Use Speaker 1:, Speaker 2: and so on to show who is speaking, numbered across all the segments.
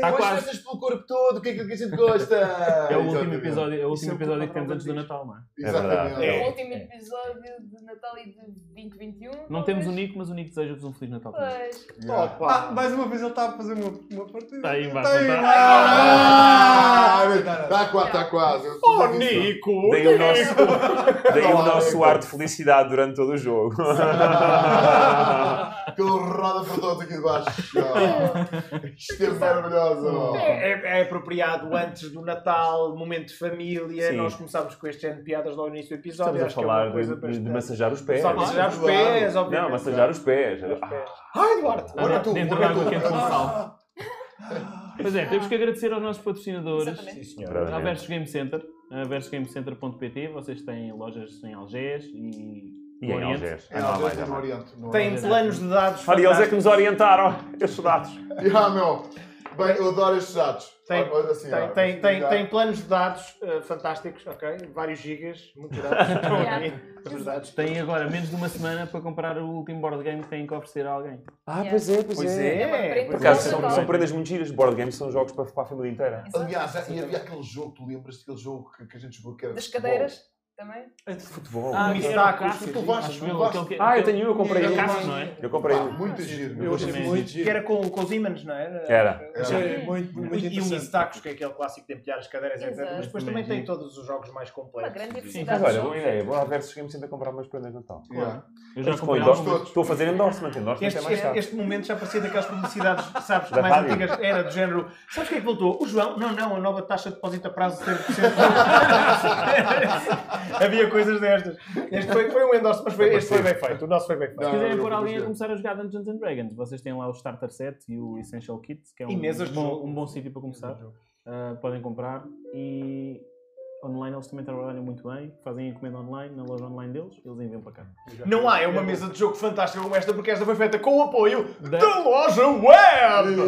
Speaker 1: Tá
Speaker 2: Boas
Speaker 1: quase.
Speaker 2: festas pelo corpo todo, o que é que a gente gosta?
Speaker 1: É o último
Speaker 2: Exatamente.
Speaker 1: episódio, é o último
Speaker 3: é o
Speaker 1: episódio
Speaker 3: padrão
Speaker 1: que temos antes do
Speaker 3: disto.
Speaker 1: Natal, não é?
Speaker 2: Exatamente.
Speaker 3: É.
Speaker 4: o último episódio de Natal e de 2021.
Speaker 1: Não
Speaker 4: talvez?
Speaker 1: temos o Nico, mas o Nico deseja-vos um Feliz Natal. também.
Speaker 4: Pois.
Speaker 5: Ah,
Speaker 2: Opa!
Speaker 3: Ah, mais uma vez ele está a fazer uma, uma partida.
Speaker 6: Tá
Speaker 1: Está aí, vai,
Speaker 3: Está aí.
Speaker 1: vai.
Speaker 3: Ah!
Speaker 2: é Está Tá quase, está quase.
Speaker 3: Oh, Nico!
Speaker 6: Daí tá? o nosso, daí o nosso ar de felicidade durante todo o jogo.
Speaker 2: Pelo roda por todos aqui de baixo. Oh, Isto é maravilhoso. oh.
Speaker 5: É, é apropriado antes do Natal, momento de família.
Speaker 6: Sim.
Speaker 5: Nós começámos com este ano de piadas lá no início do
Speaker 6: Estamos
Speaker 5: episódio.
Speaker 6: a
Speaker 5: acho que é
Speaker 6: falar
Speaker 5: uma coisa
Speaker 6: de, de,
Speaker 5: bastante-
Speaker 6: massajar os pés.
Speaker 5: Só massajar os
Speaker 2: Claro.
Speaker 5: pés, obviamente.
Speaker 6: Não, massajar os pés. Ah,
Speaker 5: Ah, Eduardo!
Speaker 1: Ah,
Speaker 2: Olha
Speaker 1: de-
Speaker 2: tu,
Speaker 1: dentro
Speaker 2: olha
Speaker 1: da água
Speaker 2: tu.
Speaker 1: quente com sal. Pois é, temos que agradecer aos nossos patrocinadores.
Speaker 4: Exatamente.
Speaker 1: A
Speaker 6: verdadeiramente.
Speaker 1: Versus Game Center, a versusgamecenter.pt, vocês têm lojas em Algés e
Speaker 6: E em
Speaker 1: Oriente.
Speaker 6: Algés.
Speaker 2: É,
Speaker 6: Ah, não,
Speaker 2: às
Speaker 6: vai,
Speaker 2: vezes
Speaker 6: já
Speaker 2: no
Speaker 6: vai.
Speaker 2: Oriente. é? no
Speaker 5: Tem
Speaker 2: Oriente.
Speaker 5: planos de dados.
Speaker 6: Olha, eles é que
Speaker 5: fantásticos.
Speaker 6: nos orientaram. Estes dados.
Speaker 2: Ah, meu. Bem, eu adoro estes dados.
Speaker 5: Tem-
Speaker 2: Olha assim,
Speaker 5: Tem,
Speaker 2: ó,
Speaker 5: tem, tem,
Speaker 2: já.
Speaker 5: tem planos de dados eh, fantásticos, ok? Vários gigas, muitos dados. Estão aqui. Muitos dados.
Speaker 1: Têm agora menos de uma semana para comprar o último board game que têm que oferecer a alguém.
Speaker 6: Ah, pois é, pois
Speaker 5: Pois
Speaker 6: é.
Speaker 5: é.
Speaker 6: Por acaso,
Speaker 1: Pois é.
Speaker 6: são, são prendas muito giras. Board games são jogos para, para a família inteira.
Speaker 2: Aliás, já- e havia aquele jogo, tu lembras daquele jogo que, que a gente jogou que era de
Speaker 4: Das
Speaker 2: futebol?
Speaker 4: cadeiras também.
Speaker 6: Futebol.
Speaker 1: Ah,
Speaker 5: isso
Speaker 1: que
Speaker 5: dá
Speaker 1: era o
Speaker 5: com os
Speaker 1: casco,
Speaker 2: tu levaste,
Speaker 1: acho
Speaker 2: tu
Speaker 1: eu,
Speaker 2: levaste.
Speaker 1: aquele que-
Speaker 6: Ah, eu
Speaker 1: aquele-
Speaker 6: tenho um, eu comprei
Speaker 1: Era
Speaker 6: um.
Speaker 1: casco, não é?
Speaker 6: Eu um. comprei
Speaker 2: Pá,
Speaker 6: um.
Speaker 2: muito giro, meu.
Speaker 7: Eu achei
Speaker 1: Também.
Speaker 7: muito
Speaker 5: Que
Speaker 7: giro.
Speaker 5: era com, com os ímãs, não é? era?
Speaker 6: Era.
Speaker 7: Achei muito, muito
Speaker 5: E- E o
Speaker 7: interessante.
Speaker 5: Mistacos, que é aquele clássico de empilhar as cadeiras, etc.
Speaker 4: Exato.
Speaker 5: Mas depois também tem todos os jogos mais complexos.
Speaker 4: Uma grande
Speaker 6: Mas
Speaker 4: diversidade.
Speaker 6: olha, boa ideia. Boa versus games sempre a comprar umas prendas de Natal.
Speaker 2: Yeah.
Speaker 1: Eu já
Speaker 6: Mas com
Speaker 1: comprei
Speaker 6: endorsement-
Speaker 1: algumas.
Speaker 6: Estou a fazer endorsement. Endorsement é
Speaker 5: Este,
Speaker 6: mais
Speaker 5: este,
Speaker 6: caro.
Speaker 5: este momento já parecia daquelas publicidades, sabes,
Speaker 6: Da
Speaker 5: mais
Speaker 6: rádio.
Speaker 5: antigas, era do género. Sabes o que é que voltou? O João? Não, não, a nova taxa de depósito a prazo de 0%. Havia coisas destas. Este foi, foi um endorse, mas foi, este foi bem feito. O nosso foi bem feito.
Speaker 1: Se
Speaker 2: Não,
Speaker 1: quiserem
Speaker 2: eu
Speaker 1: pôr
Speaker 2: não
Speaker 1: alguém a
Speaker 2: gostei.
Speaker 1: começar a jogar Dungeons and Dragons, vocês têm lá o Starter Set e o Essential Kit, que é um,
Speaker 5: E mesas de
Speaker 1: bom,
Speaker 5: jogo.
Speaker 1: um bom sítio para começar. Ah, podem comprar e online eles também trabalham muito bem, fazem encomenda online, na loja online deles, eles enviam para cá.
Speaker 5: Não há, é uma mesa de jogo fantástica como esta, porque esta foi feita com o apoio
Speaker 1: Da-
Speaker 5: da loja web!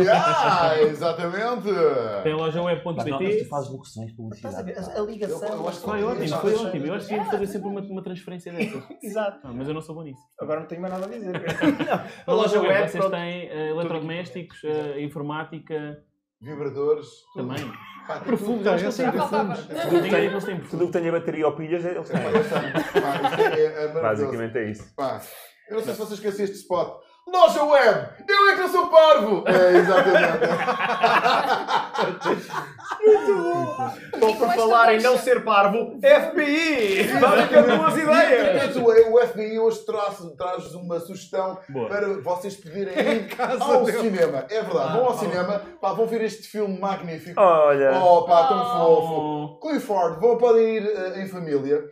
Speaker 2: Yeah, Ah, exatamente!
Speaker 1: Tem a loja
Speaker 6: Mas não, mas
Speaker 1: web.pt.
Speaker 6: tu fazes locuções de publicidade. pá.
Speaker 5: é-
Speaker 2: Eu, eu acho que
Speaker 1: Foi ótimo,
Speaker 2: Já
Speaker 1: foi
Speaker 2: deixei-
Speaker 1: ótimo. Eu acho que devíamos fazer sempre uma, uma transferência dessas.
Speaker 5: é? Exato.
Speaker 1: Ah, mas eu não sou bom nisso.
Speaker 5: Agora não tenho mais nada a dizer.
Speaker 1: Na
Speaker 5: a loja web,
Speaker 1: vocês
Speaker 5: pronto.
Speaker 1: têm eh, eletrodomésticos, eh, informática,
Speaker 2: Vibradores. tudo.
Speaker 1: também.
Speaker 2: Pá, tem
Speaker 1: Perfumes,
Speaker 2: tudo.
Speaker 1: eles não têm
Speaker 4: Já faltava.
Speaker 1: perfumes. Eu digo aí que eles têm perfumes.
Speaker 6: Tudo o que tenha bateria ou pilhas, eles
Speaker 2: É, pá,
Speaker 6: têm.
Speaker 2: isto é- pá, isto é- é maravilhoso.
Speaker 6: Basicamente é isso.
Speaker 2: Pá, eu não sei se vocês esquecem este spot. Loja web! Eu é que eu sou parvo! É, exatamente.
Speaker 4: E
Speaker 5: Estou
Speaker 4: com
Speaker 5: por
Speaker 4: esta
Speaker 5: falar em
Speaker 4: loja-
Speaker 5: não ser parvo, FBI! Fábrica de boas ideias!
Speaker 2: Portanto, o FBI hoje traz- traz-vos uma sugestão
Speaker 1: Boa.
Speaker 2: para vocês poderem ir ao cinema. É verdade,
Speaker 1: Ah,
Speaker 2: vão ao cinema, pá, vão ver este filme magnífico.
Speaker 6: Olha,
Speaker 2: Oh, pá, tão
Speaker 1: Ah.
Speaker 4: Oh.
Speaker 2: fofo. Clifford, vão, podem ir eh, em família.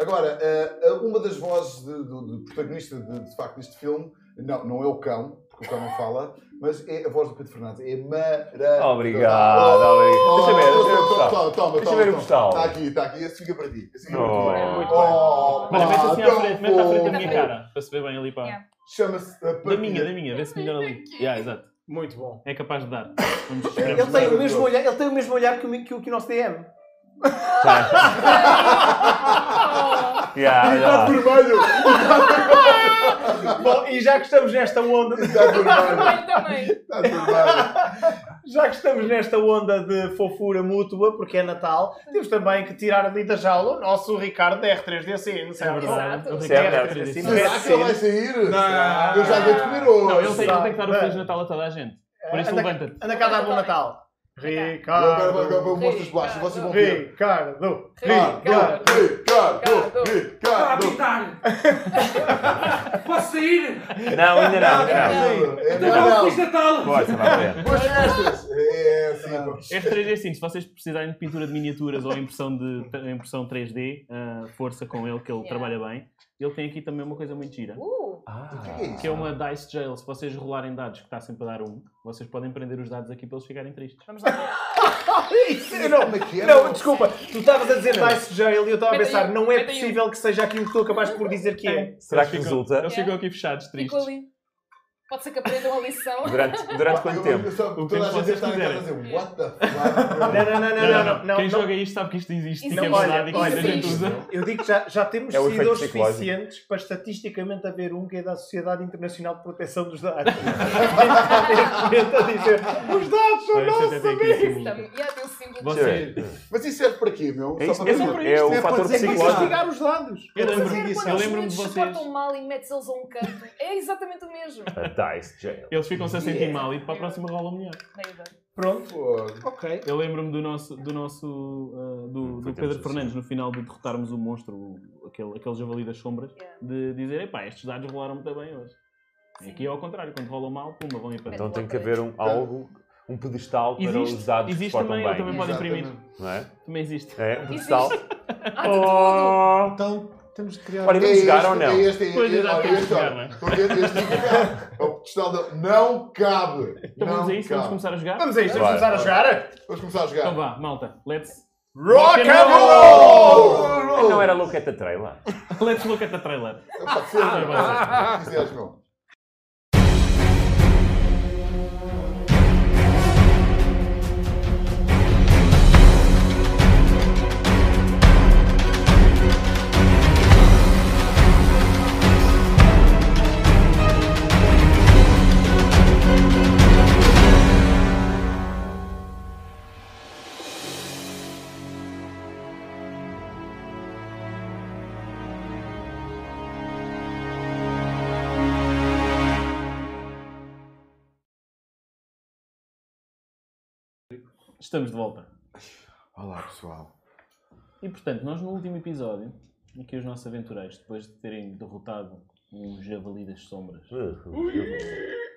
Speaker 2: Agora, eh, uma das vozes de- do, do protagonista, de, de facto, deste filme, não, não é o cão, porque o cão não fala, mas é a voz do Pedro Fernandes. É maravilhosa.
Speaker 6: obrigado, obrigado. Deixa eu ver, deixa eu ver o postal.
Speaker 2: oh, Toma, toma,
Speaker 6: Deixa eu ver o
Speaker 2: toma.
Speaker 6: postal.
Speaker 2: Está aqui, está aqui. Esse fica para ti. Esse fica
Speaker 6: Oh.
Speaker 2: para ti.
Speaker 6: É muito
Speaker 2: Oh,
Speaker 4: bem.
Speaker 1: Olha, mete assim à
Speaker 5: Ah,
Speaker 2: pá,
Speaker 1: frente,
Speaker 2: tão
Speaker 1: mete à frente da
Speaker 2: fofo.
Speaker 1: minha cara, para se ver bem ali para.
Speaker 2: Chama-se eh, a
Speaker 1: Da
Speaker 4: é
Speaker 1: minha, da minha, vê-se melhor ali. Yeah, exato.
Speaker 5: Muito bom.
Speaker 1: É capaz de dar.
Speaker 5: Ele
Speaker 1: Vamos
Speaker 5: tem o mesmo olhar, ele tem o mesmo olhar que o, que o, que o nosso DM.
Speaker 6: Yeah, yeah.
Speaker 2: Está tá vermelho!
Speaker 5: Bom, e já que estamos nesta onda,
Speaker 2: Está tá vermelho!
Speaker 4: Olha também.
Speaker 2: Está vermelho!
Speaker 5: já que estamos nesta onda de fofura mútua, porque é Natal, temos também que tirar ali da jaula o nosso Ricardo da R3DC,
Speaker 1: É
Speaker 5: certo?
Speaker 1: verdade.
Speaker 4: Exato.
Speaker 1: Ele tem
Speaker 6: Certo.
Speaker 1: cara de acreditar.
Speaker 5: Certo.
Speaker 2: Será que ele vai sair?
Speaker 5: Não.
Speaker 2: Eu já vou descobrir hoje.
Speaker 1: Não, ele tem, ele tem que dar o
Speaker 5: Não.
Speaker 1: Feliz Natal a toda a gente. Por isso
Speaker 5: Anda-
Speaker 1: levanta-te.
Speaker 5: Anda cá dar bom Natal.
Speaker 2: Eu agora vou- agora
Speaker 5: Ricardo.
Speaker 2: vou mostrar os baixos, vocês vão ver.
Speaker 5: Ricardo.
Speaker 2: Ricardo,
Speaker 4: Ricardo.
Speaker 2: Ricardo,
Speaker 7: Está a
Speaker 2: Ricardo.
Speaker 7: pintar! Posso sair?
Speaker 6: Não, ainda não. não.
Speaker 2: É,
Speaker 7: Então vá,
Speaker 2: não,
Speaker 7: Feliz
Speaker 2: não.
Speaker 7: Natal!
Speaker 6: Força, vai ver.
Speaker 2: Boas festas. É, sim.
Speaker 1: R3D sim, assim, se vocês precisarem de pintura de miniaturas ou impressão, de, impressão 3D, ah, força com ele, que ele
Speaker 4: Yeah.
Speaker 1: trabalha bem. Ele tem aqui também uma coisa muito gira,
Speaker 4: Uh,
Speaker 1: que é uma Dice Jail. Se vocês rolarem dados, que está sempre a dar um, vocês podem prender os dados aqui para eles ficarem tristes.
Speaker 4: vamos lá ver.
Speaker 2: Eu
Speaker 5: Não,
Speaker 2: Como é que é?
Speaker 5: Não, desculpa, tu estavas a dizer Dice Jail e eu estava a
Speaker 4: Mete
Speaker 5: pensar,
Speaker 4: aí, um-
Speaker 5: não é
Speaker 4: mete aí.
Speaker 5: possível que seja aquilo que tu acabaste por dizer que é.
Speaker 6: Será que
Speaker 1: Eles ficam-
Speaker 6: resulta?
Speaker 1: Eles ficam aqui fechados,
Speaker 4: Ficou
Speaker 1: tristes.
Speaker 4: ali. Pode ser que aprendam a lição.
Speaker 6: Durante, durante quanto tempo?
Speaker 1: O que
Speaker 2: Toda a
Speaker 1: vocês
Speaker 2: gente tá está em casa a
Speaker 1: quiserem.
Speaker 2: dizer, um what the fuck?
Speaker 8: Não, não, não, não, não, não,
Speaker 9: Quem
Speaker 8: não.
Speaker 9: joga isto sabe que isto existe e
Speaker 4: Isso
Speaker 9: que é
Speaker 4: não- olha,
Speaker 9: verdade e que
Speaker 4: olha, é
Speaker 9: muita gente
Speaker 4: existe.
Speaker 9: usa.
Speaker 8: Eu digo que já, já temos
Speaker 6: É o efeito
Speaker 8: seguidores
Speaker 6: psicológico.
Speaker 8: suficientes para estatisticamente haver um que é da Sociedade Internacional de Proteção dos Dados. a dizer, os dados são
Speaker 9: Olha,
Speaker 8: nossos
Speaker 9: isto até tem
Speaker 1: é assim,
Speaker 9: aqui o
Speaker 8: amigos.
Speaker 9: símbolo.
Speaker 4: E há tem o símbolo.
Speaker 9: Você-
Speaker 6: Sim.
Speaker 2: Mas isso serve para quê, meu?
Speaker 6: É,
Speaker 2: Só
Speaker 6: isso
Speaker 2: para
Speaker 6: mesmo,
Speaker 2: dizer-
Speaker 6: é o
Speaker 9: É para
Speaker 6: fator
Speaker 9: dizer que
Speaker 8: Para
Speaker 6: psicológico.
Speaker 8: investigar os dados.
Speaker 9: Eu
Speaker 4: Fazer
Speaker 9: lembro-me
Speaker 4: quando
Speaker 9: disso.
Speaker 4: os
Speaker 9: Eu lembro-me de
Speaker 4: miúdos se
Speaker 9: vocês.
Speaker 4: portam mal e metes eles a um canto. É exatamente o mesmo.
Speaker 6: A Dice Jail.
Speaker 9: Eles ficam-se a sentir mal e para a próxima rola melhor.
Speaker 4: Bem, bem.
Speaker 8: Pronto,
Speaker 2: um Pô,
Speaker 8: ok.
Speaker 1: Eu lembro-me do nosso, do, nosso ah, do, do
Speaker 6: Hum, Foi
Speaker 1: Pedro
Speaker 6: tempo
Speaker 1: Fernandes no final de derrotarmos o monstro, o- aquele, aquele javali das sombras,
Speaker 4: Yeah.
Speaker 1: de dizer: epá, estes dados rolaram muito bem hoje. E
Speaker 4: Sim.
Speaker 1: aqui é ao contrário, quando rolam mal, pumba, vão em
Speaker 6: Então tem que haver um, algo, um pedestal para os
Speaker 1: Existe,
Speaker 6: dados que se
Speaker 1: existe
Speaker 6: portam
Speaker 1: também, eu
Speaker 6: bem.
Speaker 1: também pode imprimir.
Speaker 2: exatamente.
Speaker 6: Não é?
Speaker 1: Também existe.
Speaker 6: é um pedestal.
Speaker 4: Há Ah, de tudo.
Speaker 6: Oh!
Speaker 3: Então temos de criar.
Speaker 6: Olha,
Speaker 8: um
Speaker 2: É
Speaker 6: vamos jogar
Speaker 2: este,
Speaker 6: ou não?
Speaker 2: É este, é este,
Speaker 1: Pois,
Speaker 2: olha,
Speaker 1: exato,
Speaker 2: é este,
Speaker 1: jogar, não
Speaker 2: olha.
Speaker 1: é?
Speaker 2: Porque este aqui cabe. É o pedestal da. Não cabe!
Speaker 1: Então
Speaker 2: não
Speaker 1: vamos a isso, vamos
Speaker 2: cabe.
Speaker 1: começar a jogar?
Speaker 8: Vamos a isto, vamos começar
Speaker 6: Claro.
Speaker 8: a jogar.
Speaker 2: Vamos começar a
Speaker 1: Então
Speaker 2: jogar.
Speaker 1: vá, malta, let's,
Speaker 8: Rock
Speaker 1: and
Speaker 8: and
Speaker 2: roll!
Speaker 8: roll!
Speaker 6: Não era Look at the Trailer?
Speaker 1: let's look at the trailer.
Speaker 2: Pá, foda-se,
Speaker 1: Ah,
Speaker 2: pá, se quiseres, meu.
Speaker 1: Estamos de volta.
Speaker 2: Olá, pessoal.
Speaker 1: E portanto, nós no último episódio, aqui os nossos aventureiros, depois de terem derrotado um javali das sombras
Speaker 6: Uh,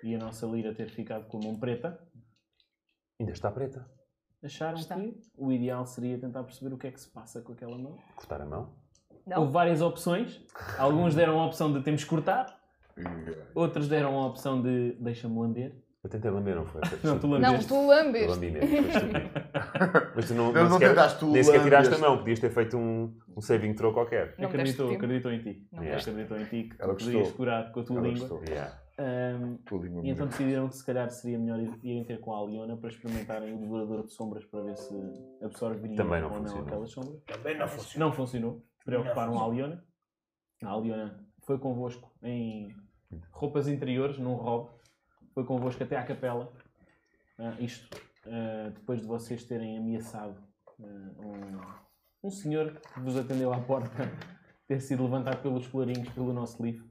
Speaker 1: e a nossa lira ter ficado com a mão preta,
Speaker 6: Ainda está preta.
Speaker 1: acharam
Speaker 4: Está.
Speaker 1: que o ideal seria tentar perceber o que é que se passa com aquela mão.
Speaker 6: Cortar a mão.
Speaker 4: Não.
Speaker 1: Houve várias opções. Alguns deram a opção de temos que cortar, outros deram a opção de deixa-me lamber.
Speaker 6: Eu tentei lamber, não foi?
Speaker 1: Não, tu
Speaker 4: Não,
Speaker 1: lambeste.
Speaker 4: tu
Speaker 6: Eu
Speaker 4: lambes.
Speaker 6: lambi mesmo. foi estúpido. Mas tu não,
Speaker 2: Não,
Speaker 6: não
Speaker 2: não
Speaker 6: sequer-
Speaker 2: tentaste, tu
Speaker 6: Nem sequer tiraste a
Speaker 2: lambeste.
Speaker 6: mão. Podias ter feito um, um saving throw qualquer.
Speaker 4: Não me deste
Speaker 1: acreditou,
Speaker 4: tempo.
Speaker 1: acreditou em ti.
Speaker 4: Não
Speaker 6: me
Speaker 1: Acreditou
Speaker 6: deste
Speaker 1: em ti que
Speaker 2: Ela
Speaker 1: tu podias
Speaker 2: gostou.
Speaker 1: curar com a tua
Speaker 2: Ela
Speaker 1: língua.
Speaker 2: gostou.
Speaker 6: Yeah.
Speaker 1: Ahm,
Speaker 2: Tua língua
Speaker 1: e então
Speaker 2: bonita.
Speaker 1: decidiram que se calhar seria melhor ir- irem ter com a Aliona para experimentarem o devorador de sombras para ver se absorveriam
Speaker 6: Também não
Speaker 1: ou não
Speaker 6: funcionou.
Speaker 1: aquelas sombras.
Speaker 5: Também não funciona.
Speaker 1: Não funcionou. Preocuparam
Speaker 5: Não
Speaker 1: a Aliona. A Aliona foi convosco em roupas interiores, num robe. Foi convosco até à capela. Ah, isto ah, depois de vocês terem ameaçado ah, um, um senhor que vos atendeu à porta ter sido levantado pelos colarinhos pelo nosso livro.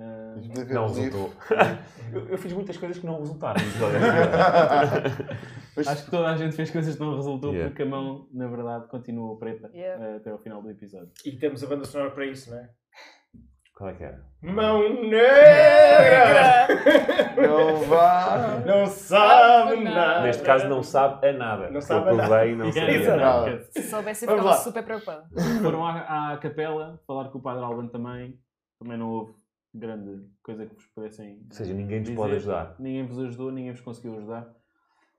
Speaker 1: Ah,
Speaker 6: Não resultou. eu, eu fiz muitas coisas que não resultaram. no episódio anterior.
Speaker 1: acho que toda a gente fez coisas que não resultou
Speaker 6: Yeah.
Speaker 1: porque a mão, na verdade, continuou preta
Speaker 4: Yeah.
Speaker 1: ah, até ao final do episódio.
Speaker 8: E temos a banda sonora para isso, não é?
Speaker 6: Qual é que era?
Speaker 8: Mão negra!
Speaker 2: Não vá.
Speaker 8: Não sabe nada.
Speaker 5: Ah,
Speaker 6: Neste caso, não sabe a nada.
Speaker 8: Não sabe a
Speaker 6: eu
Speaker 8: nada.
Speaker 6: provei, não sabe
Speaker 1: Yeah,
Speaker 6: a nada.
Speaker 1: não,
Speaker 4: Se soubesse, eu
Speaker 8: Vamos lá.
Speaker 4: ficava super preocupada.
Speaker 1: Foram à, à capela falar com o padre Alban também. Também não houve grande coisa que vos pudessem.
Speaker 6: Ou seja, ninguém nos
Speaker 1: dizer.
Speaker 6: pode ajudar.
Speaker 1: Ninguém vos ajudou, ninguém vos conseguiu ajudar.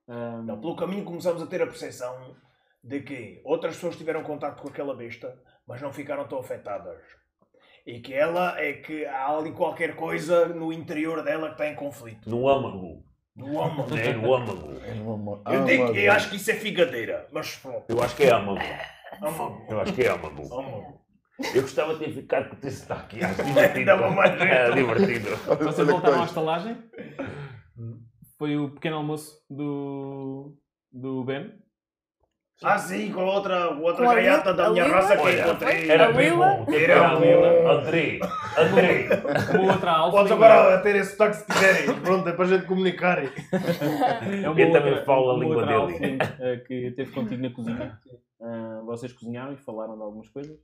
Speaker 1: Ahm,
Speaker 5: Não, pelo caminho começamos a ter a percepção de que outras pessoas tiveram contato com aquela besta, mas não ficaram tão afetadas. E que ela é que há ali qualquer coisa no interior dela que está em conflito.
Speaker 6: No âmago.
Speaker 5: No âmago.
Speaker 6: É no âmago. Ah,
Speaker 5: Eu, digo, eu acho que isso é figadeira, mas pronto.
Speaker 6: Eu acho que é âmago.
Speaker 8: Ah,
Speaker 5: Âmago.
Speaker 6: Eu acho que é âmago.
Speaker 5: Âmago.
Speaker 6: Eu gostava de ter ficado com esse daqui. Acho divertido.
Speaker 5: Dava mais jeito.
Speaker 6: É divertido.
Speaker 1: Vocês voltaram à estalagem. Foi o pequeno almoço do, do Ben.
Speaker 5: Ah, sim, com a outra, com a outra
Speaker 4: Com a
Speaker 5: gaiata da
Speaker 4: Lila?
Speaker 5: minha
Speaker 4: A
Speaker 5: raça que
Speaker 6: Olha,
Speaker 5: encontrei.
Speaker 6: Era
Speaker 4: A
Speaker 6: bem
Speaker 4: Lila?
Speaker 6: bom. ter
Speaker 5: Era
Speaker 6: a Lila. André. André.
Speaker 1: Uma outra alfa.
Speaker 8: Podes agora ter esse toque se quiserem. Pronto, é para a gente comunicar.
Speaker 1: É uma
Speaker 6: Eu também
Speaker 1: outra-
Speaker 6: falo a
Speaker 1: uma
Speaker 6: língua
Speaker 1: outra
Speaker 6: dele.
Speaker 1: alfa, eh, que teve contigo na cozinha. Ah, vocês cozinharam e falaram de algumas coisas.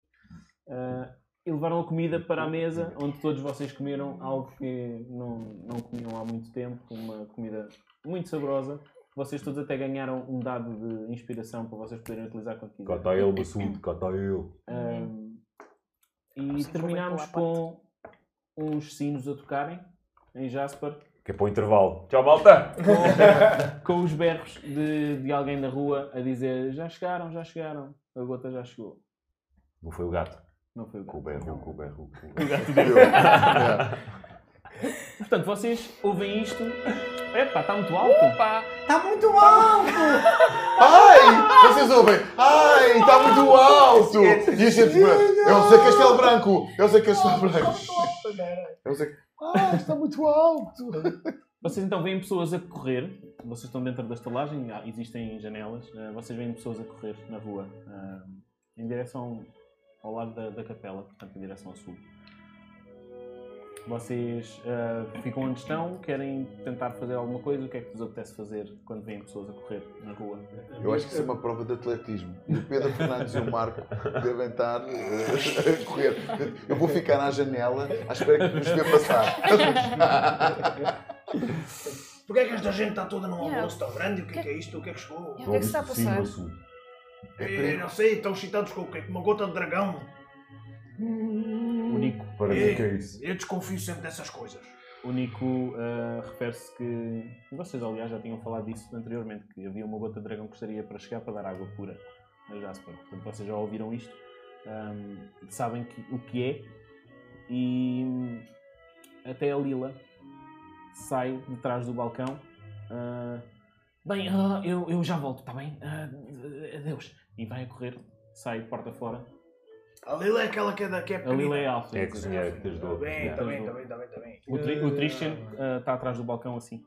Speaker 1: Ah, e levaram a comida para a mesa, onde todos vocês comeram algo que não, não comiam há muito tempo. Uma comida muito saborosa. Vocês todos até ganharam um dado de inspiração para vocês poderem utilizar quando quiserem.
Speaker 6: Cota ele, Massudo. Cota ele.
Speaker 1: Um,
Speaker 4: Não
Speaker 1: e
Speaker 4: sei
Speaker 1: terminámos
Speaker 4: qual é
Speaker 1: com uns sinos a tocarem em Jasper
Speaker 6: Que é para o intervalo. Tchau, malta.
Speaker 1: com, com os berros de, de alguém da rua a dizer já chegaram, já chegaram, a gota já chegou.
Speaker 6: Não foi o gato.
Speaker 1: Não foi o
Speaker 6: Com o
Speaker 1: gato.
Speaker 2: É.
Speaker 6: berro, com o berro. com o berro.
Speaker 2: Eu.
Speaker 1: Portanto, vocês ouvem isto. Epá, está muito alto.
Speaker 3: Está muito alto!
Speaker 2: Ai! Vocês ouvem? Ai, está muito alto! E a gente, eu sei Castelo Branco! Eu sei Castelo Branco! Eu sei... Ah, está muito alto!
Speaker 1: Vocês então veem pessoas a correr. Vocês estão dentro da estalagem, há- existem janelas. eh, Vocês veem pessoas a correr na rua ah, em direção ao lado da, da capela, portanto, em direção ao sul. Vocês ah, ficam onde estão? Querem tentar fazer alguma coisa? O que é que vos apetece fazer quando veem pessoas a correr na rua?
Speaker 2: Eu acho que isso é uma prova de atletismo. E o Pedro Fernandes e o Marco devem estar eh, a correr. Eu vou ficar na janela à espera que nos dê passar.
Speaker 5: Porquê é que esta gente está toda num
Speaker 4: Yeah.
Speaker 5: almoço tão grande? O que é que é isto? O que é que chegou?
Speaker 4: O que é que se está a passar?
Speaker 8: É
Speaker 5: Eh, não sei, estão excitados com o quê? Com uma gota de dragão. Hum.
Speaker 1: O Nico,
Speaker 6: Para mim, que é isso?
Speaker 5: Eu desconfio sempre dessas coisas.
Speaker 1: o Nico ah, refere-se que. Vocês, aliás, já tinham falado disso anteriormente, que havia uma gota de dragão que estaria para chegar para dar água pura a Jasper. Portanto, vocês já ouviram isto, ahm, sabem que- o que é, e até a Lila sai de trás do balcão. ah, bem, ah, eu, eu já volto, está bem? Ah, adeus. E vai a correr, sai porta fora.
Speaker 5: A Lila é aquela que é da que é
Speaker 1: A Lila é
Speaker 5: pequenina.
Speaker 1: alfa.
Speaker 6: É a cozinheira que te
Speaker 5: Tá
Speaker 6: ajudou.
Speaker 5: bem,
Speaker 6: Yeah.
Speaker 5: está bem, está bem, está bem, está bem.
Speaker 1: O, tri, o Christian está atrás do balcão assim,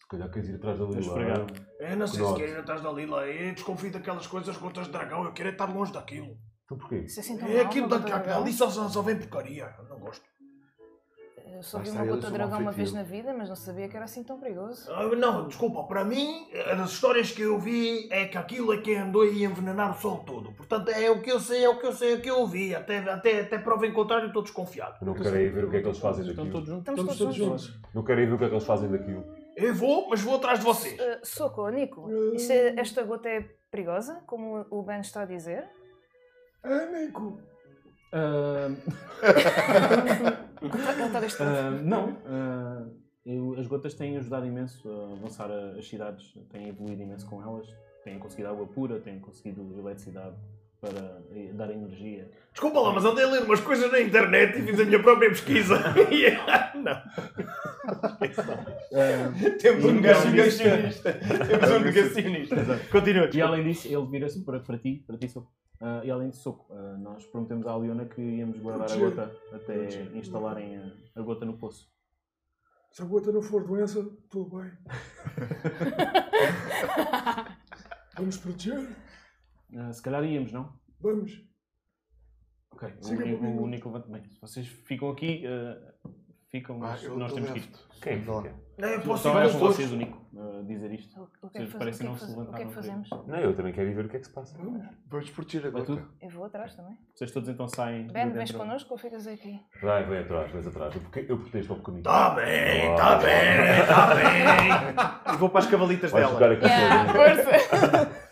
Speaker 6: Se calhar queres ir atrás da
Speaker 1: a
Speaker 6: Lila.
Speaker 1: esfregar.
Speaker 5: Eu Eh, não sei se
Speaker 6: Cuidado.
Speaker 5: quero ir atrás da Lila. Eu desconfio daquelas coisas gotas de dragão. Eu quero é estar longe daquilo.
Speaker 6: Então porquê?
Speaker 4: Isso é assim tão
Speaker 5: É
Speaker 4: mal,
Speaker 5: aquilo
Speaker 4: uma
Speaker 5: da
Speaker 4: gota de dragão.
Speaker 5: capela. E só, só, só vem porcaria. Eu não gosto.
Speaker 4: Eu só
Speaker 2: Lá
Speaker 4: vi
Speaker 2: está,
Speaker 4: uma
Speaker 2: eles
Speaker 4: gota de
Speaker 2: são
Speaker 4: dragão uma vez
Speaker 2: afetivos.
Speaker 4: na vida, mas não sabia que era assim tão perigoso.
Speaker 5: Ah, não, desculpa. Para mim, eh, das histórias que eu vi, é que aquilo é que andou aí a envenenar o sol todo. Portanto, é o que eu sei, é o que eu sei, é o que eu vi. Até, até, até prova em contrário, estou desconfiado.
Speaker 6: Eu não quero ir ver o que é que eles fazem
Speaker 1: Estão
Speaker 6: daquilo.
Speaker 1: todos juntos?
Speaker 4: Estamos todos juntos.
Speaker 6: Não quero ir ver o que é que eles fazem daquilo.
Speaker 5: Eu vou, mas vou atrás de vocês. Eh.
Speaker 4: Uh, soco, Nico, isto é- esta gota é perigosa, como o Ben está a dizer?
Speaker 1: Ah,
Speaker 4: Ele está gastado.
Speaker 1: Ah, não. Ah, eu- as gotas têm ajudado imenso a avançar a- as cidades, têm evoluído imenso com elas, têm conseguido água pura, têm conseguido eletricidade para eh, dar energia.
Speaker 5: Desculpa lá, mas andei a ler umas coisas na internet e fiz a minha própria pesquisa. É E- não.
Speaker 1: Ah,
Speaker 3: Temos um
Speaker 1: Nunca
Speaker 2: é-
Speaker 3: negacionista. Temos um
Speaker 6: é-
Speaker 3: negacionista. Continua.
Speaker 1: E além disso, ele vira-se para, para ti, para ti, Soco. Ah, e além de Soco, ah, nós prometemos à Leona que íamos guardar a gota até instalarem a, a gota no poço.
Speaker 10: Se a gota não for doença, tudo bem. Vamos proteger?
Speaker 1: Ah, se calhar íamos, não?
Speaker 10: Vamos.
Speaker 1: Ok, o
Speaker 10: Siga
Speaker 1: Nico,
Speaker 10: comigo.
Speaker 1: o Nico levanta- bem. Vocês ficam aqui, ah, ficam, mas nós temos que ir.
Speaker 6: Quem? é
Speaker 2: Vá lá.
Speaker 5: Não, eu posso
Speaker 1: Só
Speaker 5: ir
Speaker 1: vai
Speaker 5: com
Speaker 1: com
Speaker 5: todos.
Speaker 1: Então um vocês, o Nico, ah, dizer isto.
Speaker 4: O o que é que
Speaker 1: Vocês parecem não
Speaker 4: fazemos?
Speaker 1: se
Speaker 4: O que é que
Speaker 1: levantaram
Speaker 4: fazemos?
Speaker 6: Não, eu também quero ir ver o que é que se passa.
Speaker 2: Vamos proteger a
Speaker 1: Vai
Speaker 2: gota.
Speaker 1: tudo?
Speaker 4: Eu vou atrás também.
Speaker 1: Vocês todos então saem. de
Speaker 4: Ben, vens
Speaker 1: dentro.
Speaker 4: connosco ou ficas aqui?
Speaker 6: Vai, vem é atrás, vem atrás. Eu, porque- eu protesto ao pequenino.
Speaker 5: Tá bem,
Speaker 6: Olá.
Speaker 5: tá bem, tá bem.
Speaker 8: E vou para as cavalitas
Speaker 6: Vai
Speaker 8: dela.
Speaker 6: jogar aqui sozinho.
Speaker 4: é.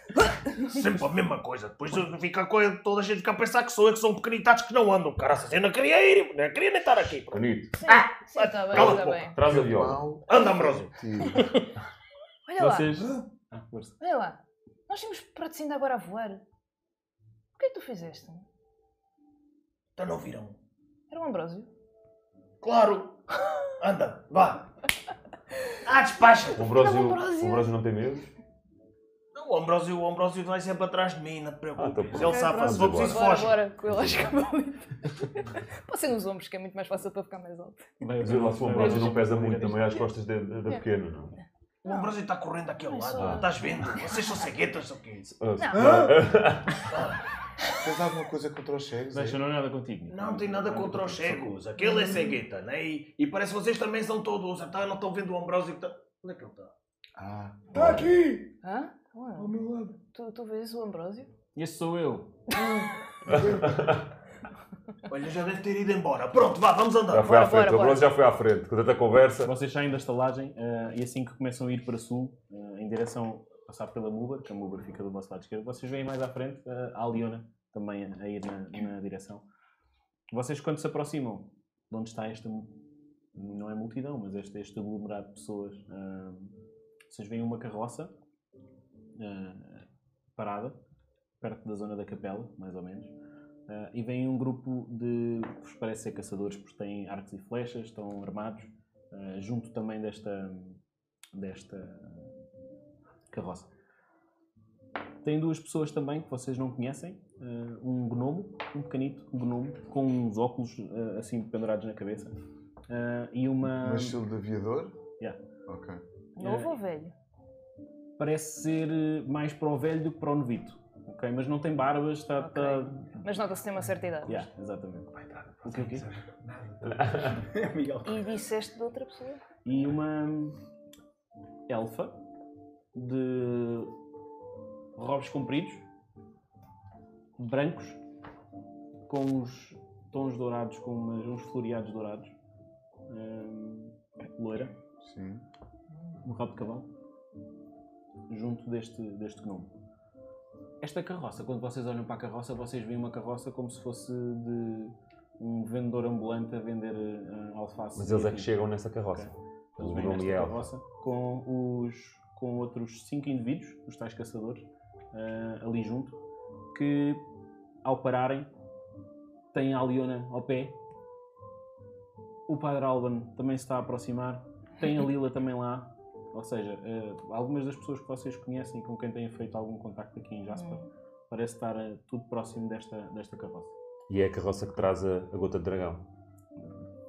Speaker 5: Sempre a mesma coisa. Depois eu fica com- toda a gente fica a pensar que sou eu que sou um pequenitados que não andam. Cara, eu não queria ir, não queria nem estar aqui.
Speaker 6: Pequenito,
Speaker 4: Sim, sim, está bem,
Speaker 5: Ah, cala
Speaker 4: está
Speaker 5: a boca.
Speaker 4: bem.
Speaker 6: traz a viola.
Speaker 2: Mau
Speaker 5: Anda, Ambrosio.
Speaker 2: tiro.
Speaker 4: Olha lá,
Speaker 1: Vocês. Ah, força.
Speaker 4: olha lá. Nós temos patrocínio agora a voar. O que é que tu fizeste?
Speaker 5: Então não viram?
Speaker 4: Era um Ambrósio.
Speaker 5: Claro. Anda, vá. Ah, despacha.
Speaker 6: O Ambrósio,
Speaker 4: Não, o Ambrósio.
Speaker 6: o Ambrósio não tem medo?
Speaker 5: Não, o Ambrósio, o Ambrósio vai sempre atrás de mim, não te
Speaker 6: Ah, tá bom.
Speaker 5: preocupes.
Speaker 6: Ok,
Speaker 5: Ele safa, se for
Speaker 6: pronto.
Speaker 5: preciso
Speaker 4: Bora,
Speaker 5: foge.
Speaker 4: bora, com ele às cavalitas. Passei nos ombros, que é muito mais fácil para ficar mais alto.
Speaker 1: Vai,
Speaker 6: Mas eu lá, se o Ambrósio não pesa muito
Speaker 1: Vai-
Speaker 6: também às costas da, da da pequena, não? Ah,
Speaker 5: O Ambrósio está correndo aqui ao lado,
Speaker 4: Não.
Speaker 5: estás vendo? Vocês são ceguetas ou quê?
Speaker 6: Ah, se-
Speaker 2: Tens alguma coisa contra os cegos?
Speaker 1: Deixa,
Speaker 2: é?
Speaker 1: não é nada contigo.
Speaker 5: Não tem nada contra os cegos. Aquele é cegueta, né? E, e parece que vocês também são todos. Então não estão vendo o Ambrósio que está. Onde é que ele está?
Speaker 2: Ah,
Speaker 1: Tá
Speaker 10: Está aqui!
Speaker 4: Hã? Ué,
Speaker 10: Ao meu lado.
Speaker 4: Tu, tu vês o Ambrósio?
Speaker 1: Este sou eu.
Speaker 5: Olha, já deve ter ido embora. Pronto, vá, vamos andar.
Speaker 6: Já foi à
Speaker 4: Bora, bora,
Speaker 6: frente, o
Speaker 4: bora.
Speaker 6: Ambrósio já foi à frente. Com tanta conversa,
Speaker 1: Vocês saem da estalagem ah, e assim que começam a ir para sul, ah, em direção a passar pela Muber, que a Muber fica do vosso lado esquerdo, vocês veem mais à frente ah, a Leona também a, a ir na, na direção. Vocês, quando se aproximam de onde está esta. mu- Não é multidão, mas este, este aglomerado de pessoas, ah, vocês veem uma carroça ah, parada, perto da zona da capela, mais ou menos. ah, e vem um grupo de, vos parece ser caçadores, porque têm arcos e flechas, estão armados, ah, eh, junto também desta, desta carroça. Tem duas pessoas também que vocês não conhecem. eh, um gnomo, um pequenito gnomo, com uns óculos eh, assim pendurados na cabeça. eh, e uma.
Speaker 2: Mas estilo de aviador?
Speaker 1: Yeah.
Speaker 2: Ok.
Speaker 4: Novo ou velho?
Speaker 1: Parece ser eh, mais para o velho do que para o novito. ok? Mas não tem barbas, está.
Speaker 4: Ok. Mas nota-se tem uma certa idade.
Speaker 1: Yeah, exatamente. O quê, o quê?
Speaker 4: E disseste de outra pessoa?
Speaker 1: e uma elfa de robes compridos, brancos, com uns tons dourados, com umas- uns floreados dourados, hum, loira,
Speaker 2: Sim.
Speaker 1: no rabo de cavalo, junto deste, deste gnomo. Esta carroça, quando vocês olham para a carroça, vocês veem uma carroça como se fosse de um vendedor ambulante a vender eh, alface.
Speaker 6: Mas eles
Speaker 1: e
Speaker 6: é que
Speaker 1: vinho.
Speaker 6: chegam nessa carroça.
Speaker 1: Eles
Speaker 6: O
Speaker 1: vêm
Speaker 6: nome
Speaker 1: nesta
Speaker 6: é Alfa.
Speaker 1: carroça com os com outros cinco indivíduos, os tais caçadores, ah, ali junto, que ao pararem têm a Leona ao pé. O Padre Alban também se está a aproximar. Tem a Lila também lá. Ou seja, ah, algumas das pessoas que vocês conhecem e com quem têm feito algum contacto aqui em
Speaker 4: Hum.
Speaker 1: Jasper parece estar ah, tudo próximo desta, desta carroça.
Speaker 6: E é a carroça que traz a, a gota de dragão.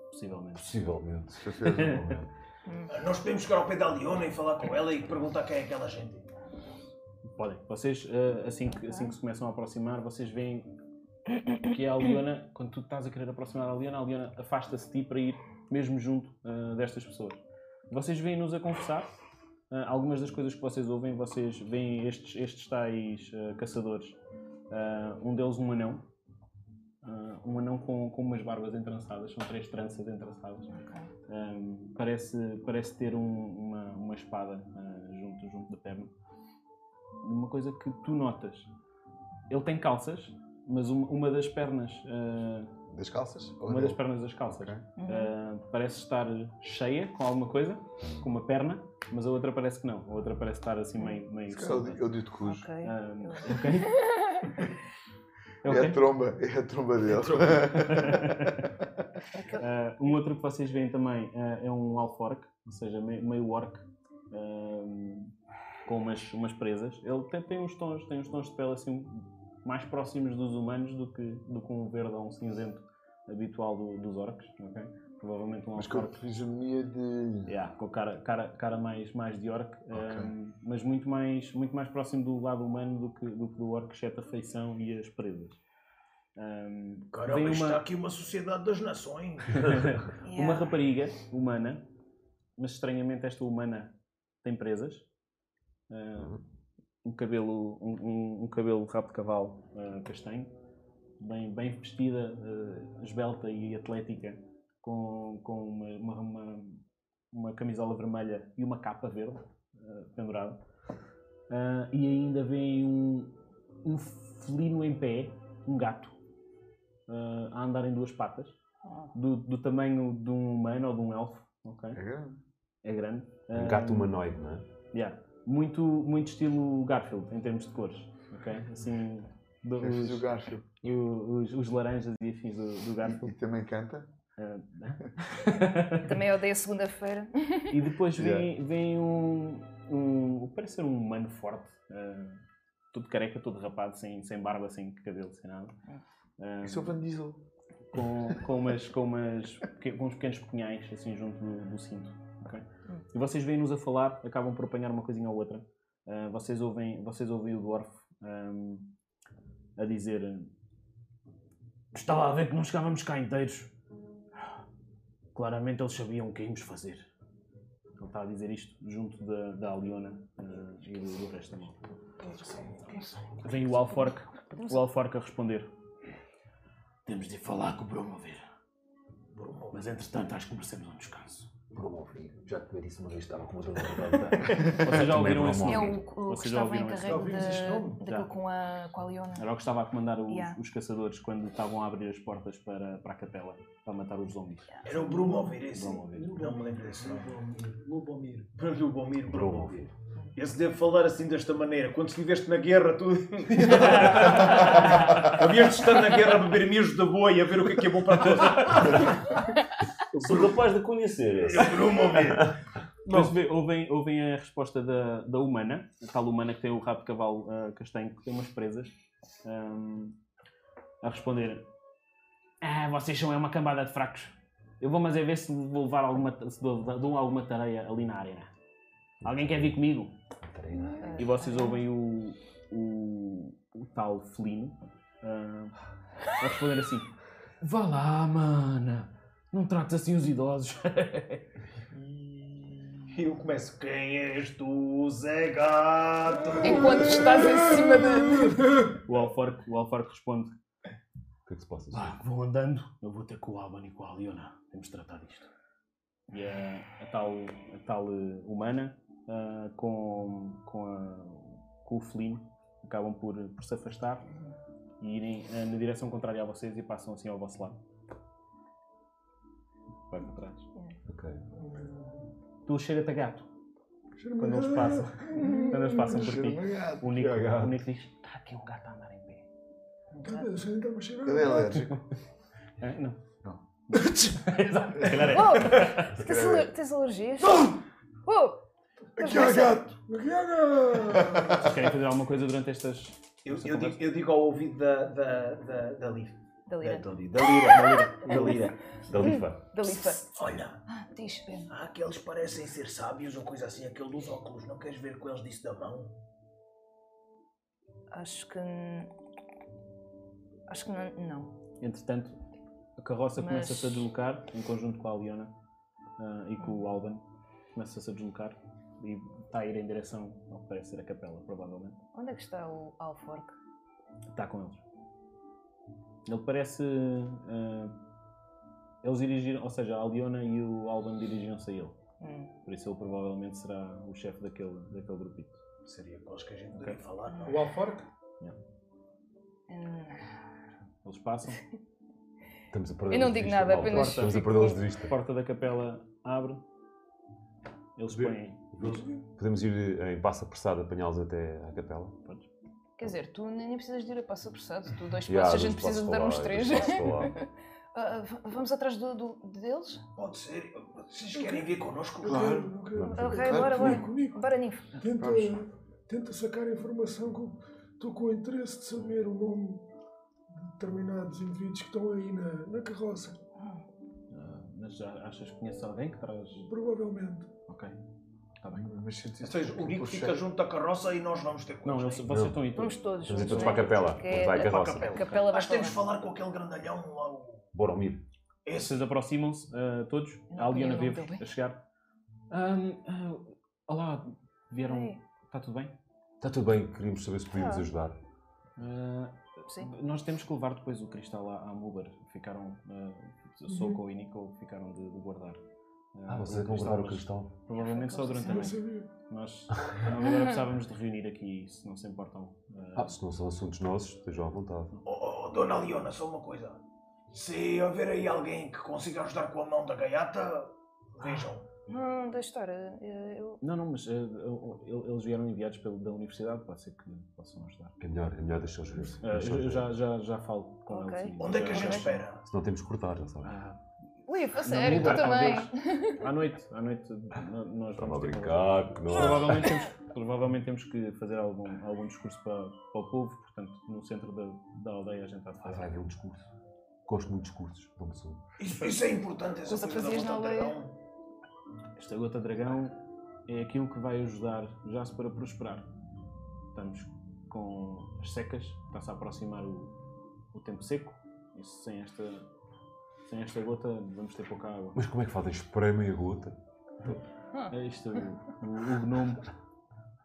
Speaker 1: Possivelmente.
Speaker 6: Possivelmente.
Speaker 5: Nós podemos chegar ao pé da Leona e falar com ela e perguntar quem é aquela gente.
Speaker 1: Podem. Vocês, eh, assim, que, assim que se começam a aproximar, vocês veem que é a Leona, quando tu estás a querer aproximar a Leona, a Leona afasta-se de ti para ir mesmo junto eh, destas pessoas. Vocês vêm-nos a conversar. eh, algumas das coisas que vocês ouvem, vocês veem estes, estes tais eh, caçadores. Eh, um deles, um anão. Eh, um anão com, com umas barbas entrançadas, são três tranças entrançadas.
Speaker 4: Hum,
Speaker 1: Ahm, parece, parece ter um- uma, uma espada ah, junto, junto da perna. Uma coisa que tu notas. Ele tem calças, mas uma, uma das pernas. ah,
Speaker 2: Das calças? Ou
Speaker 1: uma das
Speaker 2: dele?
Speaker 1: pernas das calças.
Speaker 2: Ok.
Speaker 1: ah, parece estar cheia com alguma coisa, com uma perna, mas a outra parece que não. A outra parece estar assim meio. meio
Speaker 2: Se calhar
Speaker 1: solta.
Speaker 2: Eu, eu digo cujo.
Speaker 4: Ok.
Speaker 1: Ahm,
Speaker 4: Eu-
Speaker 1: ok. É o
Speaker 2: É
Speaker 1: quê?
Speaker 2: a tromba, é a tromba dele.
Speaker 1: Ah, um outro que vocês veem também ah, é um alforque, ou seja, meio, meio orc, ahm, com umas, umas presas. Ele tem, tem uns tons, tem uns tons de pele assim mais próximos dos humanos do que, do que um verde ou um cinzento habitual do- dos orcs, ok? Provavelmente um
Speaker 2: Mas com a
Speaker 1: alforque.
Speaker 2: fisionomia de.
Speaker 1: Yeah, com cara, cara, cara mais, mais de orc, ahm,
Speaker 2: Ok.
Speaker 1: mas muito mais, muito mais próximo do lado humano do que do, que do orc, exceto a feição e as presas. Ahm,
Speaker 5: Caramba,
Speaker 1: vem
Speaker 5: está aqui uma sociedade das nações.
Speaker 1: Uma
Speaker 4: Yeah.
Speaker 1: rapariga humana, mas estranhamente esta humana tem presas. ah, um cabelo, um, um- um cabelo de rabo de cavalo ah, castanho, bem, bem vestida, ah, esbelta e atlética, com, com uma, uma, uma- uma camisola vermelha e uma capa verde ah, pendurada. Ah, e ainda vem um, um felino em pé, um gato, ah, a andar em duas patas
Speaker 4: Oh,
Speaker 1: do, do tamanho de um humano ou de um elfo, ok?
Speaker 2: É grande.
Speaker 1: É grande.
Speaker 6: Um gato
Speaker 1: Ah,
Speaker 6: humanoide, não é?
Speaker 1: yeah. Muito, muito estilo Garfield em termos de cores, ok? Assim, do-
Speaker 2: Eu fiz o
Speaker 1: os,
Speaker 2: gancho.
Speaker 1: e o- os, os laranjas e afins do, do
Speaker 2: E,
Speaker 1: Garfield.
Speaker 2: e também canta.
Speaker 1: Ah,
Speaker 4: Também odeio a segunda-feira.
Speaker 1: e depois vem, vem um, um. Parece ser um humano forte, ah, todo careca, todo rapado, sem, sem barba, sem cabelo, sem nada. Ah,
Speaker 2: E sou é Van Diesel.
Speaker 1: com, com, umas, com, umas, peque- com uns pequenos punhais assim junto do, do cinto. ok? E vocês vêm-nos a falar, acabam por apanhar uma coisinha ou outra. Ah, vocês, ouvem, vocês ouvem o Dwarf ahm, a dizer: Estava a ver que não chegávamos cá inteiros. Claramente eles sabiam o que íamos fazer. Ele está a dizer isto junto da, da Aliona ah, e do, do resto da mão. Vem o Alforque, o Alforque a responder. Temos de falar com o Bromover. Mas entretanto acho que merecemos um descanso.
Speaker 6: Já te disse uma vez estava com uma dor de
Speaker 1: Vocês já ouviram esse
Speaker 4: É
Speaker 1: nome?
Speaker 4: o, o que
Speaker 1: Vocês já
Speaker 4: estava
Speaker 1: ouviram esse
Speaker 4: encarregue
Speaker 10: nome? Já ouvimos este nome?
Speaker 4: de, daquilo
Speaker 1: Já.
Speaker 4: com a, com a Leona.
Speaker 1: Era o que estava a comandar os,
Speaker 4: Yeah.
Speaker 1: os caçadores quando estavam a abrir as portas para, para a capela para matar os zombies.
Speaker 5: Era o Brumo ouvir esse.
Speaker 1: Brumover.
Speaker 5: Não me lembro desse nome.
Speaker 10: Lubomir.
Speaker 5: Mas o Bomir
Speaker 6: Bruno
Speaker 5: Brumo.
Speaker 6: ouvir.
Speaker 5: Esse deve falar assim desta maneira. Quando estiveste na guerra, tu. Havias de estar na guerra a beber mijo de boi a ver o que é que é bom para todos.
Speaker 6: Sou capaz de conhecer esse.
Speaker 3: Eu não me ouvi.
Speaker 1: Mas vê- ouvem, ouvem a resposta da, da humana, a tal humana que tem o rabo de cavalo ah, castanho, que tem umas presas, ahm, a responder: Ah, vocês são é uma cambada de fracos. Eu vou, mas é ver se vou levar alguma, ta- se dou, dou alguma tareia ali na arena. Alguém quer vir comigo? E vocês ouvem o, o, o tal felino ah, a responder assim: Vá lá, mana, não trates assim os idosos.
Speaker 8: E eu começo. Quem és tu, Zé Gato?
Speaker 10: Enquanto estás em cima de.
Speaker 1: O Alforque, o Alforque responde:
Speaker 6: O que é que se passa?
Speaker 1: Vá, vão andando, eu vou ter com o Alban e com a Leona. Temos de tratar disto. E a, a tal, a tal eh, humana ah, com, com, a- com o felino acabam por, por se afastar e irem ah, na direção contrária a vocês e passam assim ao vosso lado. Vai para trás.
Speaker 6: Ok.
Speaker 1: Tu cheira-te a gato
Speaker 10: Cheira-me
Speaker 1: quando eles
Speaker 10: a-
Speaker 1: passam, quando eles passam por ti.
Speaker 2: Cheira-me a gato.
Speaker 1: O Nico,
Speaker 6: Que gato.
Speaker 1: o Nico diz: Está aqui um gato a andar em pé.
Speaker 10: Cadê? Você ainda me cheira a
Speaker 2: Ele é
Speaker 10: gato.
Speaker 2: alérgico.
Speaker 1: Ah, não.
Speaker 2: Não.
Speaker 1: Exato. Se calhar é.
Speaker 4: Uou! Oh, Tens, aler- tens alergias? Uou! Tens
Speaker 10: Aqui há
Speaker 4: doença?
Speaker 10: gato! Aqui há gato!
Speaker 1: Vocês querem fazer alguma coisa durante estas.
Speaker 8: Eu,
Speaker 1: esta
Speaker 8: eu
Speaker 1: conversa?
Speaker 8: digo, eu digo ao ouvido da, da, da, da Liv.
Speaker 4: Da
Speaker 8: Da,
Speaker 4: lira.
Speaker 8: É,
Speaker 1: Então.
Speaker 8: da Liv. Da Lira. Da Lira. Da Lira.
Speaker 6: Da lifa.
Speaker 4: Da lifa.
Speaker 5: Olha,
Speaker 4: Ah, diz, Ben.
Speaker 5: há aqueles que parecem ser sábios ou coisa assim, aquele dos óculos. Não queres ver com eles disso da mão?
Speaker 4: Acho que. n- Acho que não. não.
Speaker 1: Entretanto, a carroça
Speaker 4: Mas-
Speaker 1: começa-se a deslocar em conjunto com a Leona ah, e com o Alban. Começa-se a deslocar e está a ir em direção ao que parece ser a capela, provavelmente.
Speaker 4: Onde é que está o Alforque?
Speaker 1: Está com eles. Ele parece. ah, eles dirigiram, ou seja, a Leona e o Alban dirigiram-se a ele.
Speaker 4: Hum.
Speaker 1: Por isso ele provavelmente será o chefe daquele, daquele grupito.
Speaker 5: Seria com eles que a gente devia falar, não? é?
Speaker 3: O Alforque?
Speaker 4: Hum.
Speaker 1: Eles passam,
Speaker 6: Estamos a perder
Speaker 4: Eu não digo nada, apenas
Speaker 6: Estamos a
Speaker 4: fico-
Speaker 6: perdê-los de vista.
Speaker 1: a porta da capela abre, eles
Speaker 6: Vê.
Speaker 1: põem.
Speaker 6: Podemos ir eh, em passo apressado apanhá-los até à capela?
Speaker 4: Quer dizer, tu nem nem precisas de ir a passo apressado, tu dois passos,
Speaker 6: Yeah,
Speaker 4: a gente
Speaker 6: dois
Speaker 4: precisa
Speaker 6: passos
Speaker 4: de dar
Speaker 6: para
Speaker 4: uns
Speaker 6: lá,
Speaker 4: três.
Speaker 6: dois passos para
Speaker 4: Ah, ah, v- vamos atrás do, do- deles?
Speaker 5: Pode ser. Vocês querem vir connosco?
Speaker 10: Eu quero, eu quero.
Speaker 6: Vamos.
Speaker 4: Ok,
Speaker 2: Claro
Speaker 4: bora,
Speaker 2: que
Speaker 4: bora.
Speaker 10: Nico, Nico,
Speaker 4: Bora, Ninfo.
Speaker 10: tenta,
Speaker 2: Vamos.
Speaker 10: tenta sacar a informação que eu estou com interesse de saber o nome de determinados indivíduos que estão aí na, na carroça.
Speaker 1: Ah, mas já achas que conheces alguém que traz.
Speaker 10: Provavelmente.
Speaker 1: Ok. Tá
Speaker 2: Está bem, mas senti
Speaker 5: Ou seja, o Nico fica junto da carroça e nós vamos ter com
Speaker 1: Então, Não,
Speaker 5: eles,
Speaker 1: eles,
Speaker 5: né?
Speaker 1: vocês estão aí todos.
Speaker 4: Vamos todos.
Speaker 6: Vamos ir todos
Speaker 4: juntos,
Speaker 6: para a
Speaker 4: né?
Speaker 6: capela,
Speaker 4: Que
Speaker 6: onde vai a carroça.
Speaker 5: Para a capela.
Speaker 4: capela vai
Speaker 5: Acho que temos de
Speaker 4: falar.
Speaker 5: falar com aquele grandalhão lá. o-
Speaker 6: Boromir.
Speaker 5: Esse.
Speaker 1: Vocês aproximam-se ah, todos.
Speaker 4: não
Speaker 1: A Leona
Speaker 4: conheço, não,
Speaker 1: vê-vos
Speaker 4: tudo bem.
Speaker 1: a chegar. Ahm, ah, olá, vieram.
Speaker 4: Ei,
Speaker 1: Está tudo bem?
Speaker 6: Está tudo bem, queríamos saber se podíamos
Speaker 4: Ah.
Speaker 6: ajudar.
Speaker 1: Ah,
Speaker 4: Sim.
Speaker 1: nós temos que levar depois o cristal à, à Muber. Ficaram. Uh,
Speaker 4: Uhum.
Speaker 1: Soco e Nico ficaram de, de guardar.
Speaker 6: Ah,
Speaker 1: ah,
Speaker 6: vocês é que vão guardar o
Speaker 1: mas
Speaker 6: cristal.
Speaker 1: Provavelmente só durante a
Speaker 10: Não
Speaker 1: noite.
Speaker 10: sabia.
Speaker 1: Nós, nós agora precisávamos de reunir aqui, se não se importam. ah,
Speaker 6: Ah, se não são assuntos nossos, estejam à vontade.
Speaker 5: Oh, oh, dona Leona, só uma coisa. Se houver aí alguém que consiga ajudar com a mão da gaiata, vejam.
Speaker 4: Não, da história. Eu...
Speaker 1: Não, não, mas ah, eu- eu- eles vieram enviados pelo, da universidade, pode ser que possam ajudar.
Speaker 6: É melhor, é melhor deixar os ver.
Speaker 1: Ah, eu, eu já, já, já falo com
Speaker 4: Ok.
Speaker 1: eles. e-
Speaker 5: Onde é que a
Speaker 1: já-
Speaker 5: gente
Speaker 1: já-
Speaker 5: espera?
Speaker 6: Se não temos que cortar, já sabem.
Speaker 1: Ah,
Speaker 4: Liv, a
Speaker 1: não,
Speaker 4: sério, tu
Speaker 1: Muber,
Speaker 4: também.
Speaker 1: talvez. À noite, à noite no- nós
Speaker 6: Estava a
Speaker 1: vamos ter que-
Speaker 6: brincar, que não.
Speaker 1: Provavelmente temos, provavelmente temos que fazer algum, algum discurso para, para o povo, portanto, no centro da, da aldeia a gente está a
Speaker 6: Ah, vai
Speaker 1: fazer.
Speaker 6: haver um discurso. Gosto muito de discursos. Não me sou.
Speaker 5: Isso, isso é importante, essa
Speaker 4: Coisa
Speaker 5: coisa da
Speaker 4: fazias
Speaker 5: mão
Speaker 4: na
Speaker 5: da
Speaker 4: aldeia.
Speaker 5: dragão.
Speaker 1: Esta gota dragão é aquilo que vai ajudar já-se para prosperar. Estamos com as secas, está-se a aproximar o, o tempo seco, e sem esta, sem esta gota vamos ter pouca água.
Speaker 6: Mas como é que fazem? Espremem a gota.
Speaker 1: É isto, o, o, o gnome. O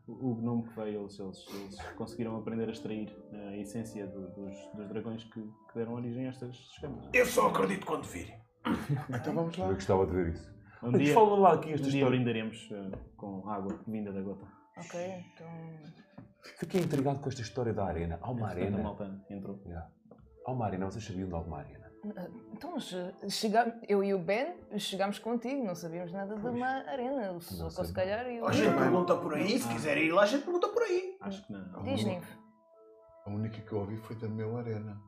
Speaker 1: o gnome que veio, eles, eles, eles conseguiram aprender a extrair eh, a essência do- dos, dos dragões que, que deram origem a estas escamas.
Speaker 4: é.
Speaker 5: Eu só acredito quando vir.
Speaker 2: Então vamos lá.
Speaker 6: Eu gostava de ver isso.
Speaker 1: Um
Speaker 6: Mas
Speaker 1: dia,
Speaker 6: fala lá aqui
Speaker 1: um
Speaker 6: esta
Speaker 1: dia
Speaker 6: história.
Speaker 1: brindaremos eh, com água vinda da gota.
Speaker 4: Ok, então.
Speaker 6: Fiquei intrigado com esta história da arena. Há uma
Speaker 1: Entretanto, A
Speaker 6: arena.
Speaker 1: malta entrou.
Speaker 6: Yeah. Há uma arena. Vocês sabiam de alguma arena?
Speaker 4: Então, che- chega- eu e o Ben chegámos contigo, não sabíamos nada de uma arena. O Soco,
Speaker 6: sei.
Speaker 4: se
Speaker 5: é
Speaker 4: calhar, e o.
Speaker 5: A gente pergunta por aí, se quiser ir lá, a gente pergunta por aí.
Speaker 1: Acho que não.
Speaker 4: Diz, Ninfo.
Speaker 2: A única que eu ouvi foi da Mel Arena.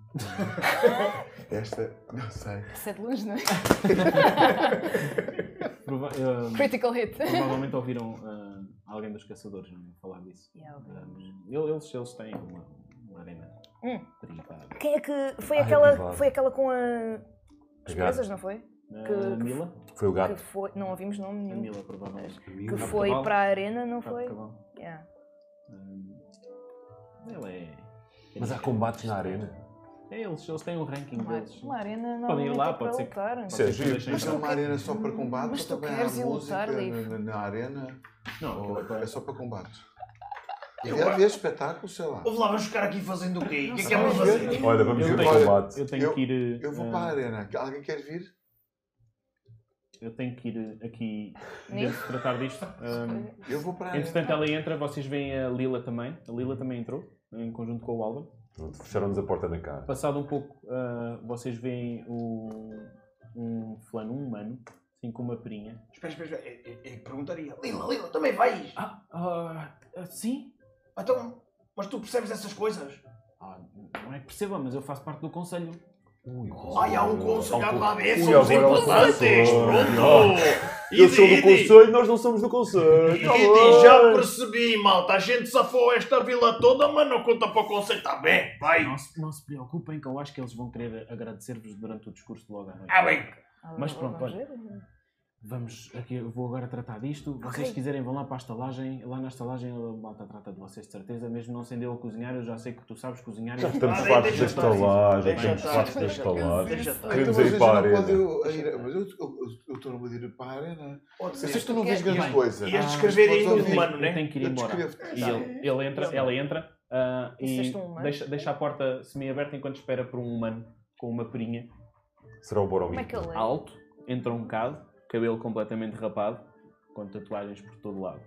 Speaker 2: Esta, não sei.
Speaker 4: Sete luz, não é?
Speaker 1: Prova- eh,
Speaker 4: Critical hit.
Speaker 1: provavelmente ouviram ah, alguém dos caçadores não é? falar disso.
Speaker 4: Yeah, ok.
Speaker 1: Ah, ele- eles, eles têm uma, uma arena
Speaker 4: Hum.
Speaker 1: privada.
Speaker 4: Quem é que. Foi
Speaker 6: Ah, é
Speaker 4: aquela,
Speaker 6: privado.
Speaker 4: foi aquela com a. As
Speaker 6: Gato.
Speaker 4: presas, não foi?
Speaker 1: Na
Speaker 4: Que-
Speaker 1: Eh, Mila?
Speaker 6: Foi o
Speaker 4: Que
Speaker 6: gato.
Speaker 4: foi. Não ouvimos nome
Speaker 1: A
Speaker 4: nenhum.
Speaker 1: Mila, provavelmente.
Speaker 4: Que foi
Speaker 1: Cavalo.
Speaker 4: para a arena, não
Speaker 1: Cabo de
Speaker 4: foi?
Speaker 1: Cavalo.
Speaker 4: Yeah.
Speaker 1: Ah, Ela é.
Speaker 6: Mas há combates na arena.
Speaker 1: É, eles, eles têm um ranking
Speaker 4: Uma,
Speaker 1: deles. então-
Speaker 4: uma arena não
Speaker 1: Podem ir lá,
Speaker 4: é
Speaker 1: pode
Speaker 4: para
Speaker 1: ser que-
Speaker 4: lutar.
Speaker 1: Pode
Speaker 6: Isso
Speaker 1: ser
Speaker 6: é
Speaker 1: que
Speaker 6: giro.
Speaker 1: deixem
Speaker 2: Mas é
Speaker 1: entrar.
Speaker 2: uma arena só para combate?
Speaker 4: Mas
Speaker 2: ou
Speaker 4: tu
Speaker 2: também há
Speaker 4: queres ir
Speaker 2: música
Speaker 4: lutar, Leif?
Speaker 2: na, na- na arena?
Speaker 1: Não, aquilo
Speaker 2: Ou
Speaker 1: é para-
Speaker 2: é só para combate? Deve haver espetáculo, sei lá.
Speaker 8: Ouve lá, vamos ficar aqui fazendo o quê? O que é que é
Speaker 2: Não
Speaker 8: para
Speaker 2: sei.
Speaker 8: fazer?
Speaker 6: Olha, vamos
Speaker 1: Eu
Speaker 6: ver o
Speaker 1: tenho-
Speaker 6: combate.
Speaker 1: Eu tenho que ir.
Speaker 2: Eu vou
Speaker 1: ah,
Speaker 2: para a arena. Alguém quer vir?
Speaker 1: Eu tenho que ir aqui
Speaker 4: Nem-
Speaker 1: dentro tratar disto. Eh, Ahm,
Speaker 2: Eu vou para a arena.
Speaker 1: entretanto, ela entra, vocês veem a Lila também. A Lila também entrou, em conjunto com o Álvaro.
Speaker 6: Pronto, Fecharam-nos a porta na cara.
Speaker 1: Passado um pouco, ah, vocês veem o, um fulano, um humano, assim com uma perinha.
Speaker 5: Espera, espera, espera. Eu, eu- eu perguntaria. Lila, Lila, também vais?
Speaker 1: Ah, sim?
Speaker 5: Então, mas tu percebes essas coisas?
Speaker 1: não é que perceba, mas eu faço parte do conselho.
Speaker 6: Ui,
Speaker 5: Ai, há
Speaker 6: Hum,
Speaker 5: um conselhado lá dentro.
Speaker 6: Ui,
Speaker 5: Somos
Speaker 6: agora é um
Speaker 5: importantes.
Speaker 6: conselho.
Speaker 5: Pronto.
Speaker 6: Eu sou
Speaker 8: Idi,
Speaker 6: do
Speaker 8: Idi.
Speaker 6: conselho, nós não somos do conselho.
Speaker 8: E diz, já percebi, malta. A gente safou esta vila toda, mas não conta para o conceito.
Speaker 5: tá
Speaker 8: Está bem, vai.
Speaker 1: Não se, não se preocupem, que eu acho que eles vão querer agradecer-vos durante o discurso logo à noite.
Speaker 8: Ah, bem.
Speaker 4: Ah,
Speaker 1: Mas
Speaker 4: vamos
Speaker 1: pronto, olha.
Speaker 4: ver.
Speaker 1: Vamos, aqui, eu vou agora tratar disto. Vocês
Speaker 4: Ok.
Speaker 1: quiserem vão lá para a estalagem, lá na estalagem a malta trata de vocês de certeza, mesmo não sendo eu a cozinhar, eu já sei que tu sabes cozinhar. e
Speaker 6: Já
Speaker 1: eu-
Speaker 6: estamos
Speaker 8: Ah,
Speaker 6: fartos da
Speaker 8: deixa estar,
Speaker 6: estalagem,
Speaker 8: deixa
Speaker 6: estamos
Speaker 8: estar,
Speaker 6: fartos da
Speaker 8: deixa estar.
Speaker 6: estalagem.
Speaker 8: Deixa estar.
Speaker 6: Queremos
Speaker 2: Então,
Speaker 6: é
Speaker 2: mas
Speaker 4: Então,
Speaker 6: ir
Speaker 2: eu
Speaker 6: para a
Speaker 2: já não
Speaker 6: arena.
Speaker 2: posso ir- ir- Mas eu eu- eu estou numa de ir para a arena. Eu sei que tu não vês
Speaker 4: Porque-
Speaker 2: grande coisa.
Speaker 8: Ias
Speaker 1: Ah,
Speaker 8: descrever
Speaker 2: mas
Speaker 8: ainda
Speaker 2: podes
Speaker 8: um humano,
Speaker 1: eu
Speaker 8: né?
Speaker 1: tenho que ir
Speaker 2: Eu
Speaker 1: embora.
Speaker 2: descrevo-te.
Speaker 1: E ele, ele entra, ela entra ah,
Speaker 4: Isso
Speaker 1: e
Speaker 4: és tu, um humano?
Speaker 1: deixa, deixa a porta semi-aberta enquanto espera por um humano com uma perinha
Speaker 6: Será o Boromir.
Speaker 4: Como é que ele é?
Speaker 1: alto, entra um bocado, cabelo completamente rapado, com tatuagens por todo lado.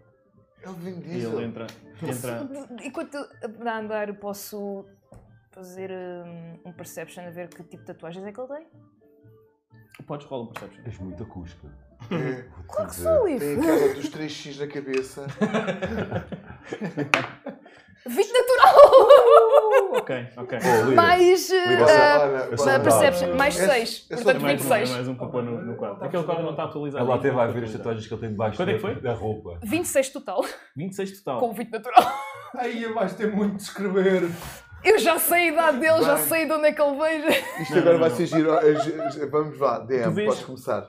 Speaker 2: É o Vin
Speaker 1: E
Speaker 2: Diesel.
Speaker 1: ele entra, entra
Speaker 4: Posso- Enquanto a a andar, eu posso fazer hum, um, perception a ver que tipo de tatuagens é que ele tem?
Speaker 1: podes rolar um perception.
Speaker 6: És muita cusca.
Speaker 2: É,
Speaker 6: Vou-te
Speaker 4: Claro que
Speaker 6: dizer.
Speaker 4: sou,
Speaker 2: Tem
Speaker 4: Leif!
Speaker 2: aquela dos 3x na cabeça.
Speaker 4: 20 natural!
Speaker 1: Ok, ok.
Speaker 6: Oh, Lira,
Speaker 4: mais.
Speaker 6: Lira,
Speaker 4: uh,
Speaker 6: você-
Speaker 2: Olha,
Speaker 6: eu sou
Speaker 4: Uma
Speaker 6: Saudável.
Speaker 4: perception, mais
Speaker 2: Eu-
Speaker 4: 6,
Speaker 2: eu sou
Speaker 4: portanto
Speaker 1: É mais, um, é
Speaker 4: 26.
Speaker 1: mais um para pôr no, no
Speaker 4: Tá
Speaker 1: quadro. Aquele quadro não está atualizado.
Speaker 6: Ela até
Speaker 1: Não
Speaker 6: vai
Speaker 1: está
Speaker 6: ver as
Speaker 1: atualizado.
Speaker 6: tatuagens que ele tem debaixo
Speaker 1: Quando é
Speaker 6: da,
Speaker 1: que foi?
Speaker 6: da roupa.
Speaker 4: 26 total,
Speaker 1: 26
Speaker 4: com
Speaker 1: total.
Speaker 4: 20 natural.
Speaker 3: Aí vais ter muito de escrever.
Speaker 4: Eu já sei a idade dele, já
Speaker 2: Vai.
Speaker 4: sei de onde é que ele veio.
Speaker 2: Isto
Speaker 1: Não,
Speaker 2: agora
Speaker 1: não,
Speaker 2: vai ser giro. Eh, gi- Vamos lá,
Speaker 1: Tu
Speaker 2: DM,
Speaker 1: vês?
Speaker 2: podes começar.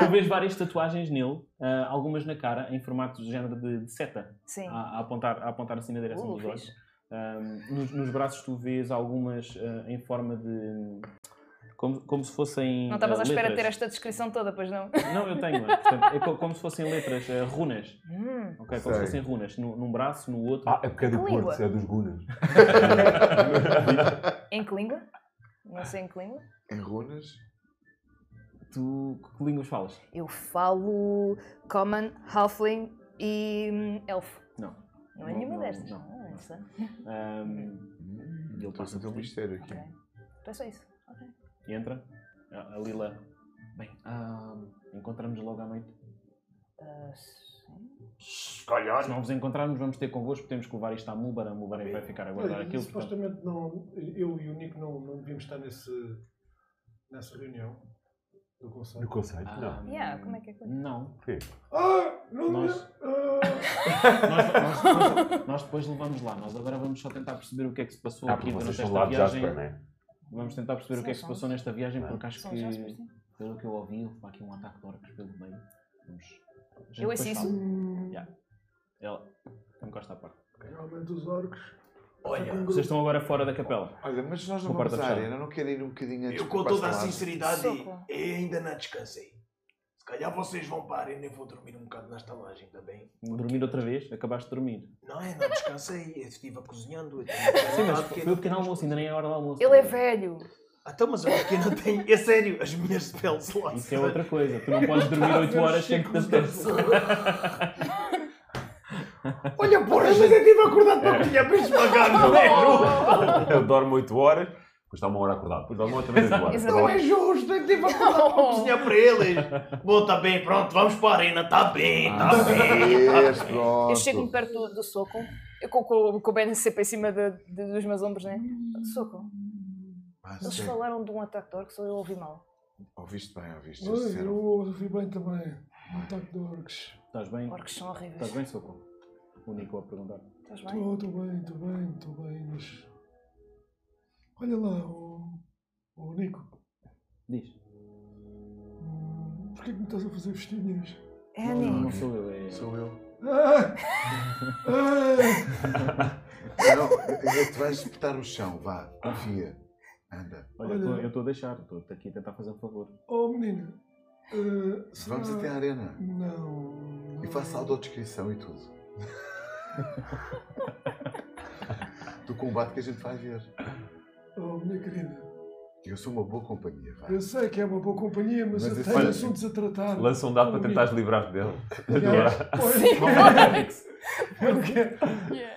Speaker 1: Tu vês várias tatuagens nele, ah, algumas na cara, em formato de género de, de seta,
Speaker 4: Sim.
Speaker 1: a, a apontar, a apontar assim na direção
Speaker 4: Uh,
Speaker 1: dos
Speaker 4: fixe.
Speaker 1: olhos. Ah, nos, nos braços tu vês algumas ah, em forma de. Como, como se fossem.
Speaker 4: Não estavas
Speaker 1: ah,
Speaker 4: à espera de ter
Speaker 1: letras.
Speaker 4: esta descrição toda, pois não?
Speaker 1: Não, eu tenho. é, portanto, é co- como se fossem letras, ah, runas.
Speaker 4: Hum,
Speaker 1: Ok, como se
Speaker 2: Sei.
Speaker 1: fossem runas. Num, num braço, no outro.
Speaker 6: Ah, é porque é do
Speaker 4: Que
Speaker 6: Porto,
Speaker 4: língua?
Speaker 6: é dos Gunas.
Speaker 4: em que língua? Não sei em que língua.
Speaker 2: Em runas?
Speaker 1: Tu, que línguas falas?
Speaker 4: Eu falo Common, Halfling e hum, Elfo.
Speaker 1: Não.
Speaker 4: Não é
Speaker 1: Não,
Speaker 4: nenhuma
Speaker 1: não,
Speaker 4: destas.
Speaker 1: não,
Speaker 4: Ah,
Speaker 1: não.
Speaker 4: isso.
Speaker 1: Ah,
Speaker 2: Hum,
Speaker 1: ele
Speaker 2: Estou a
Speaker 1: passa
Speaker 2: fazer um
Speaker 1: por ti.
Speaker 2: mistério aqui.
Speaker 4: Ok. Então é só isso. Ok.
Speaker 1: E entra. A a Lila. Bem, ah, encontramos logo à noite.
Speaker 4: Ah, sim.
Speaker 8: Se calhar.
Speaker 1: Se não vos encontrarmos, vamos ter convosco. Temos que levar isto à Mubar. A Mubar é que vai ficar a guardar
Speaker 10: Olha, e
Speaker 1: aquilo. portanto-
Speaker 10: supostamente não, eu e o Nico não, não devíamos estar nesse, nessa reunião do
Speaker 6: No
Speaker 10: Conselho.
Speaker 6: conselho?
Speaker 1: Ah,
Speaker 6: Não.
Speaker 4: Yeah, como é que é que-
Speaker 1: Não.
Speaker 6: Porquê?
Speaker 10: Ah, não,
Speaker 1: Nós-
Speaker 10: ah,
Speaker 1: Nós, nós depois, nós depois levamos lá. Nós agora vamos só tentar perceber o que é que se passou
Speaker 6: Ah,
Speaker 1: aqui
Speaker 6: porque
Speaker 1: durante
Speaker 6: vocês
Speaker 1: esta
Speaker 6: estão lá de
Speaker 1: viagem.
Speaker 6: Jasper, não é?
Speaker 1: Vamos tentar perceber o que é que se
Speaker 4: São
Speaker 1: passou
Speaker 4: Jasper.
Speaker 1: nesta viagem,
Speaker 6: Ah.
Speaker 1: porque acho
Speaker 4: São já
Speaker 1: que, pelo que eu ouvi, houve aqui um ataque de orcas pelo meio. Vamos. a gente
Speaker 4: Eu
Speaker 1: depois
Speaker 4: ouço isso?
Speaker 1: fala.
Speaker 10: hum,
Speaker 1: Ela. Não gosta da parte.
Speaker 10: realmente os orcs.
Speaker 8: Olha,
Speaker 1: Vocês estão agora fora da capela.
Speaker 2: Olha, mas nós não
Speaker 1: Uma porta
Speaker 2: vamos à
Speaker 1: fechada.
Speaker 2: arena, não quero ir um bocadinho antes
Speaker 5: Eu,
Speaker 2: que
Speaker 5: com
Speaker 2: passe
Speaker 5: toda a
Speaker 2: lá.
Speaker 5: sinceridade,
Speaker 4: Soco.
Speaker 5: eu ainda não descansei. Se calhar vocês vão para a arena e vou dormir um bocado na estalagem também.
Speaker 1: Dormir outra vez? Acabaste de dormir.
Speaker 5: Não é? Não descansei. Eu estive a cozinhando. Eu tive a
Speaker 1: Sim, mas
Speaker 5: porque-
Speaker 1: foi o pequeno almoço, ainda nem é a hora do almoço.
Speaker 4: Ele é velho.
Speaker 5: Então, mas eu porque não tenho. É sério, as minhas spells lá.
Speaker 1: Isso é outra coisa. Tu não podes dormir 8 horas sem que te apetece.
Speaker 5: Olha, porra, mas eu estive acordado para brilhar para esmagar, não é?
Speaker 6: Eu dormo 8 horas, depois está uma hora acordado. Depois dormo outra vez 8 horas.
Speaker 4: Exato.
Speaker 5: Não é justo, eu estive acordado para cozinhar para eles. Bom, tá bem,
Speaker 1: Ah,
Speaker 5: pronto, vamos para a arena. Tá bem, tá bem.
Speaker 2: Yes,
Speaker 4: Eu chego-me
Speaker 2: pronto.
Speaker 4: perto do, do soco, Eu com, com, com o Ben sempre em cima de- de- dos meus ombros, né? Soco.
Speaker 5: Tá
Speaker 2: Ah,
Speaker 4: Eles
Speaker 2: sim.
Speaker 4: falaram de um ataque de orcs ou eu ouvi mal?
Speaker 2: Ouviste bem, ouviste. eles
Speaker 10: Oi, eu
Speaker 2: disseram.
Speaker 10: ouvi bem também. Um ataque de orcs.
Speaker 1: Estás bem?
Speaker 4: Orcs são horríveis.
Speaker 1: Estás Hum. Tá bem, Soco? O Nico a perguntar.
Speaker 4: Estás bem?
Speaker 10: Estou bem, estou bem, estou bem, mas. Olha lá, o. O Nico.
Speaker 1: Diz.
Speaker 10: hum, Porquê que me estás a fazer festinhas?
Speaker 4: É,
Speaker 1: Não,
Speaker 4: Nico.
Speaker 1: não sou eu, é.
Speaker 2: Sou eu.
Speaker 10: Ah! Ah!
Speaker 2: Não, eu- eu te vais espetar o chão, vá, confia. Anda.
Speaker 1: Olha, eu tô- eu estou a deixar, estou aqui a tentar fazer um favor.
Speaker 10: Oh menina. eh, será-
Speaker 2: Vamos até à arena.
Speaker 10: Não.
Speaker 2: E faça a autodescrição e tudo. Do combate que a gente vai ver.
Speaker 10: Oh minha querida.
Speaker 2: Eu sou uma boa companhia, vá.
Speaker 10: Eu sei que é uma boa companhia, mas,
Speaker 2: Mas
Speaker 10: eu
Speaker 2: isso-
Speaker 10: tenho
Speaker 6: olha,
Speaker 10: assuntos a tratar. Oh,
Speaker 6: Lança um dado para tentares livrar-te dele.
Speaker 10: Yeah.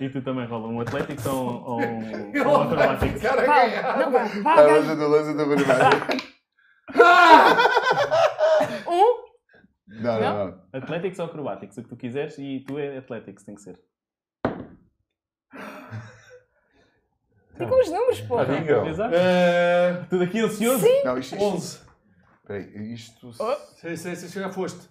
Speaker 1: E tu também rola um Atlético ou um, ou um, ou um Acrobatics?
Speaker 4: Vá, não vá, vá,
Speaker 2: Ah,
Speaker 4: ganha.
Speaker 2: lança do lança do vermelho.
Speaker 4: Um,
Speaker 2: Não, não, não.
Speaker 1: Atléticos ou Acrobatics, o que tu quiseres e tu é Atléticos, tem que ser.
Speaker 4: ficam os números, pô.
Speaker 6: Amigo.
Speaker 1: Exato.
Speaker 10: Ah,
Speaker 3: Eh,
Speaker 1: Tudo aqui ansioso?
Speaker 4: Sim.
Speaker 2: Não, isto. isto
Speaker 3: 11.
Speaker 2: peraí, isto.
Speaker 3: Sei, sei, sei, já foste.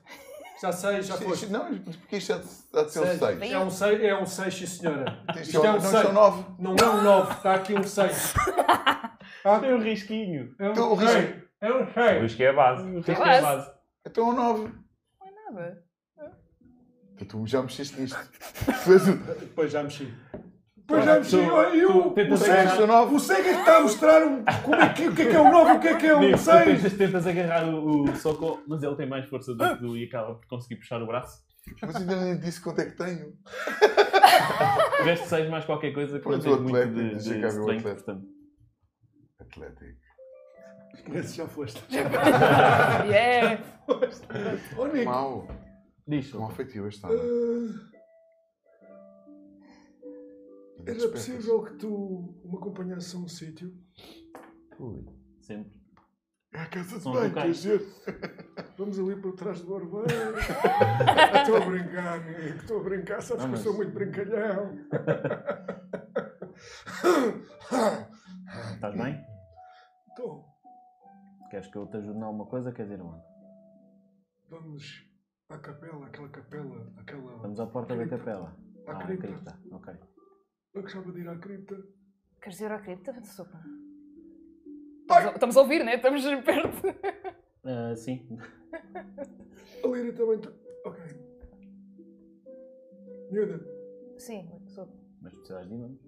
Speaker 3: Já sei, já
Speaker 2: isto- isto-
Speaker 3: foste.
Speaker 2: Não, mas porque isto é de- há de ser um
Speaker 3: Seis.
Speaker 2: 6.
Speaker 3: É um 6, é um seis, sim senhora.
Speaker 2: Isto
Speaker 3: Isto
Speaker 2: é
Speaker 3: é
Speaker 2: um-
Speaker 3: um
Speaker 2: não, isto é um
Speaker 3: seis.
Speaker 2: 9.
Speaker 3: Não é um 9, está aqui um 6.
Speaker 1: Tem um risquinho.
Speaker 3: É
Speaker 2: Então, o
Speaker 3: um 6. É um
Speaker 6: O
Speaker 3: 6.
Speaker 6: risco é a base.
Speaker 1: O risco
Speaker 4: Quase.
Speaker 1: é a base.
Speaker 2: Então é um 9.
Speaker 4: Nada.
Speaker 2: Tu já mexeste nisto. Fez o-
Speaker 3: Depois já mexi.
Speaker 10: Pois já mexi, olha, e o,
Speaker 1: tu tentas
Speaker 10: o
Speaker 1: agarrar-
Speaker 10: Sega, o Sega que está a mostrar um, como é que, o que é que é um 9 o que é que é um
Speaker 1: Nico,
Speaker 10: 6.
Speaker 1: tu tentas, tentas agarrar o, o Soco, mas ele tem mais força
Speaker 10: Ah!
Speaker 1: do que tu e acaba por conseguir puxar o braço.
Speaker 2: Mas ainda nem disse quanto é que tenho.
Speaker 1: Tiveste 6 mais qualquer coisa que não
Speaker 2: Pronto,
Speaker 1: tens
Speaker 2: o
Speaker 1: muito
Speaker 2: Atlético,
Speaker 1: de, de
Speaker 2: deixa cá ver é o
Speaker 1: strength,
Speaker 2: Atlético.
Speaker 1: portanto.
Speaker 2: Atlético.
Speaker 3: Esse já foste.
Speaker 4: Yeah.
Speaker 10: Oh, Nico,
Speaker 2: Mau.
Speaker 1: Diz,
Speaker 2: Mal
Speaker 1: Soco.
Speaker 2: feitio este ano.
Speaker 10: eh, era
Speaker 2: Despertas.
Speaker 10: possível que tu me acompanhasse a um sítio?
Speaker 1: Sempre.
Speaker 2: É a casa de
Speaker 1: São
Speaker 2: banho, quer
Speaker 1: locais.
Speaker 2: dizer.
Speaker 10: Vamos ali por trás do barbeiro. Estou a brincar, Nico, estou a brincar, sabes
Speaker 1: Não,
Speaker 10: que eu
Speaker 1: mas-
Speaker 10: sou muito brincalhão.
Speaker 1: Estás Tá bem?
Speaker 10: Então,
Speaker 1: Queres que eu te ajude em alguma coisa? Queres ir onde?
Speaker 10: vamos à capela, aquela capela, aquela.
Speaker 1: Estamos à porta da capela.
Speaker 10: À
Speaker 1: Ah,
Speaker 10: cripta.
Speaker 1: cripta. Ok.
Speaker 10: Eu gostava de ir à cripta.
Speaker 4: Queres ir à cripta? Então, Sopa. Estamos a- Estamos a ouvir, né? Estamos perto.
Speaker 1: Ah, sim.
Speaker 10: A Lira também está. Ok. Miúda,
Speaker 4: Sim, sopa.
Speaker 1: Mas precisas de mim?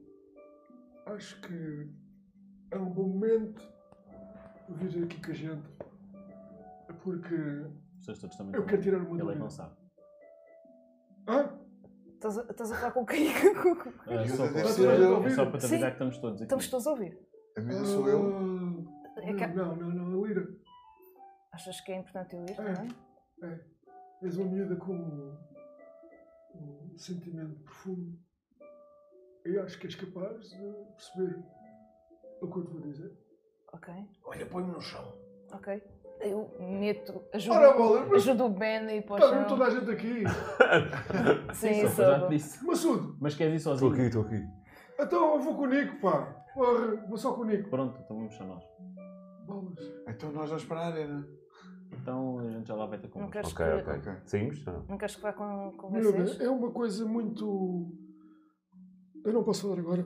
Speaker 10: acho que é um bom momento de vir aqui com a gente. Porque
Speaker 1: Os teus todos também
Speaker 10: eu
Speaker 1: estão
Speaker 10: quero
Speaker 1: lá.
Speaker 10: tirar uma
Speaker 1: Ele é que
Speaker 10: dúvida.
Speaker 1: não sabe.
Speaker 10: Ah,
Speaker 4: Estás a estás a falar com quem? Com- com- com-
Speaker 1: Ah,
Speaker 2: Eu
Speaker 1: Soco,
Speaker 2: devo
Speaker 1: é-
Speaker 2: ser
Speaker 10: eu.
Speaker 1: é só para te
Speaker 4: Sim.
Speaker 1: avisar que estamos todos aqui.
Speaker 4: Estamos todos a ouvir.
Speaker 2: A minha sou eu.
Speaker 4: É
Speaker 5: Hum.
Speaker 4: que-
Speaker 10: Ah, Não, não, não, a Lira.
Speaker 4: Achas que é importante eu ir
Speaker 5: Hum.
Speaker 4: também?
Speaker 10: é. És uma miúda com um, um sentimento profundo. Eu acho que és capaz de perceber o que eu te vou dizer.
Speaker 4: Ok,
Speaker 5: Olha, põe-me no chão.
Speaker 4: ok. Eu meto,
Speaker 10: Ora,
Speaker 4: ajudo,
Speaker 10: bola, mas
Speaker 4: ajudo o Ben e
Speaker 5: tá
Speaker 4: pôs.
Speaker 10: está mesmo toda a gente aqui.
Speaker 4: Sim,
Speaker 1: Soco, já te
Speaker 4: sopa.
Speaker 1: disse.
Speaker 10: Maçudo,
Speaker 1: Mas queres ir
Speaker 6: Estou aqui,
Speaker 1: sozinho?
Speaker 6: estou aqui.
Speaker 10: então eu vou com o Nico, pá. Porra, vou só com o Nico.
Speaker 1: Pronto, então vamos só nós.
Speaker 10: Bolas.
Speaker 2: Então nós vamos para a arena.
Speaker 1: Então a gente já lá vai ter
Speaker 4: Não
Speaker 1: conversa.
Speaker 4: queres
Speaker 6: Ok,
Speaker 4: que.
Speaker 6: ok. Saímos? Não.
Speaker 4: Não queres que vá com, com vocês?
Speaker 10: Miúda, é uma coisa muito. Eu não posso falar agora.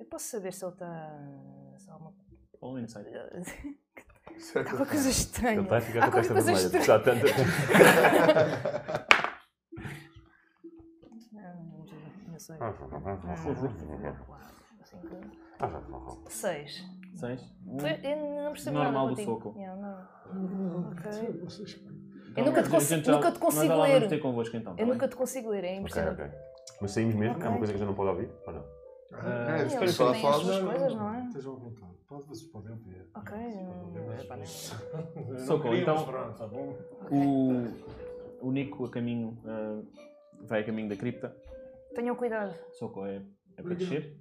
Speaker 4: Eu posso saber se ele está. Se há alguma
Speaker 1: Fala um insight.
Speaker 2: Será que
Speaker 4: alguma coisa
Speaker 6: Ele
Speaker 4: estranha.
Speaker 6: está a ficar
Speaker 4: Há
Speaker 6: com a testa
Speaker 4: qualquer coisa
Speaker 6: vermelha. Já tanto.
Speaker 4: Não, Ah, não sei. Assim, Seis. é-
Speaker 1: Seis?
Speaker 4: Eu não percebo
Speaker 1: Normal
Speaker 4: nada
Speaker 1: do
Speaker 4: contigo.
Speaker 1: soco.
Speaker 4: Yeah, não.
Speaker 10: Tá Ah,
Speaker 4: Ok.
Speaker 10: Vocês.
Speaker 1: Então,
Speaker 4: nunca te
Speaker 1: a
Speaker 4: consigo-
Speaker 1: gente já-
Speaker 4: nunca te consigo
Speaker 1: nós já lá
Speaker 4: ler.
Speaker 1: Vamos ter convosco então. tá
Speaker 4: Eu
Speaker 1: bem?
Speaker 4: nunca te consigo ler, é
Speaker 6: Ok,
Speaker 4: impressionante.
Speaker 6: ok. Mas saímos mesmo? É uma
Speaker 4: Ok.
Speaker 6: coisa que já não pode ouvir? Ou não?
Speaker 2: Ah,
Speaker 4: Eles
Speaker 2: se
Speaker 4: têm
Speaker 2: querem falar,
Speaker 4: as
Speaker 2: falas.
Speaker 4: suas coisas, não é?
Speaker 10: Estejam à vontade. Pode, vocês podem ver.
Speaker 4: Ok. não-
Speaker 1: Soco, então-
Speaker 3: Pronto, tá bom.
Speaker 1: O, o Nico a caminho ah, vai a caminho da cripta.
Speaker 4: Tenham cuidado.
Speaker 1: Soco é, é para descer.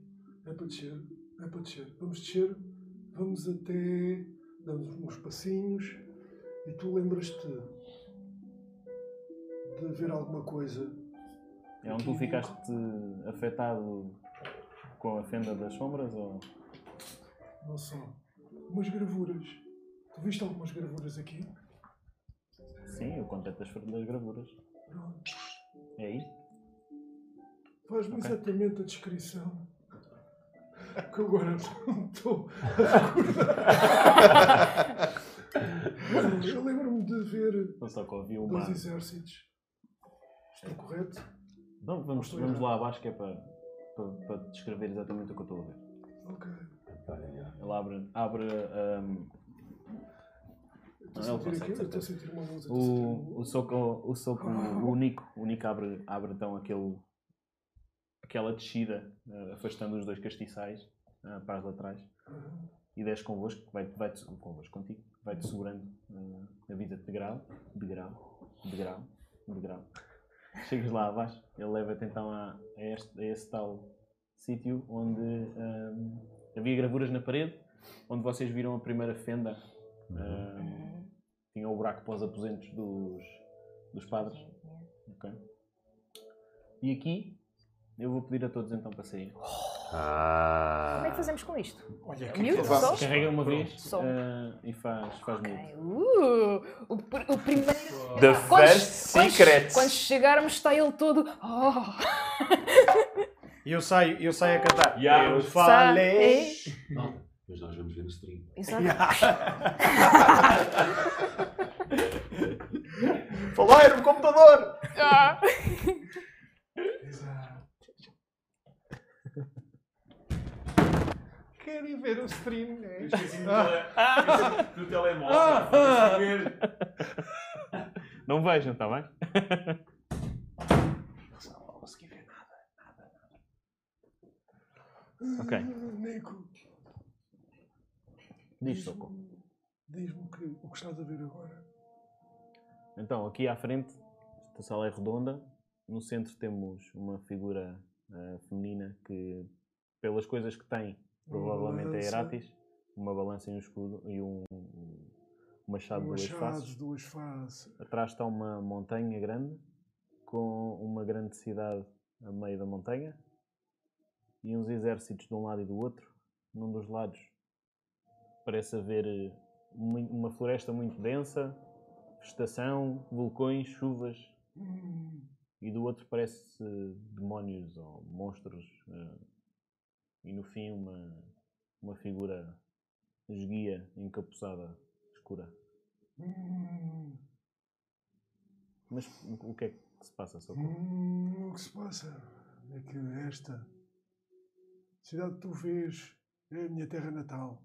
Speaker 10: É para descer. É para descer. Vamos descer. Vamos até. Damos uns passinhos. E tu lembras-te de ver alguma coisa
Speaker 1: É onde tu ficaste afetado com a fenda das sombras ou.
Speaker 10: Não só. Umas gravuras. Tu viste algumas gravuras aqui?
Speaker 1: Sim, eu contacto as das gravuras.
Speaker 10: Pronto.
Speaker 1: É aí?
Speaker 10: Faz-me
Speaker 1: Ok.
Speaker 10: exatamente a descrição. Que eu agora não estou a recordar. Mas eu lembro-me de ver
Speaker 1: Não só que ouvi uma.
Speaker 10: dois exércitos. Estou correto? é
Speaker 1: Não, vamos, vamos lá abaixo que é para, para, para descrever exatamente o que eu estou a ver.
Speaker 10: Ok.
Speaker 6: Então, é
Speaker 1: Ele abre, abre ah, ahm,
Speaker 10: Então, Eu
Speaker 1: Não,
Speaker 10: estou
Speaker 1: ele
Speaker 10: a
Speaker 1: consegue,
Speaker 10: sentir aquilo, eu estou a
Speaker 1: certeza.
Speaker 10: sentir uma luz. eu estou a sentir uma
Speaker 1: o, o soco, o soco, o Nico, o Nico abre, abre então aquele, aquela descida, eh, afastando os dois castiçais eh, para as laterais
Speaker 10: Uhum.
Speaker 1: e desce convosco, vai, vai convosco contigo, vai-te segurando eh, a vida de grau, de grau, de grau, de grau. Chegas lá abaixo, ele leva-te então a, a, este, a esse tal sítio onde ahm, havia gravuras na parede, onde vocês viram a primeira fenda.
Speaker 6: Uhum.
Speaker 1: eh, ahm, tinha o buraco para os aposentos dos, dos padres. Ok. E aqui eu vou pedir a todos então para saírem.
Speaker 6: Ah.
Speaker 4: Como é que fazemos com isto?
Speaker 5: é
Speaker 8: Olha,
Speaker 4: Miúdo
Speaker 2: faz-
Speaker 4: só?
Speaker 1: Carrega uma vez
Speaker 4: Som.
Speaker 1: eh, e faz, faz
Speaker 4: Ok.
Speaker 1: muito.
Speaker 4: Uh, o, pr- o primeiro.
Speaker 6: The
Speaker 4: Quando-
Speaker 6: first
Speaker 4: quando-
Speaker 6: secret.
Speaker 4: Quando chegarmos, está ele todo. Oh.
Speaker 8: E eu saio, eu saio a
Speaker 4: é
Speaker 8: cantar.
Speaker 6: Yeah.
Speaker 8: Eu falei.
Speaker 6: Mas nós vamos ver no stream.
Speaker 4: Exato.
Speaker 8: Falei no computador!
Speaker 4: Ah.
Speaker 8: Querem ver o stream, né?
Speaker 9: No telemóvel.
Speaker 1: Não vejam, está bem? Ok.
Speaker 10: Nico,
Speaker 1: Diz soco.
Speaker 10: diz-me o que, o que estás a ver agora.
Speaker 1: Então, aqui à frente, esta sala é redonda. No centro temos uma figura eh, feminina que, pelas coisas que tem, provavelmente é
Speaker 10: balança.
Speaker 1: Heratis. Uma balança e um escudo e um, um machado de
Speaker 10: Duas
Speaker 1: dois faces.
Speaker 10: faces, duas faces.
Speaker 1: Atrás está uma montanha grande, com uma grande cidade a meio da montanha, e uns exércitos de um lado e do outro. Num dos lados parece haver eh, mui- uma floresta muito densa, vegetação, vulcões, chuvas,
Speaker 10: Hum,
Speaker 1: e do outro parece eh, demónios ou monstros. eh, E no fim, uma, uma figura esguia, encapuçada, escura.
Speaker 10: hum,
Speaker 1: Mas o- o que é que se passa, Socorro?
Speaker 10: hum, o que se passa é que esta cidade que tu vês é a minha terra natal.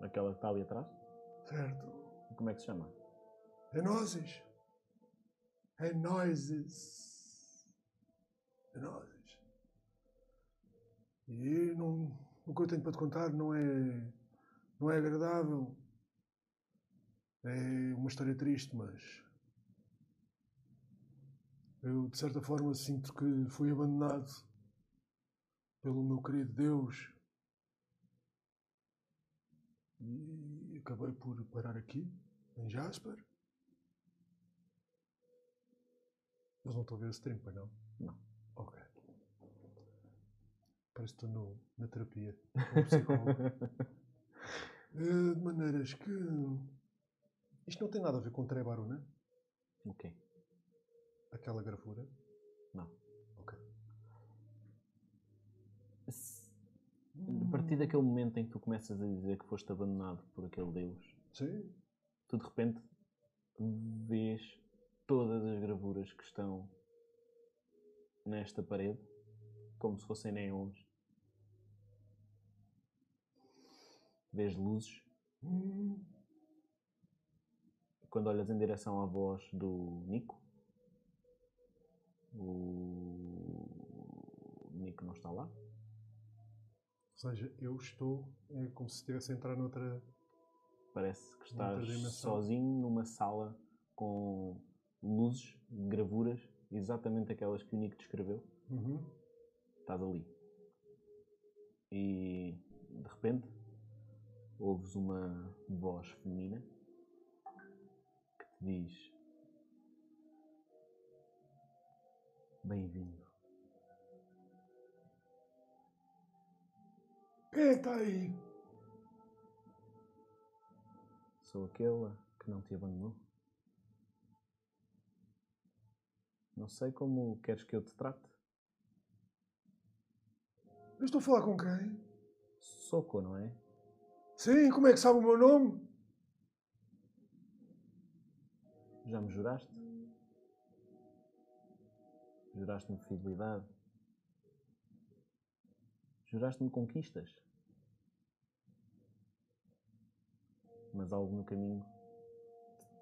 Speaker 1: Aquela que está ali atrás?
Speaker 10: Certo?
Speaker 1: Como é que se chama?
Speaker 10: É nozes. É nozes. É nozes. E não, o que eu tenho para te contar não é, não é agradável. É uma história triste, mas. Eu, de certa forma, sinto que fui abandonado pelo meu querido Deus. E acabei por parar aqui, em Jasper. Eles não estão a ver o stream, pois não?
Speaker 1: Não.
Speaker 10: Ok. Parece que estou no- na terapia. com um psicólogo. Eh, de maneiras que. Isto não tem nada a ver com Trebaru, né?
Speaker 1: Ok.
Speaker 10: Aquela gravura.
Speaker 1: A partir daquele momento em que tu começas a dizer que foste abandonado por aquele Deus,
Speaker 10: Sim.
Speaker 1: tu de repente vês todas as gravuras que estão nesta parede, como se fossem neons. Vês luzes.
Speaker 10: Hum,
Speaker 1: Quando olhas em direção à voz do Nico, o Nico não está lá.
Speaker 10: Ou seja, eu estou. É como se estivesse a entrar noutra.
Speaker 1: Parece que
Speaker 10: Noutra
Speaker 1: estás
Speaker 10: dimensão.
Speaker 1: sozinho numa sala com luzes, gravuras, exatamente aquelas que o Nick descreveu.
Speaker 10: Uhum.
Speaker 1: Estás ali. E de repente ouves uma voz feminina que te diz: Bem-vindo.
Speaker 10: Quem é que está aí?
Speaker 1: Sou aquele que não te abandonou. Não sei como queres que eu te trate.
Speaker 10: Eu estou a falar com quem?
Speaker 1: Soco, não é?
Speaker 10: Sim, como é que sabe o meu nome?
Speaker 1: Já me juraste? Juraste-me fidelidade? Juraste-me conquistas? Mas algo no caminho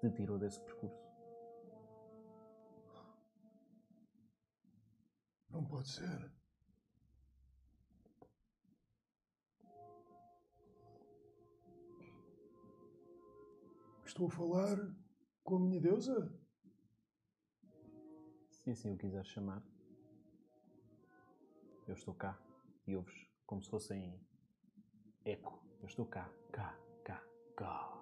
Speaker 1: te te tirou desse percurso.
Speaker 10: Não pode ser. Estou a falar com a minha deusa?
Speaker 1: Se assim o quiseres chamar, eu estou cá e ouves como se fosse em eco. Eu estou cá, cá, cá, cá.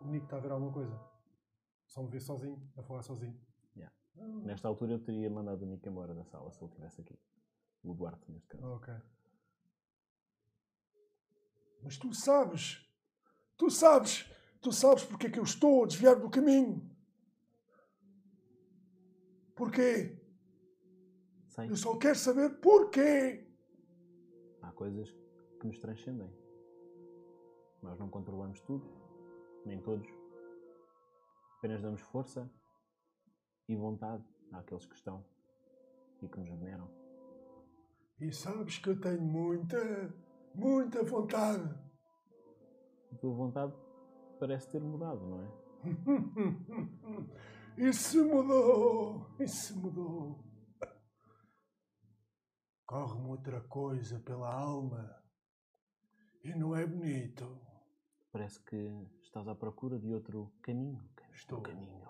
Speaker 11: O Nico está a ver alguma coisa. Só me vê sozinho, a falar sozinho.
Speaker 10: Ah,
Speaker 1: Nesta altura eu teria mandado o Nick embora da sala se ele estivesse aqui. O Duarte, neste caso.
Speaker 11: Ok.
Speaker 10: Mas tu sabes, tu sabes, tu sabes porque é que eu estou a desviar do caminho. Porquê?
Speaker 1: Sei,
Speaker 10: Eu só quero saber porquê.
Speaker 1: há coisas que nos transcendem. Nós não controlamos tudo, nem todos. Apenas damos força e vontade àqueles que estão e que nos veneram.
Speaker 10: E sabes que eu tenho muita, muita vontade.
Speaker 1: A tua vontade parece ter mudado, não é?
Speaker 10: Isso mudou, isso mudou. Corre-me outra coisa pela alma. E não é bonito.
Speaker 1: Parece que estás à procura de outro caminho.
Speaker 10: Estou.
Speaker 1: Caminho.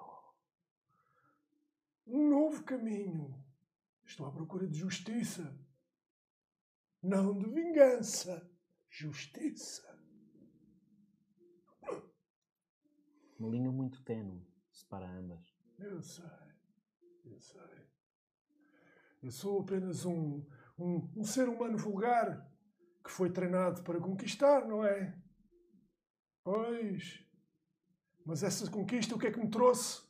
Speaker 10: Um novo caminho. Estou à procura de justiça. Não de vingança. Justiça.
Speaker 1: Uma linha muito ténue separa ambas.
Speaker 10: Eu sei, eu sei. Eu sou apenas um, um, um ser humano vulgar que foi treinado para conquistar, não é? Pois. Mas essa conquista o que é que me trouxe?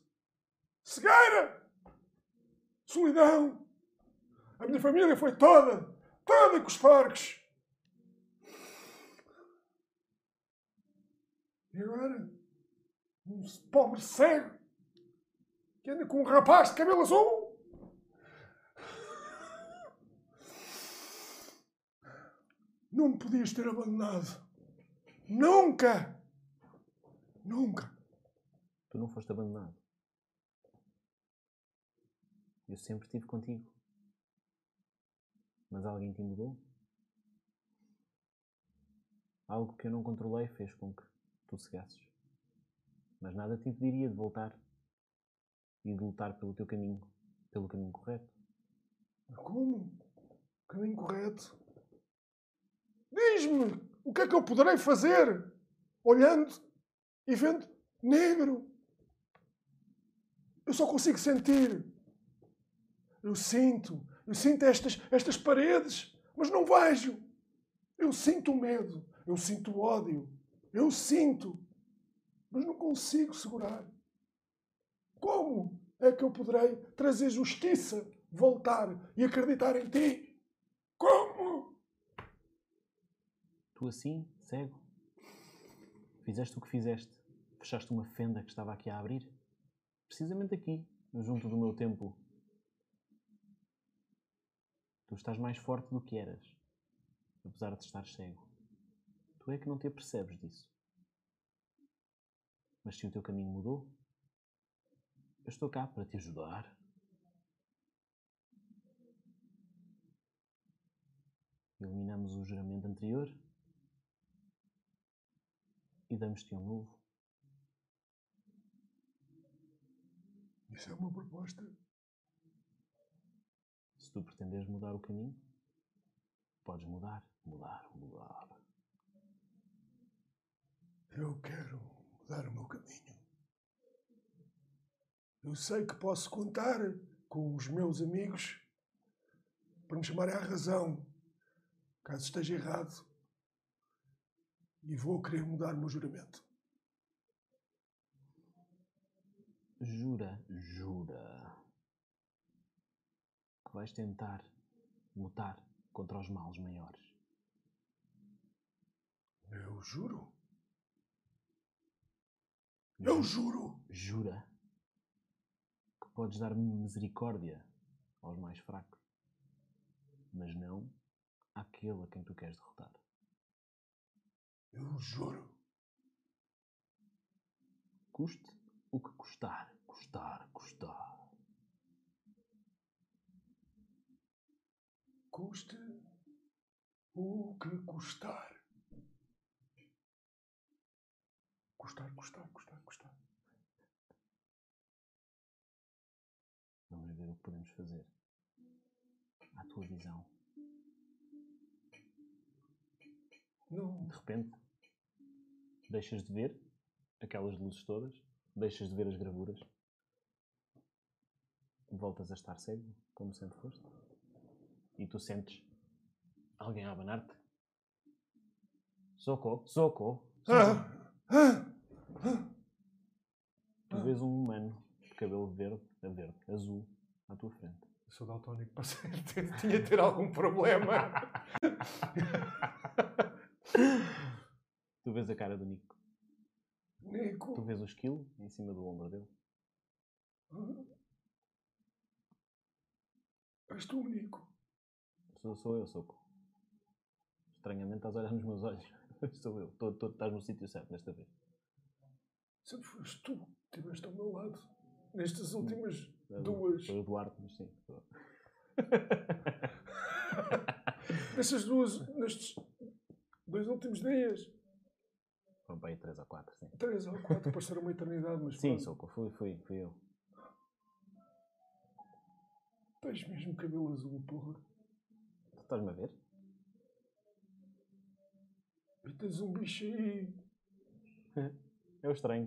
Speaker 10: Cegueira! Solidão! A minha família foi toda, toda com os porcos! E agora? Um pobre cego que anda com um rapaz de cabelo azul. Não me podias ter abandonado. Nunca! Nunca!
Speaker 1: Tu não foste abandonado. Eu sempre estive contigo. Mas alguém te mudou? Algo que eu não controlei fez com que tu cegasses. Mas nada te impediria de voltar e de lutar pelo teu caminho, pelo caminho correto.
Speaker 10: Como? Caminho correto. Diz-me o que é que eu poderei fazer olhando e vendo negro. Eu só consigo sentir. Eu sinto, eu sinto estas, estas paredes, mas não vejo. Eu sinto o medo, eu sinto o ódio, eu sinto, mas não consigo segurar. Como é que eu poderei trazer justiça, voltar e acreditar em ti? Como?
Speaker 1: Tu assim, cego, fizeste o que fizeste. Fechaste uma fenda que estava aqui a abrir. Precisamente aqui, junto do meu templo. Tu estás mais forte do que eras, apesar de estar cego. Tu é que não te apercebes disso. Mas se o teu caminho mudou, eu estou cá para te ajudar. Eliminamos o juramento anterior e damos-te um novo.
Speaker 10: Isso é uma proposta.
Speaker 1: Se tu pretendes mudar o caminho, podes mudar, mudar, mudar.
Speaker 10: Eu quero mudar o meu caminho. Eu sei que posso contar com os meus amigos para me chamarem à razão, caso esteja errado. E vou querer mudar o meu juramento.
Speaker 1: Jura, jura que vais tentar lutar contra os males maiores.
Speaker 10: Eu juro. Eu juro.
Speaker 1: Jura que podes dar misericórdia aos mais fracos, mas não àquele a quem tu queres derrotar.
Speaker 10: Eu juro.
Speaker 1: Custe o que custar, custar, custar.
Speaker 10: Custe o que custar. Custar, custar, custar, custar.
Speaker 1: Vamos ver o que podemos fazer. À tua visão.
Speaker 10: Não.
Speaker 1: De repente, deixas de ver aquelas luzes todas, deixas de ver as gravuras, voltas a estar cego, como sempre foste, e tu sentes alguém a abanar-te. Socorro, socorro.
Speaker 10: Ah, ah, ah.
Speaker 1: Tu vês um humano de cabelo verde, a verde, azul, à tua frente.
Speaker 11: Eu sou daltónico, parceiro. Tinha de ter algum problema.
Speaker 1: Tu vês a cara do Nico.
Speaker 10: Nico.
Speaker 1: Tu vês o esquilo em cima do ombro dele.
Speaker 10: Ah. És tu, Nico.
Speaker 1: Sou, sou eu, Soco. Estranhamente estás a olhar nos meus olhos. sou eu. Tô, tô, estás no sítio certo desta vez.
Speaker 10: Sempre foste tu que estiveste ao meu lado. Nestas últimas
Speaker 1: Sou-
Speaker 10: duas.
Speaker 1: Sou o Eduardo, mas sim. sou.
Speaker 10: Nestas duas. Nestes dois últimos dias.
Speaker 1: Foram para aí 3 ou 4, sim.
Speaker 10: Três ou quatro, pareceram uma eternidade, mas.
Speaker 1: Sim,
Speaker 10: pronto.
Speaker 1: Soco, fui, fui, fui eu.
Speaker 10: Tens mesmo cabelo azul, porra.
Speaker 1: Tu Estás-me a ver?
Speaker 10: E tens um bicho aí.
Speaker 1: É o estranho.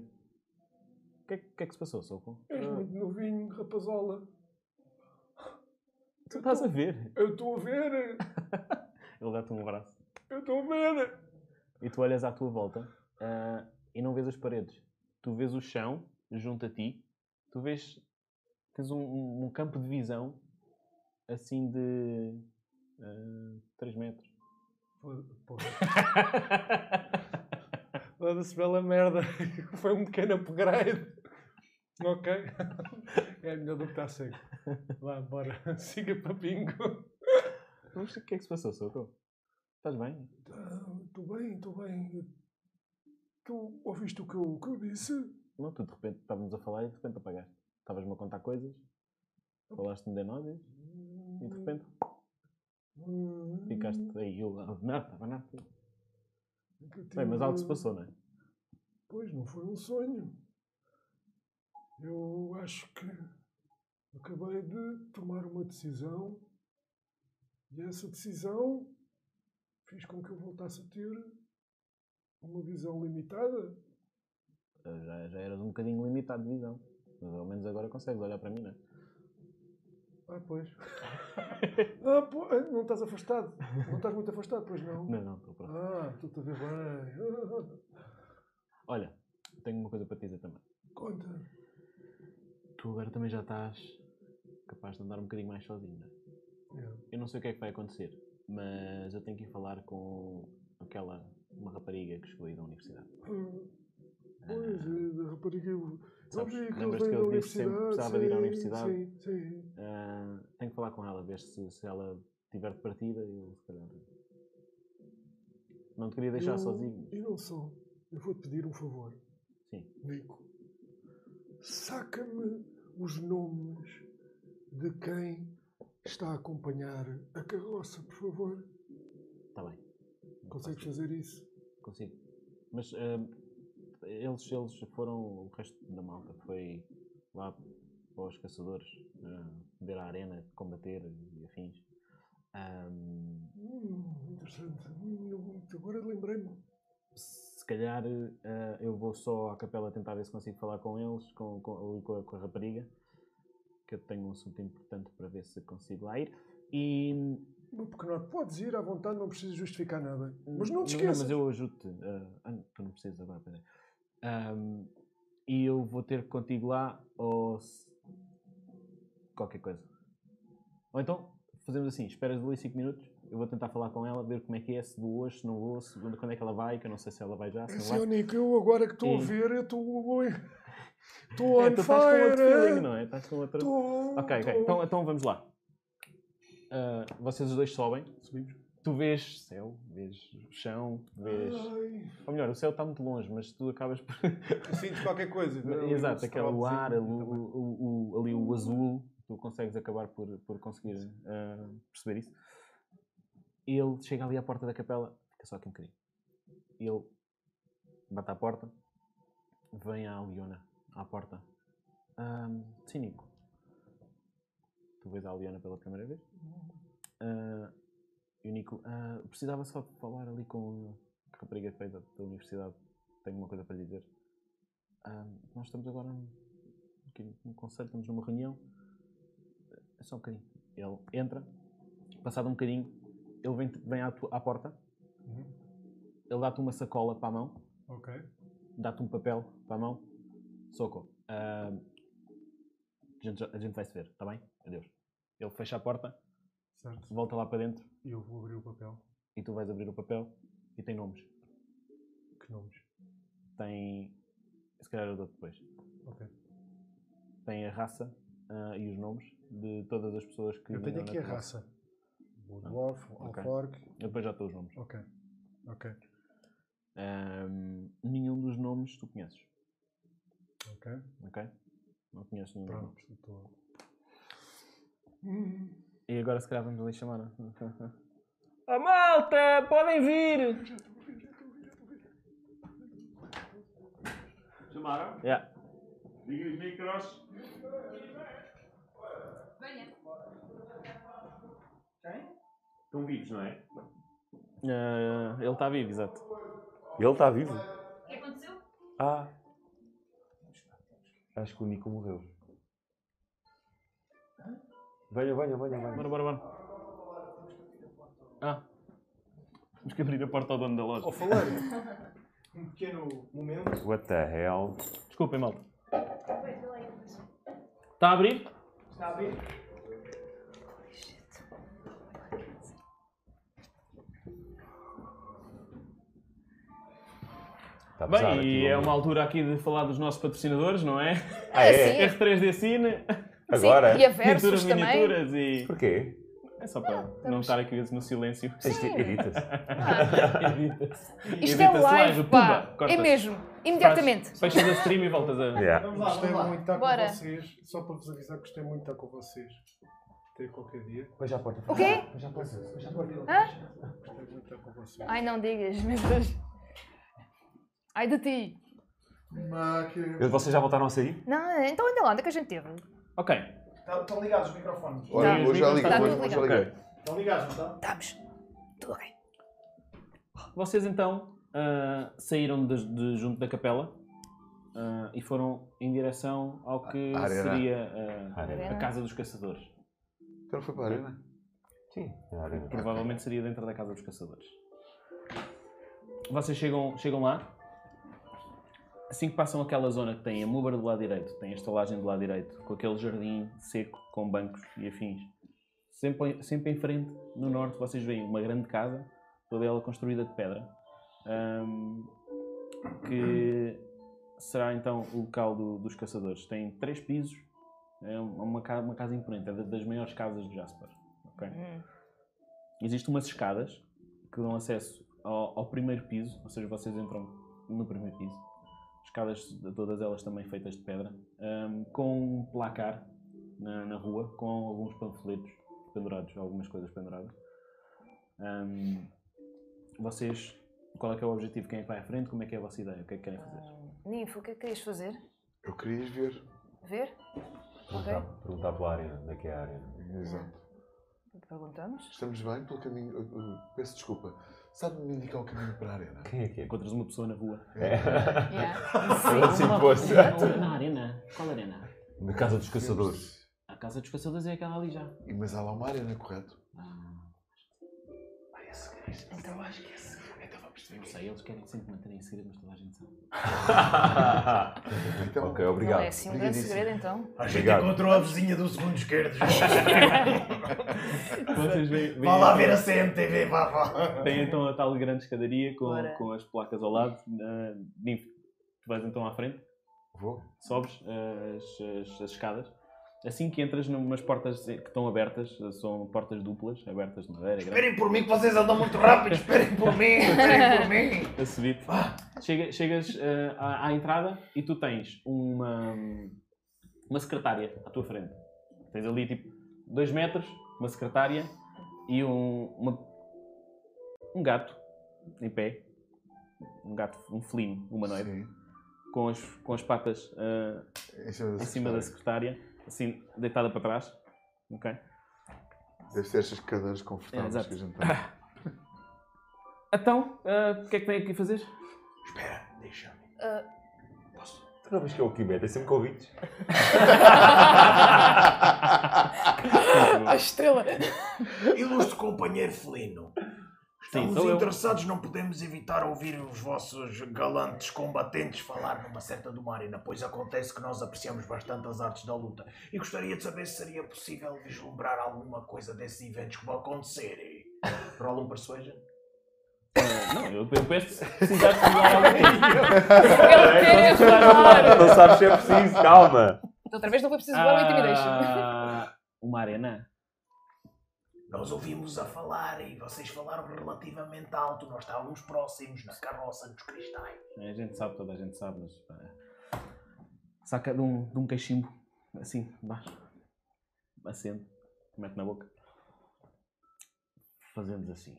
Speaker 1: O que, é, que- que é que se passou, Soco?
Speaker 10: És
Speaker 1: Ah,
Speaker 10: muito novinho, rapazola.
Speaker 1: tu estás a ver?
Speaker 10: Eu estou a ver!
Speaker 1: Ele dá-te um abraço.
Speaker 10: Eu estou a ver!
Speaker 1: E tu olhas à tua volta ah, e não vês as paredes. Tu vês o chão junto a ti. Tu vês. Tens um, um- um campo de visão assim de. 3 metros.
Speaker 11: Foda-se, bela merda. Foi um pequeno upgrade. Ok. É melhor do que
Speaker 10: tá
Speaker 11: estar cego. Vá, bora. Siga para pingo.
Speaker 1: Mas o que é que se passou, Soco? Estás bem?
Speaker 10: Estou Então, bem, estou bem. Tu ouviste o que eu, o que eu disse?
Speaker 1: Não, tu de repente estávamos a falar e de repente apagaste. Estavas-me a contar coisas, falaste-me de nós e de repente
Speaker 10: Hum.
Speaker 11: Uhum.
Speaker 1: ficaste aí. Eu, ah, não, estava nada.
Speaker 10: Que
Speaker 1: Bem,
Speaker 11: Tipo
Speaker 1: mas algo se
Speaker 10: tive-
Speaker 1: passou, não é?
Speaker 10: Pois, não foi um sonho. Eu acho que acabei de tomar uma decisão e essa decisão fez com que eu voltasse a ter uma visão limitada.
Speaker 1: Eu Já, já eras um bocadinho limitado de visão. Mas ao menos agora consegues olhar para mim, não é?
Speaker 10: Ah, pois. ah, po- ah, Não estás afastado. Não estás muito afastado, pois não.
Speaker 1: Não, não, estou pronto.
Speaker 10: Ah, estou-te a ver bem.
Speaker 1: Olha, tenho uma coisa para te dizer também.
Speaker 10: Ah, conta.
Speaker 1: Tu agora também já estás capaz de andar um bocadinho mais sozinho, não é?
Speaker 10: Ah,
Speaker 1: Eu não sei o que é que vai acontecer, mas eu tenho que ir falar com aquela uma rapariga que chegou aí da universidade.
Speaker 10: Pois, é, da rapariga. Eu
Speaker 1: Ah, Sabes,
Speaker 10: vi que ele
Speaker 1: lembras-te que
Speaker 10: veio da
Speaker 1: eu disse sempre que
Speaker 10: universidade.
Speaker 1: precisava de ir à
Speaker 10: sim,
Speaker 1: universidade?
Speaker 10: Sim, sim.
Speaker 1: Ah, tenho que falar com ela, ver se, se ela tiver de partida, eu se calhar. Não te queria deixar
Speaker 10: Eu-
Speaker 1: sozinho.
Speaker 10: E não só. Eu vou-te pedir um favor.
Speaker 1: Sim.
Speaker 10: Nico. Saca-me os nomes de quem está a acompanhar a carroça, por favor.
Speaker 1: Está Tá bem.
Speaker 10: Consegues fazer isso?
Speaker 1: Consigo. Mas hum, eles, eles foram, o resto da malta foi lá para os caçadores hum, ver a arena, combater e afins. Ehm, Hum,
Speaker 10: Hum, interessante. Hum, eu- agora lembrei-me.
Speaker 1: se calhar eh, eu vou só à capela tentar ver se consigo falar com eles, com, com, ali com a, com a rapariga, que eu tenho um assunto importante para ver se consigo lá ir. E.
Speaker 10: Meu pequenote, podes ir à vontade, não precisas justificar nada. Mas não te
Speaker 1: Hum, Não,
Speaker 10: esqueças.
Speaker 1: mas eu ajudo-te. eh, ah, não, tu não precisas agora, pois é. Ahm, e eu vou ter contigo lá ou se- qualquer coisa. Ou então fazemos assim, esperas ali 5 minutos, eu vou tentar falar com ela, ver como é que é, se vou hoje, se não vou, se, quando é que ela vai, que eu não sei se ela vai já, se não vai.
Speaker 10: É Seu Nico, eu agora que estou a
Speaker 1: E-
Speaker 10: ver, eu estou. Estou
Speaker 1: É,
Speaker 10: on
Speaker 1: tu estás com
Speaker 10: fire!
Speaker 1: outro feeling,
Speaker 10: eh?
Speaker 1: não é? Estás com outro...
Speaker 10: Tô-
Speaker 1: ok, ok.
Speaker 10: tô-
Speaker 1: Então, então vamos lá. Ah, vocês os dois sobem. Subimos. Tu vês céu, vês chão, vês...
Speaker 10: Ai.
Speaker 1: Ou melhor, o céu está muito longe, mas tu acabas por...
Speaker 12: Sinto qualquer coisa.
Speaker 1: Exato, aquele ar, o, o- o- ali o azul, tu consegues acabar por, por conseguir ah, perceber isso. Ele chega ali à porta da capela, fica só aqui um bocadinho. Ele bate à porta, vem a Leona à porta. Ahm, sim, Nico. Tu vês a Leona pela primeira vez. Ah, e o Nico, ah, precisava só de falar ali com a rapariga que veio da, da universidade. Tenho uma coisa para lhe dizer. Ahm, nós estamos agora num, aqui num conselho, estamos numa reunião. É só um bocadinho. Ele entra, passado um bocadinho, ele vem, vem à, tua- à porta, ele dá-te uma sacola para a mão,
Speaker 11: Ok.
Speaker 1: dá-te um papel para a mão. Soco, ahm, a, gente, já- a gente vai se ver, está bem? Adeus. Ele fecha a porta,
Speaker 11: Certo.
Speaker 1: volta lá para dentro
Speaker 11: E eu vou abrir o papel.
Speaker 1: e tu vais abrir o papel e tem nomes.
Speaker 11: Que nomes?
Speaker 1: Tem. Se calhar eu dou depois.
Speaker 11: Ok.
Speaker 1: Tem a raça ah, e os nomes de todas as pessoas que.
Speaker 11: Eu tenho
Speaker 1: vinham na
Speaker 11: aqui a
Speaker 1: tua-
Speaker 11: raça. Boa
Speaker 1: Ah,
Speaker 11: Dwarf,
Speaker 1: ok.
Speaker 11: Alforg.
Speaker 1: Eu depois já estou os nomes.
Speaker 11: Ok. Ok.
Speaker 1: Ahm, nenhum dos nomes tu conheces,
Speaker 11: Ok.
Speaker 1: ok? Não conheces nenhum dos
Speaker 11: Pronto.
Speaker 1: nomes.
Speaker 11: Estou.
Speaker 1: E agora se calhar vamos ali chamar. não? é?
Speaker 3: A malta, podem vir!
Speaker 9: Chamaram?
Speaker 1: yeah.
Speaker 9: Diga os micros. Estão vivos, não é?
Speaker 1: Ah, ele está vivo, exato.
Speaker 6: Ele está vivo?
Speaker 13: O que aconteceu?
Speaker 6: Ah. Acho que o Nico morreu. Venha, venha, venha, venha.
Speaker 1: Bora, bora, bora. Ah. Temos que abrir a porta ao dono da loja.
Speaker 8: Ao falar, um pequeno momento.
Speaker 6: What the hell?
Speaker 1: Desculpem, malta. Está a abrir?
Speaker 8: Está a abrir?
Speaker 6: Tá
Speaker 1: Bem,
Speaker 6: pesado aqui,
Speaker 1: e é
Speaker 6: vamos-
Speaker 1: uma altura aqui de falar dos nossos patrocinadores, não é?
Speaker 6: Ah,
Speaker 4: assim,
Speaker 6: é?
Speaker 1: é? R3D Cine.
Speaker 6: Agora? Sim, e a
Speaker 1: Pinturas,
Speaker 6: Versus também.
Speaker 1: miniaturas e...
Speaker 6: Porquê?
Speaker 1: É só para não, estar aqui no silêncio.
Speaker 6: Isto edita-se.
Speaker 1: Ah, Edita-se.
Speaker 4: Ah, Isto é
Speaker 1: Edita-se
Speaker 4: live,
Speaker 1: o
Speaker 4: pá.
Speaker 1: pumba, corta-se.
Speaker 4: É mesmo. Imediatamente.
Speaker 1: Faz- Fechas a stream e voltas a...
Speaker 11: Gostei muito de estar
Speaker 4: Bora.
Speaker 11: com vocês. Só para vos avisar, gostei muito de estar com vocês. Até qualquer dia.
Speaker 6: Pois já pode.
Speaker 4: O quê? Hã?
Speaker 11: Gostei muito de estar com vocês.
Speaker 4: Ai, não digas, meu Deus. Ai de ti.
Speaker 6: Eu- Vocês já voltaram a sair?
Speaker 4: Não, então ainda lá, onde é que a gente teve?
Speaker 1: Ok.
Speaker 8: Tá- Estão ligados os microfones?
Speaker 4: Olha, Tá. eu já liguei, Tá tudo
Speaker 1: eu já ligado. liguei.
Speaker 8: Estão ligados, não tá? estão?
Speaker 4: Estamos. Tudo bem.
Speaker 1: Vocês então ah, saíram de, de junto da capela ah, e foram em direção ao que
Speaker 12: A- a arena.
Speaker 1: seria ah,
Speaker 6: é
Speaker 12: Arena.
Speaker 1: a casa dos caçadores.
Speaker 12: Então foi para a arena?
Speaker 6: Sim.
Speaker 1: Provavelmente seria dentro da casa dos caçadores. Vocês chegam, chegam lá. Assim que passam aquela zona que tem a múbara do lado direito, tem a estalagem do lado direito, com aquele jardim seco, com bancos e afins. Sempre, sempre em frente, no norte, vocês veem uma grande casa, toda ela construída de pedra, ahm, que será então o local do- dos caçadores. Tem três pisos, é uma, ca- uma casa imponente, é da- das maiores casas de Jasper. ok?
Speaker 4: Hum.
Speaker 1: Existem umas escadas que dão acesso ao, ao primeiro piso, ou seja, vocês entram no primeiro piso. Escadas, todas elas também feitas de pedra, ahm, com um placar na, na rua, com alguns panfletos pendurados, algumas coisas penduradas. Ahm, vocês, qual é que é o objetivo? Quem é que vai à frente? Como é que é a vossa ideia? O que é que querem fazer?
Speaker 4: Ninfo, o que é que querias fazer?
Speaker 2: Eu queria ir ver.
Speaker 4: Ver? Ok.
Speaker 1: Então.
Speaker 6: Perguntar pela arena, onde é que é a arena?
Speaker 2: Exato.
Speaker 4: Perguntamos?
Speaker 12: Estamos bem pelo caminho. eu- eu peço desculpa. Sabe-me indicar o caminho para a arena?
Speaker 1: Quem é que é? Encontras uma pessoa na rua.
Speaker 12: É.
Speaker 6: Ah,
Speaker 1: Há uma rua Na arena. Qual arena?
Speaker 6: Na Casa dos Caçadores.
Speaker 1: A casa dos caçadores é aquela ali já. Ah.
Speaker 12: E- Mas há lá uma arena, correto?
Speaker 1: Então acho que é esse. Então vamos Não sei, eles querem sempre manter em segredo, mas toda a gente sabe.
Speaker 12: Então,
Speaker 6: ok, obrigado.
Speaker 4: Não é assim um grande segredo, então.
Speaker 6: A gente Obrigado.
Speaker 5: encontrou a vizinha do segundo esquerdo.
Speaker 1: Vocês veem- veem
Speaker 5: Vá lá
Speaker 1: então-
Speaker 5: ver a CMTV, vá, vá.
Speaker 1: Tem então a tal grande escadaria com,
Speaker 5: Bora.
Speaker 1: com as placas ao lado. Ah, Ninfo, tu vais então à frente.
Speaker 12: Vou.
Speaker 1: Sobes ah, as, as- as escadas. Assim que entras numas portas que estão abertas, são portas duplas, abertas de madeira.
Speaker 5: Esperem
Speaker 1: grande.
Speaker 5: por mim que vocês andam muito rápido. Esperem por mim, esperem por mim.
Speaker 1: A subir. Ah! Chega- chegas eh, à, à entrada e tu tens uma, uma secretária à tua frente. Tens ali tipo dois metros, uma secretária e um, uma- um gato em pé. Um gato, um felino humanoide. Com as, com as patas eh,
Speaker 12: Em cima da
Speaker 1: em cima da secretária, assim, deitada para trás. Ok?
Speaker 12: Deve ser estas cadeiras confortáveis
Speaker 1: É, exato.
Speaker 12: que a gente tem.
Speaker 1: Então, ah, o que é que tem aqui a fazer?
Speaker 4: Ah,
Speaker 6: Toda vez que é o Kimet, é sempre convites.
Speaker 5: A
Speaker 4: estrela.
Speaker 1: Eh,
Speaker 5: Ilustre companheiro felino.
Speaker 1: Sim,
Speaker 5: Estamos
Speaker 1: sou eu.
Speaker 5: interessados, não podemos evitar ouvir os vossos galantes combatentes falar numa certa de uma arena, pois acontece que nós apreciamos bastante as artes da luta. E gostaria de saber se seria possível vislumbrar alguma coisa desses eventos que vão acontecer. Rola um persuasion?
Speaker 1: Ah, não, eu, eu peço se precisar de falar alguma É,
Speaker 4: Ele quer falar. Então,
Speaker 6: Não sabes se é preciso, calma.
Speaker 4: Outra vez não foi preciso
Speaker 1: Ah.
Speaker 4: rolar o Intimidation.
Speaker 1: Uma arena?
Speaker 5: Nós ouvimos a falar e vocês falaram relativamente alto. Nós estávamos próximos na carroça dos cristais.
Speaker 1: É, A gente sabe, toda a gente sabe, mas. ah, Saca de um, de um cachimbo, assim, de baixo. Acende, mete na boca. Fazemos assim.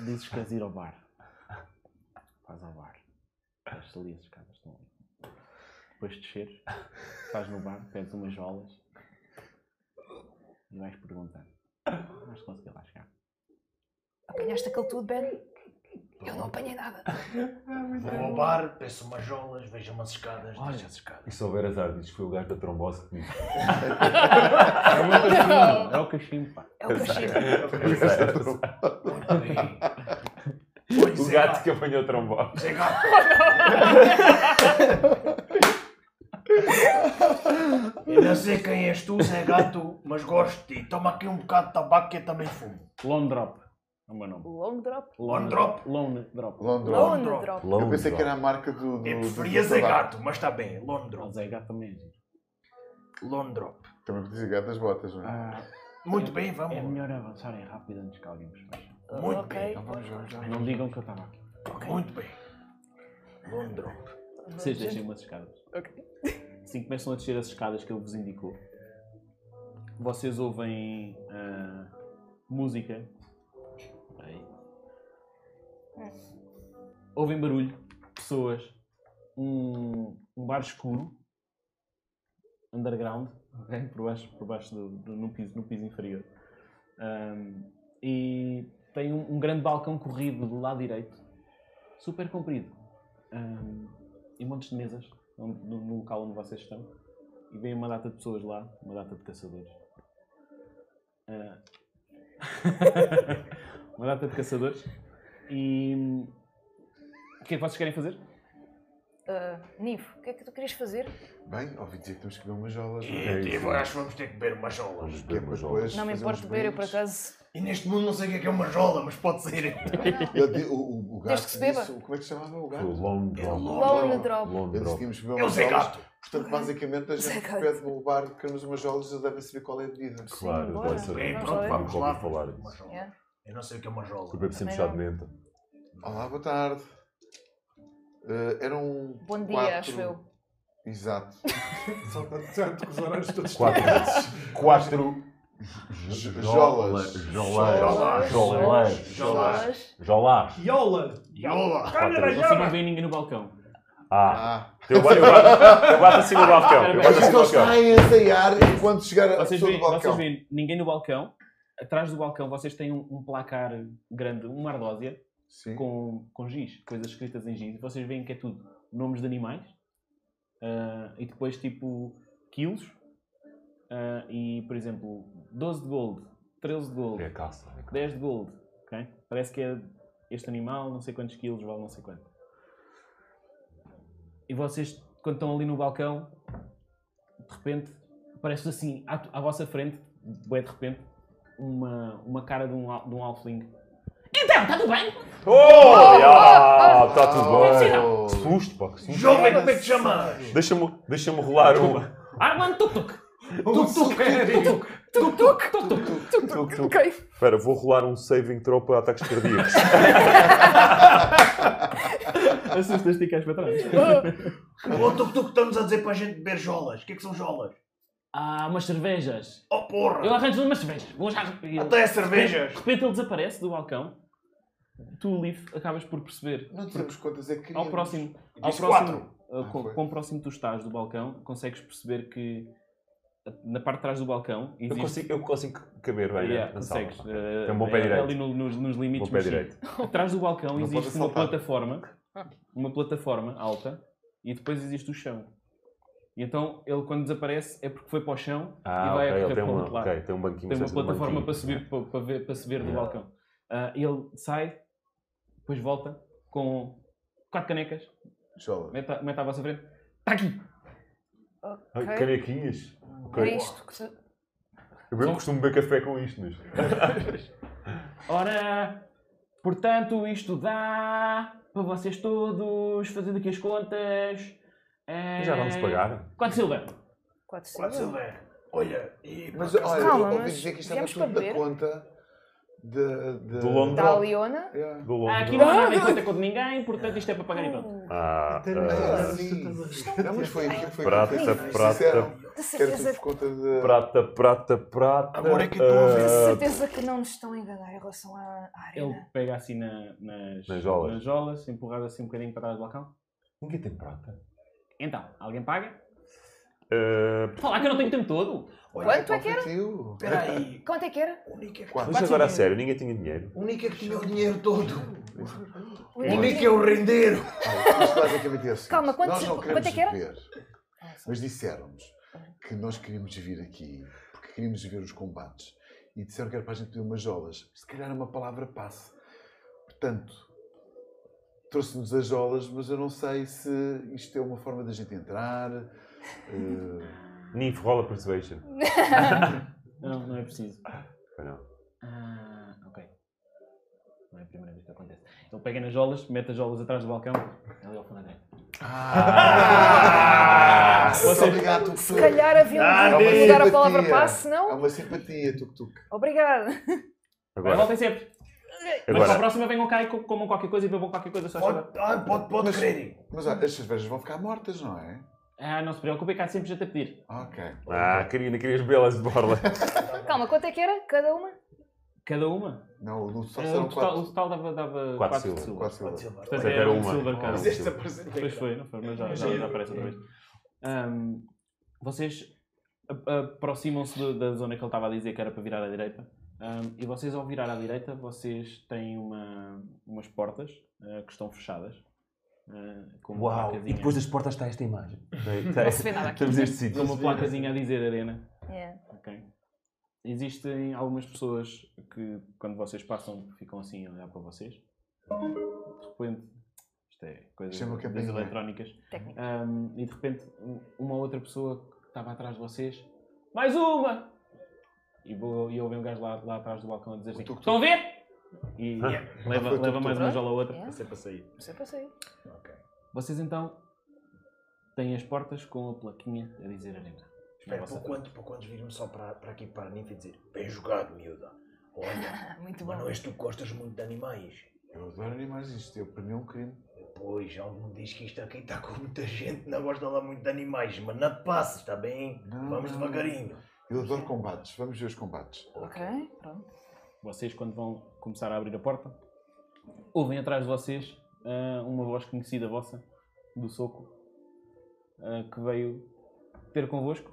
Speaker 1: Dizes que queres ir ao bar. Faz ao bar. Vais ali as escadas estão ali. Depois desceres, estás no bar, pedes umas jolas e vais perguntando. Vais conseguir lá chegar.
Speaker 4: Apanhaste aquele tudo, Ben? Eu não apanhei nada.
Speaker 5: Vou ao bar, peço umas jolas, vejo umas escadas, deixo as escadas.
Speaker 6: E se houver azar, diz que foi o gajo da trombose que disse.
Speaker 1: É o cachimbo, pá.
Speaker 6: É o cachimbo. Eu sei, eu sei. O
Speaker 5: é,
Speaker 6: gato que apanhou a trombose.
Speaker 5: Chega. Eu não sei quem és tu, Zé Gato, mas gosto de ti. Toma aqui um bocado de tabaco que eu também fumo.
Speaker 1: Lone Drop é o meu nome.
Speaker 4: Long drop.
Speaker 5: Lone Drop.
Speaker 1: Lone Drop.
Speaker 12: Lone
Speaker 4: Drop. Lone Drop.
Speaker 12: Eu pensei que era a marca do. do
Speaker 5: Eu
Speaker 6: Hum,
Speaker 12: do-
Speaker 5: É preferia
Speaker 12: do
Speaker 5: Zé
Speaker 12: tabaco.
Speaker 5: Gato, mas está bem. Lone Drop.
Speaker 1: Zé Gato também é giro.
Speaker 5: Lone Drop.
Speaker 12: Também podia dizer gato das botas, não é?
Speaker 5: Ah, Muito bem, vamos.
Speaker 1: É melhor avançarem rápido antes que alguém vos veja.
Speaker 5: Muito bem.
Speaker 1: Não digam que eu estava
Speaker 5: Uhum.
Speaker 1: aqui.
Speaker 5: Muito bem. Lone Drop.
Speaker 1: Vocês deixem umas escadas. Assim que começam a descer as escadas que ele vos indicou, vocês ouvem ah, música. Aí. Ouvem barulho, pessoas, um, um bar escuro, underground, ok? por baixo, por baixo do, do- no, piso, no piso inferior. Ahm, e tem um, um grande balcão corrido do lado direito, super comprido. Ahm, e montes de mesas onde- no, no local onde vocês estão. E vem uma data de pessoas lá, uma data de caçadores. Ah. uma data de caçadores. E hum, o que é que vocês querem fazer?
Speaker 4: Ah, Nivo, o que é que tu querias fazer?
Speaker 12: Bem, ouvi dizer que temos que beber umas jolas. é?
Speaker 5: E eu acho que vamos ter que beber umas jolas.
Speaker 12: beber umas jolas.
Speaker 4: Não me importo beber, eu por acaso.
Speaker 5: E neste mundo não sei o que é que é uma jola, mas pode ser. É
Speaker 12: Ele di- o, o, o gato
Speaker 4: Desde que se beba.
Speaker 12: disse- como é que se chamava o gato?
Speaker 6: O Lone É Drop.
Speaker 4: Lone Drop.
Speaker 12: Ele disse que íamos beber
Speaker 5: É o
Speaker 12: umas
Speaker 5: Zé
Speaker 12: jolas.
Speaker 5: Gato.
Speaker 12: Portanto, basicamente, a
Speaker 4: Zé
Speaker 12: gente
Speaker 4: Gato.
Speaker 12: pede no bar, queremos umas jolas, eles devem saber qual é a bebida.
Speaker 6: Claro,
Speaker 4: bora.
Speaker 6: deve saber.
Speaker 4: Bem,
Speaker 6: Nunca
Speaker 4: pronto,
Speaker 6: ouvi
Speaker 4: vamos
Speaker 5: É, lá.
Speaker 6: falar.
Speaker 5: Uma jola.
Speaker 4: Yeah.
Speaker 5: Eu não sei o que é uma jola.
Speaker 6: Eu bebo sempre chá de menta.
Speaker 12: Olá, boa tarde. Eh, eram
Speaker 4: Bom dia,
Speaker 12: quatro-
Speaker 4: acho eu.
Speaker 12: Exato.
Speaker 10: Só tanto que os horários todos
Speaker 6: Quatro
Speaker 10: estão-
Speaker 6: vezes. Quatro. j- j-
Speaker 12: Jolas.
Speaker 6: Jolas.
Speaker 12: Jolas.
Speaker 6: Jolas.
Speaker 12: Jolas.
Speaker 6: Jolas.
Speaker 5: Yola! Yola!
Speaker 6: Quatro
Speaker 1: Vocês não veem ninguém no balcão.
Speaker 6: Ah. Eu bato, eu bato, eu bato acima do balcão. Eu bato acima do
Speaker 2: Então
Speaker 6: balcão.
Speaker 2: está a ensaiar enquanto chegar a
Speaker 1: Vocês
Speaker 2: pessoa do
Speaker 1: veem,
Speaker 2: balcão.
Speaker 1: vocês veem ninguém no balcão. Atrás do balcão vocês têm um, um placar grande, uma ardósia, com, com giz, coisas escritas em giz. E vocês veem que é tudo nomes de animais ah, e depois tipo quilos. Ah, e, por exemplo, 12 de gold, 13 de gold,
Speaker 6: É,
Speaker 1: 10 de gold. ok? Parece que é este animal, não sei quantos quilos, vale não sei quanto. E vocês, quando estão ali no balcão, de repente, aparece assim, à, à vossa frente, bué de repente, uma, uma cara de um, al- de um halfling. Então, está tudo bem?
Speaker 6: Oh, ah, está tudo
Speaker 1: Não sei
Speaker 6: bem.
Speaker 2: oh.
Speaker 1: não.
Speaker 6: Que susto, pá. Que susto.
Speaker 5: Jovem, como é que te chamas?
Speaker 6: Deixa-me deixa rolar um.
Speaker 1: Armand Tuk-Tuk.
Speaker 6: Tuk-tuk. Espera, vou rolar um saving throw para ataques cardíacos.
Speaker 1: Assustas-te e queres para trás.
Speaker 5: Ô, tu que estamos a dizer para a gente beber jolas. O que é que são jolas?
Speaker 1: Há umas cervejas.
Speaker 5: Oh, porra!
Speaker 1: Eu arranjo umas cervejas. Vou já repetir.
Speaker 5: Até
Speaker 1: De repente-
Speaker 5: cervejas.
Speaker 1: De repente ele desaparece do balcão. Tu, Leaf, acabas por perceber.
Speaker 2: Não dizemos quantas é que
Speaker 1: Ao
Speaker 2: queríamos.
Speaker 1: próximo.
Speaker 2: Eu
Speaker 1: Ao
Speaker 2: disse
Speaker 1: próximo
Speaker 2: quatro.
Speaker 1: uh,
Speaker 2: Ah,
Speaker 1: com-
Speaker 2: foi.
Speaker 1: quão próximo tu estás do balcão, consegues perceber que uh, na parte de trás do balcão
Speaker 6: Eu
Speaker 1: existe-
Speaker 6: consigo, eu consigo caber bem
Speaker 1: Yeah,
Speaker 6: na
Speaker 1: consegues.
Speaker 6: sala.
Speaker 1: Eh,
Speaker 6: Tem um bom pé
Speaker 1: é
Speaker 6: direito.
Speaker 1: Ali no- nos, nos limites.
Speaker 6: Bom pé
Speaker 1: mas sim.
Speaker 6: direito.
Speaker 1: Atrás do balcão
Speaker 6: Não
Speaker 1: existe
Speaker 6: podes
Speaker 1: uma
Speaker 6: assaltar.
Speaker 1: plataforma, Ah. uma plataforma alta, e depois existe o chão. E então ele quando desaparece é porque foi para o chão
Speaker 6: Ah,
Speaker 1: e vai a
Speaker 6: ok, ele
Speaker 1: correr
Speaker 6: tem
Speaker 1: para o
Speaker 6: uma-
Speaker 1: outro lado.
Speaker 6: ok, tem um banquinho,
Speaker 1: tem uma
Speaker 6: certo, um
Speaker 1: plataforma
Speaker 6: banquinho,
Speaker 1: para subir para, para ver, para se ver do
Speaker 6: Yeah.
Speaker 1: balcão. Ah, ele sai, depois volta com quatro canecas, mete, a- mete à vossa frente. Está aqui!
Speaker 6: Ai, Canequinhas. Ok.
Speaker 4: É isto que se-
Speaker 6: Eu mesmo costumo beber café com isto, mas.
Speaker 1: Ora, portanto, isto dá para vocês todos, fazendo aqui as contas. eh,
Speaker 6: Já vamos pagar?
Speaker 1: Quatro silver.
Speaker 4: 4
Speaker 5: Quatro silver. Olha, e
Speaker 2: Mas
Speaker 5: por acaso-
Speaker 2: olha,
Speaker 4: Calma,
Speaker 2: eu ouvi
Speaker 4: mas
Speaker 2: dizer que isto estava
Speaker 4: viemos para
Speaker 2: tudo da
Speaker 4: beber?
Speaker 2: conta de, de... É.
Speaker 6: Do long
Speaker 4: Da Leona? Uh,
Speaker 6: Do longo.
Speaker 1: Ah, Aqui não há nada em conta com ninguém, portanto isto é para pagar e pronto.
Speaker 6: Ah,
Speaker 2: Ah,
Speaker 11: um.
Speaker 6: ah,
Speaker 2: sim. Não, mas foi aqui, foi
Speaker 6: prata,
Speaker 2: foi-
Speaker 6: prata,
Speaker 2: disseram.
Speaker 4: De
Speaker 2: Quero tudo
Speaker 4: certeza,
Speaker 2: por conta de...
Speaker 6: prata, prata, prata.
Speaker 2: Agora é que eu estou a ver.
Speaker 4: de
Speaker 6: ah,
Speaker 4: certeza que não nos estão a enganar em relação à à
Speaker 1: Ele
Speaker 4: arena.
Speaker 1: pega assim na- nas,
Speaker 6: Nas jolas.
Speaker 1: nas jolas, empurrado assim um bocadinho para trás do balcão.
Speaker 6: Ninguém tem prata.
Speaker 1: Então, alguém paga?
Speaker 6: ah,
Speaker 1: Falar que eu não tenho tempo todo.
Speaker 4: Quanto é que era?
Speaker 5: Espera aí.
Speaker 4: Quanto é que era?
Speaker 6: mas agora a sério, ninguém tinha dinheiro.
Speaker 5: O único é que tinha o dinheiro todo. O
Speaker 4: Ninguém
Speaker 5: único é
Speaker 4: tinha.
Speaker 5: o rendeiro.
Speaker 2: Olha, isto basicamente é assim.
Speaker 4: Calma, quanto-
Speaker 2: nós não
Speaker 4: quanto
Speaker 2: queremos
Speaker 4: é que era?
Speaker 2: beber,
Speaker 4: Ah,
Speaker 2: mas disseram-nos
Speaker 4: Uhum.
Speaker 2: que nós queríamos vir aqui porque queríamos ver os combates e disseram que era para a gente pedir umas jolas. Se calhar uma palavra passe. Portanto, trouxe-nos as jolas, mas eu não sei se isto é uma forma da gente entrar. eh,
Speaker 6: Ninfo, rola persuasion.
Speaker 1: Não, não é preciso.
Speaker 6: Foi não.
Speaker 1: Ah, ok. Não é a primeira vez que acontece. Ele pega nas jolas, mete as jolas atrás do balcão, é ali ao fundo da grande.
Speaker 2: Ah!
Speaker 1: Vocês-
Speaker 2: Muito obrigado, Tuk
Speaker 4: Se calhar haviam de mudar a palavra passe,
Speaker 2: É
Speaker 4: senão.
Speaker 2: uma simpatia, Tuk-Tuk.
Speaker 4: Obrigada.
Speaker 1: Agora.
Speaker 6: Agora,
Speaker 1: Voltem sempre. Mas
Speaker 6: Agora.
Speaker 1: para a próxima venham cá e co- comam qualquer coisa e bebam qualquer coisa só chorar.
Speaker 5: Pode, ah, pode, pode crer.
Speaker 2: Mas olha, estas cervejas vão ficar mortas, não é?
Speaker 1: Ah, não se preocupem, cá sempre já te pedir.
Speaker 2: Ok.
Speaker 6: ah, Karina, querias belas de borla.
Speaker 4: Calma, quanto é que era? Cada uma?
Speaker 1: Cada uma?
Speaker 2: Não, o só
Speaker 1: Ah,
Speaker 2: serão
Speaker 1: o, total,
Speaker 2: quatro.
Speaker 1: o total dava, dava
Speaker 6: Quatro
Speaker 1: 4
Speaker 6: silver.
Speaker 1: silver.
Speaker 2: Quatro silver.
Speaker 1: Portanto,
Speaker 5: é
Speaker 6: Portanto,
Speaker 1: era
Speaker 6: era
Speaker 1: um
Speaker 6: uma.
Speaker 1: silver cada
Speaker 6: Oh,
Speaker 1: um.
Speaker 6: fizeste
Speaker 1: silver. Pois foi, não foi, mas já, já, já aparece outra vez. Ahm, vocês a- aproximam-se do- da zona que ele estava a dizer que era para virar à direita. Ahm, e vocês, ao virar à direita, vocês têm uma, umas portas ah, que estão fechadas. ah, com uma
Speaker 6: Uau!
Speaker 1: placazinha-
Speaker 6: E depois das portas está esta imagem.
Speaker 4: Não se vê nada aqui.
Speaker 6: Temos este
Speaker 1: com
Speaker 6: sítio.
Speaker 1: uma placazinha a dizer arena.
Speaker 4: Yeah.
Speaker 1: Ok. Existem algumas pessoas que, quando vocês passam, ficam assim a olhar para vocês. De repente, isto é coisas
Speaker 2: Chama a
Speaker 1: das
Speaker 2: campainha.
Speaker 1: eletrónicas.
Speaker 4: Técnica.
Speaker 1: Ahm, e de repente, um- uma outra pessoa que estava atrás de vocês, mais uma! E, vou, e ouvem um gajo lá, lá atrás do balcão a dizer assim:
Speaker 2: tuk-tuk.
Speaker 1: Estão a ver? E leva,
Speaker 2: Ah, foi o
Speaker 1: leva mais um
Speaker 2: tuk-tuk.
Speaker 1: uma jola a outra.
Speaker 4: Yeah.
Speaker 1: Sempre a sair.
Speaker 4: Você passei.
Speaker 1: Vocês então têm as portas com a plaquinha a dizer arena.
Speaker 5: Espera,
Speaker 1: Na vossa
Speaker 5: por quanto, por quantos
Speaker 8: um
Speaker 5: vir-me só para, para aqui para a Ninfa e dizer Bem jogado, miúda. Olha,
Speaker 4: Ah, Muito
Speaker 5: mas
Speaker 4: bom.
Speaker 5: não és tu que gostas muito de animais.
Speaker 2: Eu adoro animais, isto é para mim é um crime.
Speaker 5: Pois, algo me diz que
Speaker 8: é
Speaker 5: isto aqui está com muita gente, não gosta lá muito de animais, mas não te passes, está bem?
Speaker 2: Não,
Speaker 5: Vamos
Speaker 2: não.
Speaker 5: devagarinho.
Speaker 2: Eu adoro combates, vamos ver os combates.
Speaker 4: Hum. Ok, pronto.
Speaker 1: Vocês, quando vão começar a abrir a porta, ouvem atrás de vocês ah, uma voz conhecida vossa do soco ah, que veio ter convosco.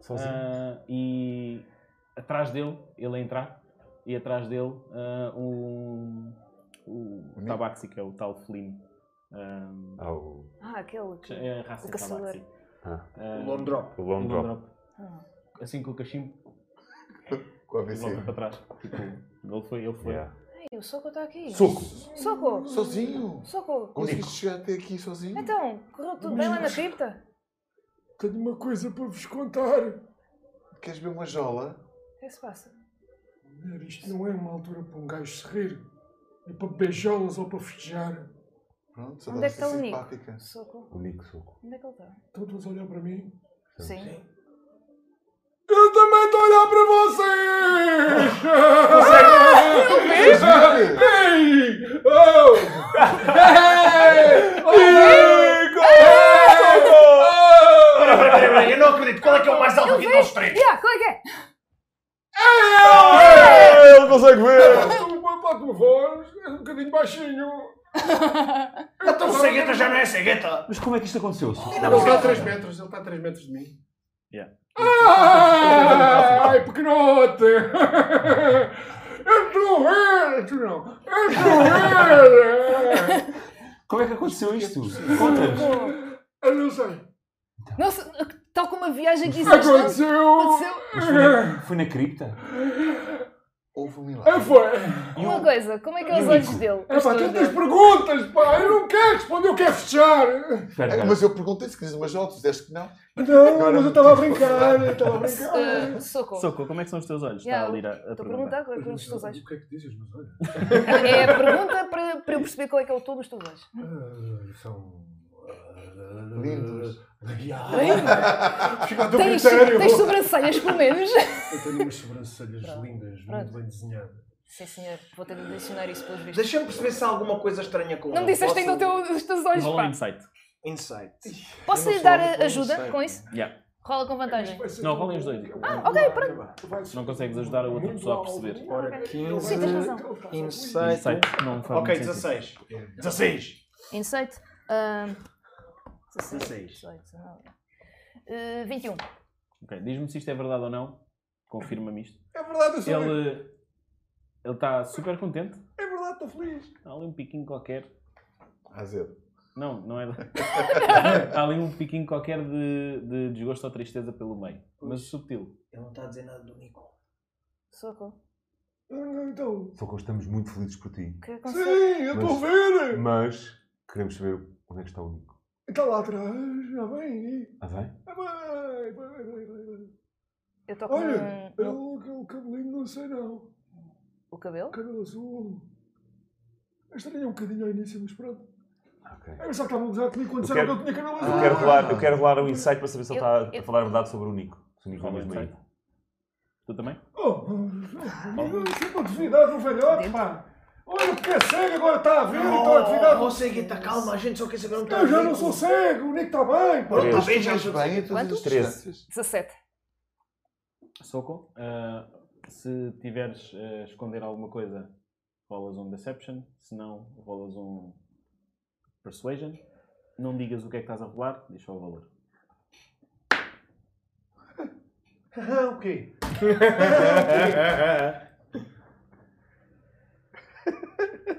Speaker 6: Sozinho?
Speaker 1: Ah, e atrás dele, ele a entrar, e atrás dele ah, um, o Tabaxi, que é o tal felino. ah,
Speaker 6: Ah, o-
Speaker 4: Ah, aquele. que-
Speaker 1: é a raça
Speaker 4: o caçador.
Speaker 1: Tabaxi.
Speaker 6: Ah.
Speaker 1: Ah,
Speaker 5: O Lone Drop.
Speaker 6: O Lone Drop.
Speaker 4: Ah.
Speaker 1: Assim com o cachimbo.
Speaker 2: Com a
Speaker 1: Logo para trás. Tipo, ele foi, ele foi.
Speaker 4: Ei, o Soco está aqui.
Speaker 1: Soco.
Speaker 4: Soco.
Speaker 2: Sozinho?
Speaker 4: Soco.
Speaker 2: Conseguiste chegar até aqui sozinho?
Speaker 4: Então, correu tudo bem lá na cripta?
Speaker 10: Tenho uma coisa para vos contar.
Speaker 2: Queres ver uma jola?
Speaker 4: O que é que se passa?
Speaker 10: Mulher, isto não é uma altura para um gajo se rir. É para beijá-las ou para festejar.
Speaker 2: Pronto,
Speaker 4: Onde é que está o Nico? Soco.
Speaker 6: O Nico Soco.
Speaker 4: Onde é que ele está?
Speaker 10: Todos a olhar para mim.
Speaker 4: Sim.
Speaker 10: Eu também estou a olhar para vocês!
Speaker 2: Consegue
Speaker 10: Ei! Oh! Ei!
Speaker 8: Peraí, peraí, peraí, peraí, eu não acredito. Qual é que é o mais alto
Speaker 4: Eu
Speaker 8: aqui dos
Speaker 4: vejo!
Speaker 8: três?
Speaker 4: Yeah, qual é que é?
Speaker 6: Ele consegue ver!
Speaker 10: Uma para a tua voz é um bocadinho baixinho.
Speaker 8: Então cegueta já não é cegueta.
Speaker 6: Mas como é que isto aconteceu? Soco?
Speaker 10: Ele está a 3 metros, ele está a 3 metros de mim.
Speaker 1: Yeah.
Speaker 10: Ah, Ai, pequenote! É Eu estou a ver! Tu não! Eu estou a ver!
Speaker 6: Como é que aconteceu isto? Conta-nos.
Speaker 4: Pô,
Speaker 10: Eu não sei.
Speaker 4: Nossa, tal como uma viagem que existe.
Speaker 10: Aconteceu!
Speaker 4: Aconteceu.
Speaker 6: Mas foi na, foi na cripta?
Speaker 2: Houve um
Speaker 10: É,
Speaker 2: milagre.
Speaker 10: foi!
Speaker 4: Uma coisa, como é que é os
Speaker 6: Nico?
Speaker 4: olhos dele?
Speaker 10: É
Speaker 4: Os
Speaker 10: pá,
Speaker 4: olhos
Speaker 10: tem as
Speaker 4: dele.
Speaker 10: perguntas, pá! Eu não quero responder, eu quero fechar!
Speaker 6: Espera,
Speaker 2: É,
Speaker 6: espera.
Speaker 2: mas eu perguntei se querias uma jola, tu disseste que não.
Speaker 10: Não,
Speaker 2: Agora-
Speaker 10: mas eu estava a brincar, eu estava a brincar!
Speaker 4: Ah, Soco.
Speaker 1: Soco, como é que são os teus olhos?
Speaker 4: Yeah,
Speaker 1: Está ali a, a
Speaker 4: Estou a
Speaker 1: perguntar.
Speaker 4: perguntar qual é que é os teus olhos.
Speaker 10: que é que dizes, mas olha?
Speaker 4: É a pergunta para, para eu perceber qual é que é o todo dos teus olhos.
Speaker 10: Ah, São. ah,
Speaker 2: Lindos.
Speaker 10: Fica a teu
Speaker 4: Tens,
Speaker 10: critério!
Speaker 4: tens sobrancelhas, pelo menos.
Speaker 10: Eu tenho umas sobrancelhas
Speaker 4: Pronto.
Speaker 10: lindas,
Speaker 4: Pronto.
Speaker 10: muito bem desenhadas.
Speaker 4: Sim, senhor. Vou ter de adicionar isso pelos vistos.
Speaker 8: Deixa-me perceber se há alguma coisa estranha com
Speaker 4: Não me
Speaker 8: ele.
Speaker 4: disseste ainda o teu, os teus olhos,
Speaker 1: Rola um
Speaker 4: pá.
Speaker 1: insight.
Speaker 8: Insight.
Speaker 4: Posso
Speaker 12: Eu
Speaker 4: lhe
Speaker 12: não
Speaker 4: dar
Speaker 12: sou- eu
Speaker 4: a-
Speaker 12: não
Speaker 4: ajuda
Speaker 12: sei.
Speaker 4: com isso?
Speaker 1: Yeah.
Speaker 4: Rola com vantagem.
Speaker 1: Não,
Speaker 10: um
Speaker 1: rolem os dois.
Speaker 4: Ah, ok, pronto.
Speaker 1: Não consegues ajudar a outra pessoa a perceber.
Speaker 10: Ora,
Speaker 4: Sim, tens razão.
Speaker 8: Insight.
Speaker 1: Insight não faz
Speaker 8: Ok,
Speaker 1: muito sentido.
Speaker 8: 16. 16.
Speaker 4: Insight. ah, ahn,
Speaker 8: 16.
Speaker 4: 18, 19. Ah, 21.
Speaker 1: Ok, diz-me se isto é verdade ou não. Confirma-me isto.
Speaker 10: É verdade, eu sou.
Speaker 1: Ele ele está super contente.
Speaker 10: É verdade, estou feliz.
Speaker 1: Há ali um piquinho qualquer.
Speaker 2: Azedo.
Speaker 1: Não, não é. Há ali um piquinho qualquer de, de desgosto ou tristeza pelo meio. Mas subtil.
Speaker 8: Ele não está a dizer nada do Nico.
Speaker 4: Soco.
Speaker 10: Não, não, Então.
Speaker 6: Soco, estamos muito felizes por ti.
Speaker 4: O que
Speaker 10: Sim,
Speaker 4: aconteceu?
Speaker 10: eu estou a ver!
Speaker 6: Mas queremos saber onde é que está o Nico.
Speaker 10: Está Tá lá atrás, já vem.
Speaker 6: Ah, vem?
Speaker 10: Ah, vai, vai, vai, vai, vai.
Speaker 4: Eu estou com
Speaker 10: Olha,
Speaker 4: um-
Speaker 10: eu, aquele cabelinho não sei não.
Speaker 4: o cabelo?
Speaker 10: Cabelo azul. Eu estranhei um bocadinho ao início, mas pronto.
Speaker 6: Ah, Ok.
Speaker 10: Eu já estava a usar comigo quando
Speaker 6: Eu
Speaker 10: disseram que
Speaker 6: quero-
Speaker 10: eu tinha cabelo azul.
Speaker 6: Eu quero, rolar, eu quero rolar um insight para saber se ele
Speaker 4: Eu-
Speaker 6: está a
Speaker 4: eu-
Speaker 6: falar a verdade sobre o Nico. Se o Nico é
Speaker 1: Rola
Speaker 6: mesmo aí.
Speaker 1: insight. Tu também?
Speaker 10: Oh, sempre a duvidar do velhote, pá. Olha, porque é cego, agora está a ver, então está a duvidar.
Speaker 8: Oh, cegueta, calma, a gente só quer saber onde está
Speaker 10: Eu já não sou cego, o Nico está bem, pá.
Speaker 8: Pronto,
Speaker 6: Três.
Speaker 8: está bem, já
Speaker 2: Mas bem, a todas
Speaker 4: Quanto?
Speaker 2: as
Speaker 6: 13.
Speaker 2: distâncias.
Speaker 4: 17.
Speaker 1: Soco, ah, se tiveres a esconder alguma coisa, rolas um Deception. Se não, rolas um Persuasion. Não digas o que é que estás a rolar, diz só o valor.
Speaker 8: Ah, ok.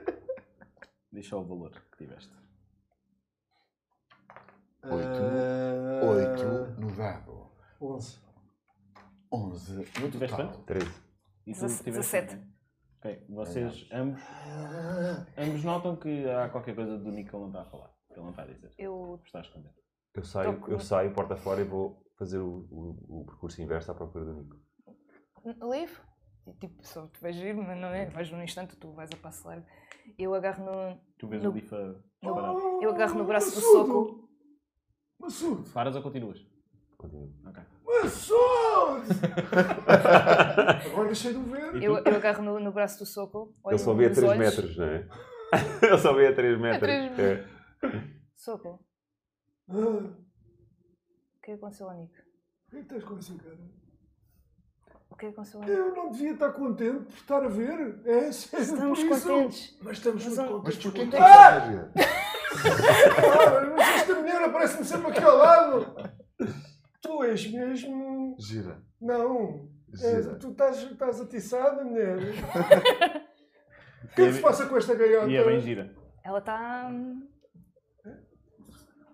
Speaker 1: Diz só o valor que tiveste.
Speaker 8: Ah,
Speaker 2: Oito. Oito Ah, no dado.
Speaker 8: 11.
Speaker 2: Onze no
Speaker 1: Tiveste
Speaker 2: total.
Speaker 6: 13.
Speaker 1: E tu tiveste
Speaker 4: Dezesse- dezessete.
Speaker 1: também? Ok, vocês ambos, ambos notam que há qualquer coisa do Nick que ele não está a falar, que ele não está a dizer.
Speaker 4: Eu.
Speaker 1: Está a esconder.
Speaker 6: Eu saio,
Speaker 4: Toco.
Speaker 6: eu saio porta fora e vou fazer o, o- o percurso inverso à procura do Nico.
Speaker 4: Leave. E, Tipo, só te vais ir, mas não é? Vais num instante, tu vais a passo largo. Eu agarro no.
Speaker 1: Tu vês
Speaker 4: No-
Speaker 1: o Lifa
Speaker 4: Eu-
Speaker 1: parado.
Speaker 10: Oh,
Speaker 4: eu agarro no braço do
Speaker 10: Maçudo.
Speaker 4: soco.
Speaker 10: Maçudo!
Speaker 1: Paras ou continuas?
Speaker 6: Continua.
Speaker 1: Ok.
Speaker 10: Maçudo! Agora deixei de o ver.
Speaker 4: Eu, eu agarro no, no braço do soco. olho
Speaker 6: Ele só vê a
Speaker 4: nos
Speaker 6: 3
Speaker 4: olhos.
Speaker 6: metros, não é? Ele só vê a 3 metros.
Speaker 4: três
Speaker 6: É.
Speaker 4: Soco, o
Speaker 10: Ah,
Speaker 4: que aconteceu ao Nico?
Speaker 10: por que estás com essa cara?
Speaker 4: O que aconteceu ao Nico?
Speaker 10: Eu não devia estar contente por estar a ver. É, sério,
Speaker 4: Estamos
Speaker 10: por isso.
Speaker 4: contentes.
Speaker 8: Mas estamos
Speaker 4: Mas
Speaker 2: é
Speaker 8: muito
Speaker 4: um-
Speaker 8: contentes.
Speaker 2: Mas porquê que
Speaker 8: por
Speaker 2: estás a ver?
Speaker 10: Ah, mas esta senhor aparece-me sempre aqui ao lado. Tu és mesmo.
Speaker 12: Gira.
Speaker 10: Não.
Speaker 12: Gira.
Speaker 10: É, tu estás, estás atiçada, mulher. O é que é que se passa com esta gaiota?
Speaker 1: E é bem gira.
Speaker 4: Ela está. hum,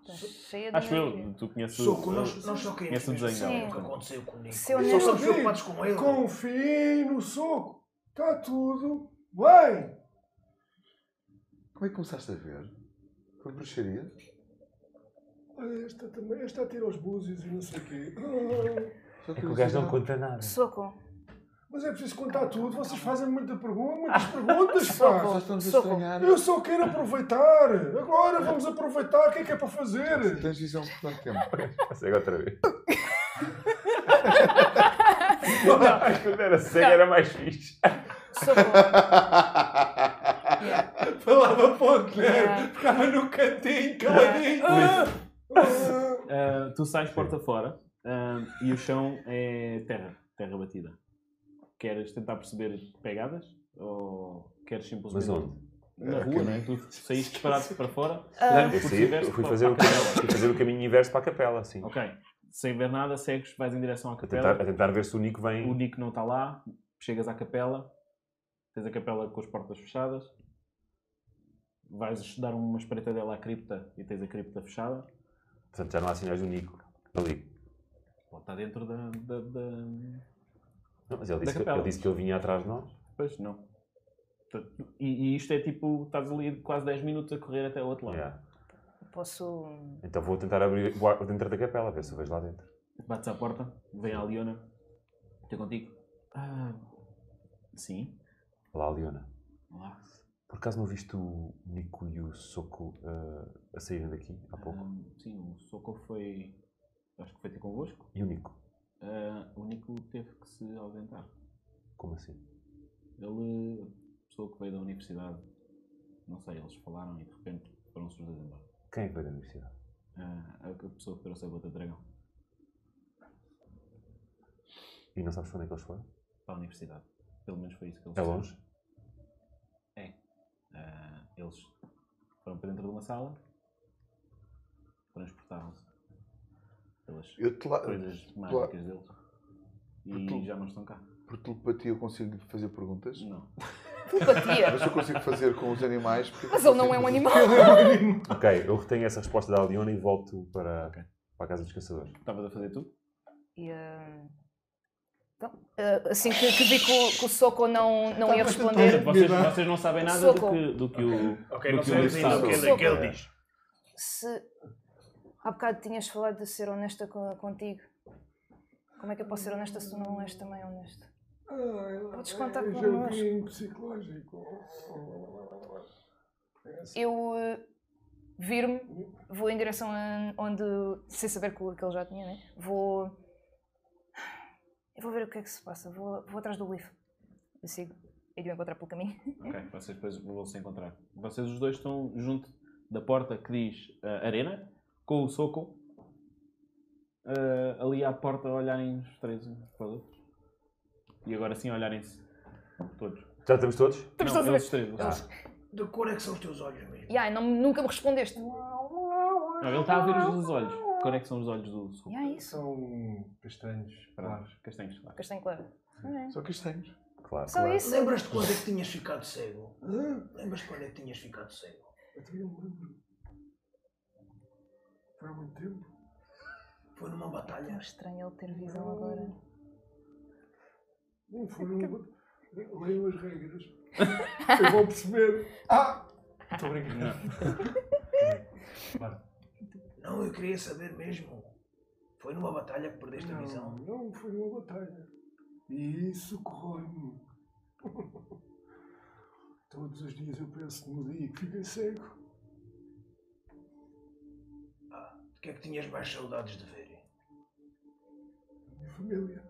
Speaker 4: está cheia de.
Speaker 1: Acho
Speaker 4: energia.
Speaker 1: eu, tu conheces o-
Speaker 5: Soco, nós- nós só queremos
Speaker 1: conheces o
Speaker 5: ver
Speaker 1: desenho
Speaker 5: se
Speaker 1: dela.
Speaker 5: é o que
Speaker 1: portanto.
Speaker 5: aconteceu comigo.
Speaker 4: Seu
Speaker 5: Só
Speaker 4: nerd.
Speaker 5: somos preocupados com ele.
Speaker 10: Confiem no soco. Está tudo bem.
Speaker 12: Como é que começaste a ver? Por bruxaria?
Speaker 10: Olha, Esta também. Esta tira os búzios e não sei o quê. Ah,
Speaker 12: É
Speaker 6: que o gajo
Speaker 2: assim,
Speaker 6: não conta nada.
Speaker 4: Soco.
Speaker 10: Mas é preciso contar tudo. Vocês fazem muita pergunta, muitas perguntas, pá.
Speaker 2: "Ah,
Speaker 12: Só estamos a estranhar.
Speaker 10: Eu só quero aproveitar. Agora vamos aproveitar. O que é que é para fazer?
Speaker 12: Tens visão por quanto tempo?
Speaker 6: Cega outra vez. Acho que quando era cega era mais fixe.
Speaker 8: Falava pouco, né?
Speaker 4: Yeah.
Speaker 8: Ficava no cantinho,
Speaker 4: caladinho.
Speaker 1: Ah, tu sais porta fora ah, e o chão é terra, terra batida. Queres tentar perceber pegadas? Ou queres simplesmente.
Speaker 6: Mas onde?
Speaker 1: Na rua,
Speaker 6: Ah, caminho.
Speaker 1: não é? Tu saíste disparado para fora.
Speaker 4: Ah.
Speaker 1: porque
Speaker 6: Eu saí,
Speaker 1: tiveste
Speaker 6: eu fui
Speaker 1: para-
Speaker 6: fazer, o
Speaker 1: para a
Speaker 6: caminho,
Speaker 1: capela.
Speaker 6: fui fazer o caminho inverso para a capela, sim.
Speaker 1: Ok. Sem ver nada, segues, vais em direção à
Speaker 6: A tentar,
Speaker 1: capela.
Speaker 6: a tentar ver se o Nico vem.
Speaker 1: O Nico não está lá. Chegas à capela. Tens a capela com as portas fechadas. Vais dar uma espreitadela à cripta e tens a cripta fechada.
Speaker 6: Portanto, já não há sinais do Nico ali.
Speaker 1: Pode estar dentro da. da, da-
Speaker 6: Não, mas ele
Speaker 1: Da
Speaker 6: disse, que,
Speaker 1: capela.
Speaker 6: ele disse que ele vinha atrás de nós.
Speaker 1: Pois não. Portanto, E, e isto é tipo, estás ali quase 10 minutos a correr até o outro lado.
Speaker 6: Yeah.
Speaker 4: Posso.
Speaker 6: Então vou tentar abrir o ar dentro da capela, ver se o vejo lá dentro.
Speaker 1: Bates à porta, vem à Leona. Estou contigo. Ah, sim.
Speaker 6: Olá, Leona.
Speaker 1: Olá.
Speaker 6: Por acaso não viste o Nico e o Soco eh, a saírem daqui há pouco?
Speaker 1: Ahm, sim, o Soco foi. Acho que foi ter convosco.
Speaker 6: E o Nico?
Speaker 1: Ah, o Nico teve que se ausentar.
Speaker 6: Como assim?
Speaker 1: Ele, pessoa que veio da universidade, não sei, eles falaram e de repente foram-se os dois embora.
Speaker 6: Quem é que veio da universidade?
Speaker 1: Ah, a a pessoa que trouxe a bota de dragão
Speaker 6: E não sabes para onde é que eles foram?
Speaker 1: para a universidade. Pelo menos foi isso que eles
Speaker 6: É
Speaker 1: disseram.
Speaker 6: longe?
Speaker 1: Ah, eles foram para dentro de uma sala, transportaram-se pelas
Speaker 12: Eu te la-
Speaker 1: coisas
Speaker 12: te la-
Speaker 1: mágicas deles e
Speaker 12: tu-
Speaker 1: já não estão cá.
Speaker 12: Por telepatia eu consigo fazer perguntas?
Speaker 1: Não.
Speaker 4: Telepatia?
Speaker 12: Mas eu consigo fazer com os animais. porque
Speaker 4: Mas
Speaker 12: eu
Speaker 4: ele não é um
Speaker 12: consigo
Speaker 4: animal.
Speaker 12: fazer-
Speaker 6: Ok, eu retenho essa resposta da Leona e volto para, para a casa dos caçadores.
Speaker 1: Estavas a fazer tu?
Speaker 4: E, ah, então, ah, assim que, que vi que o, que o Soco não, não
Speaker 8: Tá,
Speaker 4: ia responder.
Speaker 1: Vocês, vocês não sabem nada do
Speaker 4: Soco.
Speaker 1: que, do que o.
Speaker 5: Ok,
Speaker 1: do
Speaker 5: não
Speaker 1: que o é. Luís
Speaker 5: sabemos ainda o
Speaker 1: sabe.
Speaker 5: que ele, o que ele diz.
Speaker 4: Se há bocado tinhas falado de ser honesta co- contigo, como é que eu posso ser honesta se tu não és também honesta?
Speaker 10: Ah,
Speaker 4: Podes contar
Speaker 10: é
Speaker 4: connosco.
Speaker 10: joguinho psicológico.
Speaker 4: Eu eh, viro-me, vou em direção a onde. sem saber que, o- que ele já tinha, né? Vou. Eu vou ver o que é que se passa, vou, vou atrás do livro. Eu sigo. Ele vai encontrar pelo caminho.
Speaker 1: Ok, vocês depois vão se encontrar. Vocês os dois estão junto da porta que diz ah, Arena, com o Soco, ah, ali à porta a olharem os três uns para os outros. E agora sim olharem-se todos.
Speaker 6: Já estamos todos?
Speaker 4: Estamos
Speaker 1: não,
Speaker 4: todos a
Speaker 1: eles
Speaker 4: ver.
Speaker 1: três, vocês.
Speaker 5: De que cor é que são os teus olhos, amigo?
Speaker 4: E ai, não, nunca me respondeste.
Speaker 1: Não, ele está a ver os dos olhos. Qual é que são os olhos do
Speaker 4: E
Speaker 1: Soco?
Speaker 4: é isso.
Speaker 10: São castanhos.
Speaker 1: Claro, castanhos, claro.
Speaker 4: Castanho claro. É.
Speaker 12: Só castanhos.
Speaker 6: Claro.
Speaker 4: Só
Speaker 6: claro.
Speaker 4: isso.
Speaker 5: Lembras-te quando é que tinhas ficado cego? Lembras-te quando é que tinhas ficado cego?
Speaker 10: Foi há muito tempo.
Speaker 5: Foi numa
Speaker 4: Tão
Speaker 5: batalha.
Speaker 4: É estranho ele ter visão agora. É
Speaker 10: Não foram. Leiam as regras. Vocês vão perceber. Ah! Estou brincando.
Speaker 5: Não, eu queria saber mesmo. Foi numa batalha que perdeste a
Speaker 10: Não,
Speaker 5: visão.
Speaker 10: não foi uma batalha. E isso corrói-me. Todos os dias eu penso no dia que fiquei cego.
Speaker 5: O que é que tinhas mais saudades de ver?
Speaker 10: A minha família.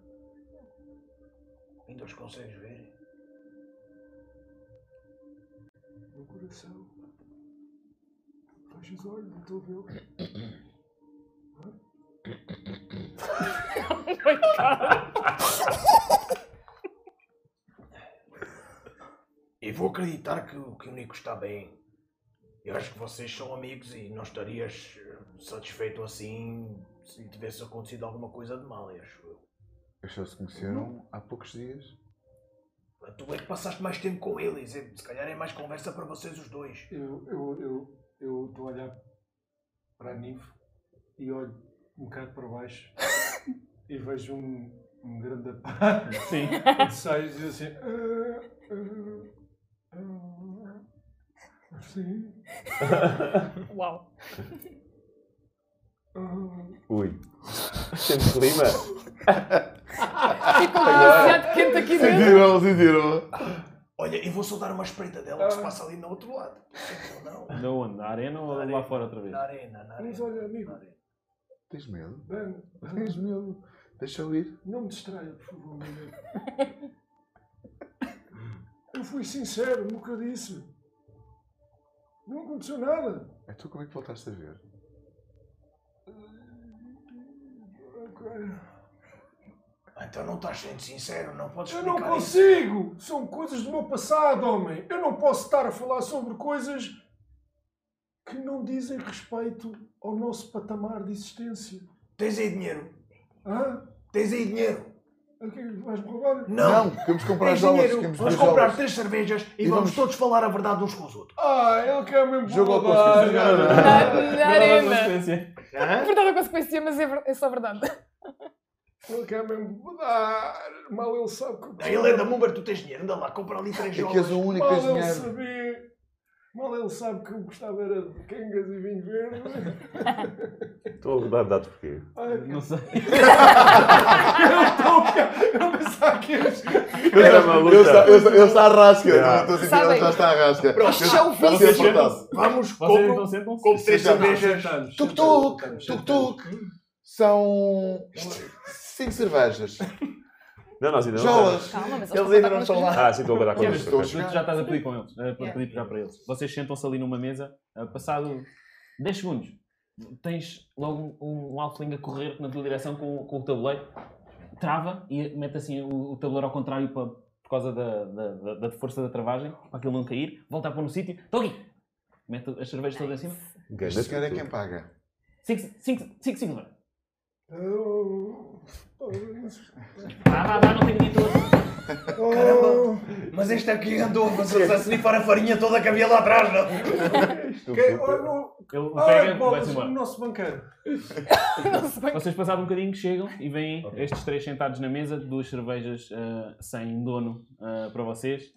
Speaker 5: Ainda os consegues ver?
Speaker 10: o Meu coração. Fecha os olhos, então, não estou a vê-lo.
Speaker 5: Eu vou acreditar que, o- que o Nico está bem. Eu acho que vocês são amigos e não estarias eh, satisfeito assim se lhe tivesse acontecido alguma coisa de mal, eu acho eu.
Speaker 2: Eles só se conheceram há poucos dias.
Speaker 5: Tu é que passaste mais tempo com eles, eh, se calhar é mais conversa para vocês os dois.
Speaker 10: Eu eu eu eu estou a olhar para a Nive e olho um bocado para baixo e vejo um, um grande apá
Speaker 1: Sim.
Speaker 10: de saios e diz assim. "Ah, ah, ah, Sim.
Speaker 4: Uau.
Speaker 10: ah."
Speaker 6: Ui. Temos clima?
Speaker 4: Ficou demasiado quente aqui dentro.
Speaker 2: sentiram.
Speaker 5: Olha, eu vou só dar uma espreita dela
Speaker 10: Tá
Speaker 5: que se passa ali no outro lado. Não,
Speaker 1: Na onde? Na arena ou lá fora outra vez?
Speaker 5: na arena, na
Speaker 10: Mas
Speaker 5: arena.
Speaker 10: olha, amigo,
Speaker 2: Tens medo?
Speaker 10: bem,
Speaker 2: Tens medo? Deixa-o ir.
Speaker 10: não me distraia, por favor, meu amigo. Eu fui sincero no que eu disse. Não aconteceu nada.
Speaker 2: É tu como é que voltaste a ver?
Speaker 5: Então não estás sendo sincero, não podes
Speaker 10: Eu
Speaker 5: explicar
Speaker 10: não
Speaker 5: isso.
Speaker 10: consigo! São coisas do meu passado, homem! Eu não posso estar a falar sobre coisas que não dizem respeito ao nosso patamar de existência.
Speaker 5: Tens aí dinheiro?
Speaker 10: Hã?
Speaker 5: Tens aí dinheiro?
Speaker 10: Aqui vais-me roubar?
Speaker 5: Não!
Speaker 2: queremos comprar
Speaker 5: Tens
Speaker 2: dólares.
Speaker 5: dinheiro?
Speaker 2: Queremos
Speaker 5: Vamos
Speaker 2: dois
Speaker 5: comprar
Speaker 2: dólares.
Speaker 5: três cervejas e,
Speaker 2: E
Speaker 5: vamos,
Speaker 2: vamos-
Speaker 5: todos falar a verdade uns com os outros.
Speaker 10: Ah, ele quer mesmo
Speaker 2: Jogo ao
Speaker 10: roubar.
Speaker 2: posto.
Speaker 4: Na, na arena.
Speaker 5: Hã?
Speaker 4: Verdade a consequência, mas é, ver- é só verdade.
Speaker 10: Ele quer mesmo mudar. Mal ele sabe que...
Speaker 5: Ah, Ele é da Mumber, tu tens dinheiro, anda lá, compra ali três
Speaker 2: É que és o
Speaker 5: jogos.
Speaker 2: único que
Speaker 10: Mal
Speaker 2: tens
Speaker 10: ele
Speaker 2: dinheiro.
Speaker 10: sabia... Mal ele sabe que eu gostava era de cangas e vinho verde.
Speaker 6: Estou a rodar dados porquê?
Speaker 10: Ai,
Speaker 1: Não sei.
Speaker 10: eu pensava que é ias...
Speaker 6: Eu era maluco. É.
Speaker 2: Ele está, ele está- ele está à rasca.
Speaker 6: Yeah.
Speaker 2: Não, estou a sentir, ele
Speaker 4: Sabem.
Speaker 2: já está à rasca.
Speaker 5: Pronto,
Speaker 2: Ele
Speaker 4: já
Speaker 2: está-
Speaker 4: ouvi
Speaker 2: está a ser
Speaker 5: isso.
Speaker 2: apertado.
Speaker 5: Vamos,
Speaker 1: Vocês
Speaker 5: compra
Speaker 1: então sentam-se?
Speaker 5: compra três cervejas.
Speaker 10: Sentamos,
Speaker 2: Tuk-tuk,
Speaker 10: sentamos, sentamos.
Speaker 2: tuk-tuk. São cinco cervejas.
Speaker 6: Não, nós ainda não.
Speaker 2: Jolas.
Speaker 4: Calma, mas
Speaker 14: Eles
Speaker 4: a
Speaker 14: ainda
Speaker 4: contar
Speaker 14: não estão
Speaker 4: com as
Speaker 14: lá.
Speaker 6: Ah, sim, estou a guardar com
Speaker 1: Sim,
Speaker 6: eles.
Speaker 1: mas
Speaker 2: estou a
Speaker 1: tu já estás a pedir com eles, a pedir já para eles. Vocês sentam-se ali numa mesa, ah, passado 10 segundos, tens logo um, um halfling a correr na tua direção com, com o tabuleiro, trava e mete assim o, o tabuleiro ao contrário para, por causa da, da, da- da força da travagem, para aquilo não cair, volta a pôr no sítio, estou aqui! Mete as cervejas todas acima.
Speaker 6: Ganda
Speaker 2: Este senhor é
Speaker 6: tudo.
Speaker 2: quem paga.
Speaker 1: 5, 5, 5, 5, vá,
Speaker 10: Oh, oh,
Speaker 1: vá, vá, não tenho dito outro.
Speaker 10: oh.
Speaker 14: Mas este aqui andou a snifar a farinha toda que havia lá atrás, não?
Speaker 2: é
Speaker 10: Quem- oh, oh,
Speaker 1: Ele
Speaker 10: Ai,
Speaker 1: pega,
Speaker 10: bolas,
Speaker 1: vai-se
Speaker 10: o
Speaker 1: embora.
Speaker 10: nosso banqueiro.
Speaker 1: Vocês passaram um bocadinho, chegam e vêm estes três sentados na mesa, duas cervejas ah, sem dono ah, para vocês. O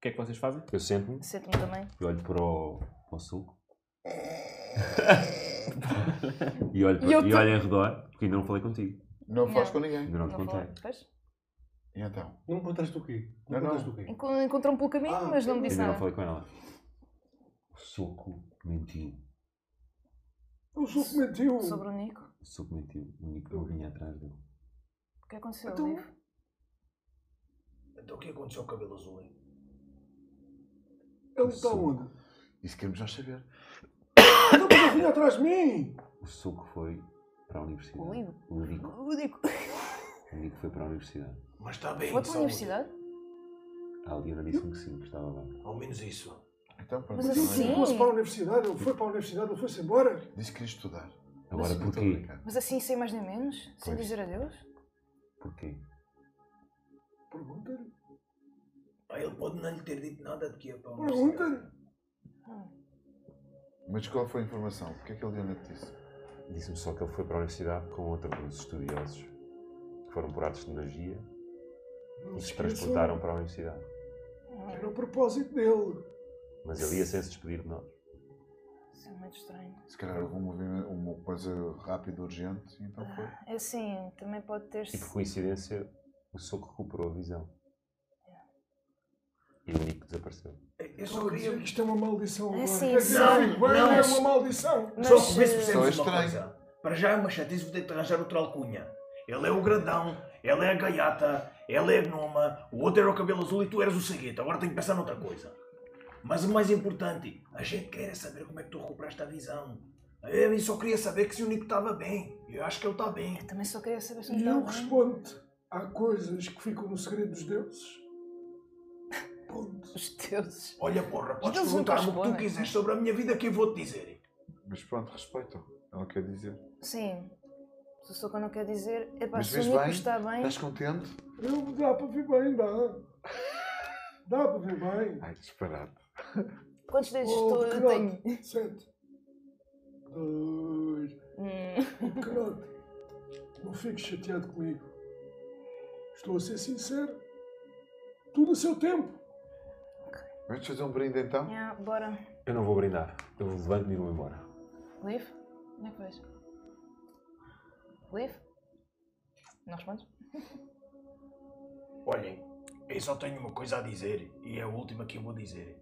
Speaker 1: que é que vocês fazem?
Speaker 6: Eu sento-me
Speaker 4: Sento-me também.
Speaker 6: e olho para o, para o sul. e olho,
Speaker 4: E eu
Speaker 6: para, e
Speaker 4: tô-
Speaker 6: olho em redor, porque ainda não falei contigo.
Speaker 2: Não faz
Speaker 4: Não.
Speaker 2: com ninguém.
Speaker 6: Ainda não te
Speaker 4: Não
Speaker 6: contei.
Speaker 4: falo. Pois.
Speaker 2: E então?
Speaker 15: Não me perguntaste o quê?
Speaker 2: Não, não.
Speaker 15: o quê?
Speaker 4: Enco- Encontrou-me pelo caminho, mas não me disse
Speaker 6: Ainda não
Speaker 4: nada.
Speaker 6: falei com ela. O soco mentiu.
Speaker 10: O suco mentiu.
Speaker 4: Sobre o Nico.
Speaker 6: O soco mentiu. O Nico não vinha atrás dele.
Speaker 4: O é que aconteceu,
Speaker 10: Então-
Speaker 4: Liv?
Speaker 5: Então o que aconteceu ao cabelo azul? hein?
Speaker 10: Ele está onde?
Speaker 2: Isso queremos já saber.
Speaker 10: Então, mas ele vinha atrás de mim.
Speaker 6: O soco foi para a universidade.
Speaker 4: O Nico?
Speaker 6: O Nico.
Speaker 4: O Nico.
Speaker 6: O Nico foi para a universidade.
Speaker 5: Mas está bem,
Speaker 4: Foi
Speaker 5: de
Speaker 4: para a
Speaker 5: saúde.
Speaker 4: universidade?
Speaker 6: A Aliana disse-me que sim, que estava bem.
Speaker 5: Ao menos isso.
Speaker 2: Então, pronto.
Speaker 4: Mas
Speaker 2: não é
Speaker 10: Disse
Speaker 4: assim?
Speaker 10: que fosse para a universidade. Ele foi para a universidade, ele foi-se embora.
Speaker 2: nada. Disse que queria estudar.
Speaker 6: Agora
Speaker 2: Não estou a
Speaker 6: porquê?
Speaker 2: brincar.
Speaker 4: Mas assim, sem mais nem menos? Sem
Speaker 6: Pois.
Speaker 4: dizer adeus?
Speaker 6: Porquê?
Speaker 10: Pergunta-lhe.
Speaker 5: Ah, Ele pode não lhe ter dito nada de que ia para a universidade.
Speaker 10: Pergunta-lhe.
Speaker 2: Mas qual foi a informação? O que é que a Leona te disse?
Speaker 6: Disse-me só que ele foi para a universidade com outros estudiosos que foram por artes de magia
Speaker 10: Não
Speaker 6: e
Speaker 10: se
Speaker 6: se
Speaker 10: esqueçam,
Speaker 6: transportaram é para um a universidade.
Speaker 10: Era o propósito dele.
Speaker 6: Mas ele ia sem se despedir de nós.
Speaker 4: Isso é muito estranho.
Speaker 2: Se calhar houve um movimento, uma coisa rápida, urgente, e então foi.
Speaker 4: É assim, também pode ter-se...
Speaker 6: E por coincidência, o soco recuperou a visão. E o Nico desapareceu.
Speaker 5: Eu só queria...
Speaker 10: Isto é uma maldição agora.
Speaker 4: É sim,
Speaker 10: Quer dizer,
Speaker 4: não,
Speaker 10: Big Bang
Speaker 5: não.
Speaker 10: é uma maldição.
Speaker 4: Mas,
Speaker 5: Só que vê se
Speaker 2: Só é
Speaker 4: eh,
Speaker 5: percebes uma
Speaker 2: estranho.
Speaker 5: coisa. Para já é uma chatice vou ter de arranjar outra alcunha. Ele é o grandão, ele é a gaiata, ele é a gnoma, o outro era o cabelo azul e tu eras o cegueta. Agora tenho que pensar noutra coisa. Mas o mais importante, a gente quer é saber como é que tu recuperaste a visão. Eu só queria saber que se o Nico estava bem. Eu acho que ele está bem.
Speaker 4: Eu eh, também só queria saber se
Speaker 10: E
Speaker 4: não
Speaker 10: eu
Speaker 4: está bem.
Speaker 10: respondo-te. Há coisas que ficam no segredo dos deuses. ponto.
Speaker 4: Os deuses.
Speaker 5: Olha, porra, podes perguntar-me o que tu quiseres sobre a minha vida que eu vou-te dizer.
Speaker 2: Mas pronto, respeito. Ela quer dizer.
Speaker 4: Sim. Se o Soca não quer dizer, epá,
Speaker 2: Mas
Speaker 4: se o
Speaker 2: vês
Speaker 4: Nico
Speaker 2: bem?
Speaker 4: está bem.
Speaker 2: Estás contente?
Speaker 16: Não, dá para ver bem, dá. Dá para ver bem.
Speaker 2: Ai, disparado.
Speaker 4: Quantos dedos
Speaker 16: Oh,
Speaker 4: estou, eu
Speaker 16: pequenote,
Speaker 4: tenho?
Speaker 16: Sente. Dois.
Speaker 4: Hum.
Speaker 16: Pequenote, não fiques chateado comigo. Estou a ser sincero. Tudo a seu tempo.
Speaker 2: Vamos fazer um brinde então?
Speaker 4: Yeah, bora.
Speaker 6: Eu não vou brindar. Eu levanto-me e vou embora.
Speaker 4: Leave? Como é que vais? Leave? Não respondes?
Speaker 5: Olhem, eu só tenho uma coisa a dizer e é a última que eu vou dizer.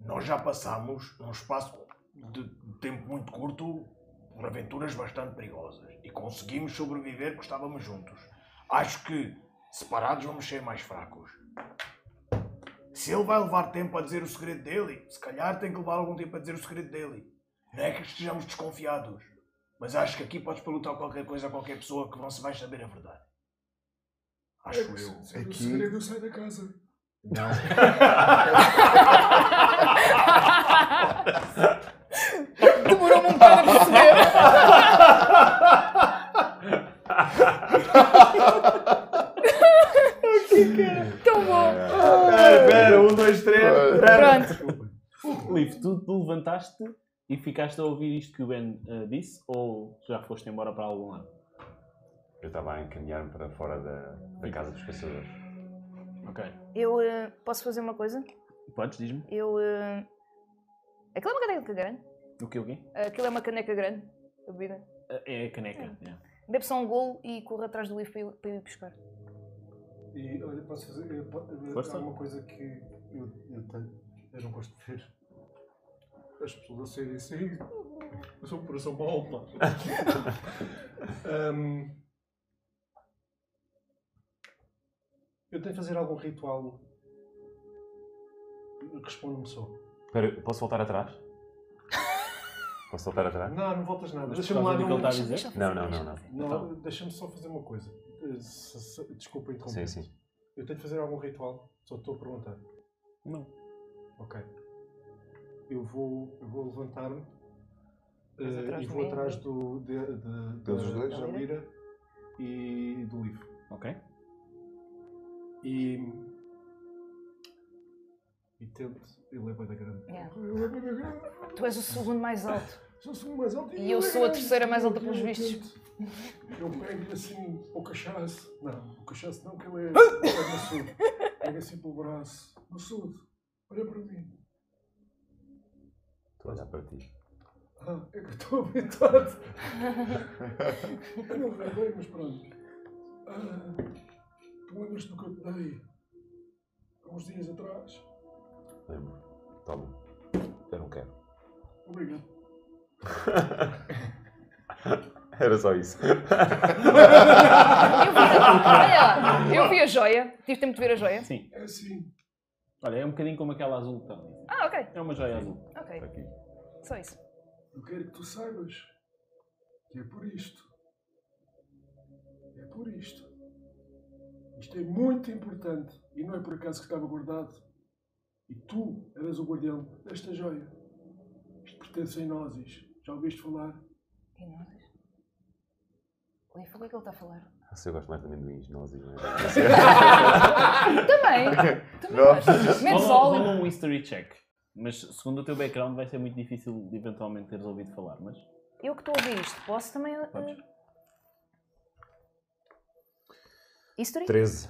Speaker 5: Nós já passámos, num espaço de tempo muito curto, por aventuras bastante perigosas e conseguimos sobreviver porque estávamos juntos. Acho que separados vamos ser mais fracos. Se ele vai levar tempo a dizer o segredo dele, se calhar tem que levar algum tempo a dizer o segredo dele. Não é que estejamos desconfiados, mas acho que aqui podes perguntar qualquer coisa a qualquer pessoa que não se vai saber a verdade. Acho
Speaker 16: É que
Speaker 5: eu.
Speaker 16: se- se O segredo eu saio da casa.
Speaker 5: Não.
Speaker 4: Demorou-me um bocado a perceber. Tão bom.
Speaker 17: Espera, espera, um, dois,
Speaker 4: É,
Speaker 17: três.
Speaker 1: Pronto. Liv, tu te levantaste e ficaste a ouvir isto que o Ben eh, disse ou já foste embora para algum lado?
Speaker 6: Eu estava a encaminhar-me para fora da, da casa dos caçadores.
Speaker 1: Ok.
Speaker 4: Eu eh, posso fazer uma coisa?
Speaker 1: Podes, diz-me.
Speaker 4: Eu. eh, Aquilo é uma caneca grande.
Speaker 1: O que o quê?
Speaker 4: Aquilo é uma caneca grande. A bebida.
Speaker 1: Eh, É a caneca. yeah.
Speaker 4: Bebe só um golo e corre atrás do livro para eu- para eu ir buscar.
Speaker 10: E olha, posso fazer. Eu, po- eu-
Speaker 1: Força.
Speaker 10: Há uma coisa que eu, eu tenho. Eu não gosto de ver as pessoas a serem assim. Eu sou um coração mau, pá. Hum, eu tenho de fazer algum ritual. Responde-me só.
Speaker 6: Espera, posso voltar atrás? Posso voltar atrás?
Speaker 10: Não, não voltas nada.
Speaker 6: Mas
Speaker 10: Deixa-me
Speaker 6: por
Speaker 10: lá.
Speaker 6: causa Então. do que ele está a
Speaker 10: me-
Speaker 6: dizer? Não, não, não, não.
Speaker 2: Então.
Speaker 10: Não, deixa-me só fazer uma coisa. Eh, se- se- Desculpa interromper.
Speaker 6: Sim, sim.
Speaker 10: Eu tenho de fazer algum ritual? Só estou a perguntar.
Speaker 1: Não.
Speaker 10: Ok. Eu vou, eu vou levantar-me
Speaker 2: Vais
Speaker 10: eh,
Speaker 2: atrás
Speaker 10: e
Speaker 2: de
Speaker 10: vou
Speaker 2: mim,
Speaker 10: atrás do, de, de,
Speaker 2: Todos os
Speaker 10: da-
Speaker 2: dois?
Speaker 10: da Lira e do livro.
Speaker 1: Ok.
Speaker 10: E. E tento. Ele é bué da grande.
Speaker 4: Yeah.
Speaker 10: Tu
Speaker 4: Tu és o segundo mais alto.
Speaker 10: Sou o segundo um mais alto
Speaker 4: E eu sou a terceira mais alta pelos
Speaker 10: Eu
Speaker 4: vistos.
Speaker 10: tento- Eu pego assim o cachaço. Não, o cachaço não, que eu é.
Speaker 4: Ah!
Speaker 10: eu Pego assim, pego assim pelo braço. No sul. Olha para mim.
Speaker 6: Estou a olhar para ti.
Speaker 10: Ah, é que eu estou habitado. eu não vejo bem, mas pronto. Ah, tu lembras do que eu te dei? Há uns dias atrás?
Speaker 6: Lembro. Toma. Eu não quero.
Speaker 10: Obrigado.
Speaker 6: Era só isso.
Speaker 4: Eu vi, olha, lá, eu vi a joia. Tive tempo de ver a joia.
Speaker 1: Sim.
Speaker 10: É assim.
Speaker 1: Olha, é um bocadinho como aquela azul que está ali.
Speaker 4: Ah, ok.
Speaker 1: É uma joia azul.
Speaker 6: Tá
Speaker 4: Ok.
Speaker 1: Aqui.
Speaker 4: Só isso.
Speaker 10: Eu quero que tu saibas que é por isto. É por isto. Isto é muito importante e não é por acaso que estava guardado. E tu eras o guardião desta joia. Isto pertence a Inosis. Já ouviste falar?
Speaker 4: E nós? Liv, o que é que ele está a falar?
Speaker 6: Ah, se eu gosto mais de amendoins, nozes, não é?
Speaker 4: Também. Também gosto. Menos
Speaker 1: Rola-
Speaker 4: óleo.
Speaker 1: rola um history check. Mas segundo o teu background vai ser muito difícil de eventualmente teres ouvido falar, mas...
Speaker 4: Eu que estou a ouvir isto, posso também. eh, History?
Speaker 6: 13.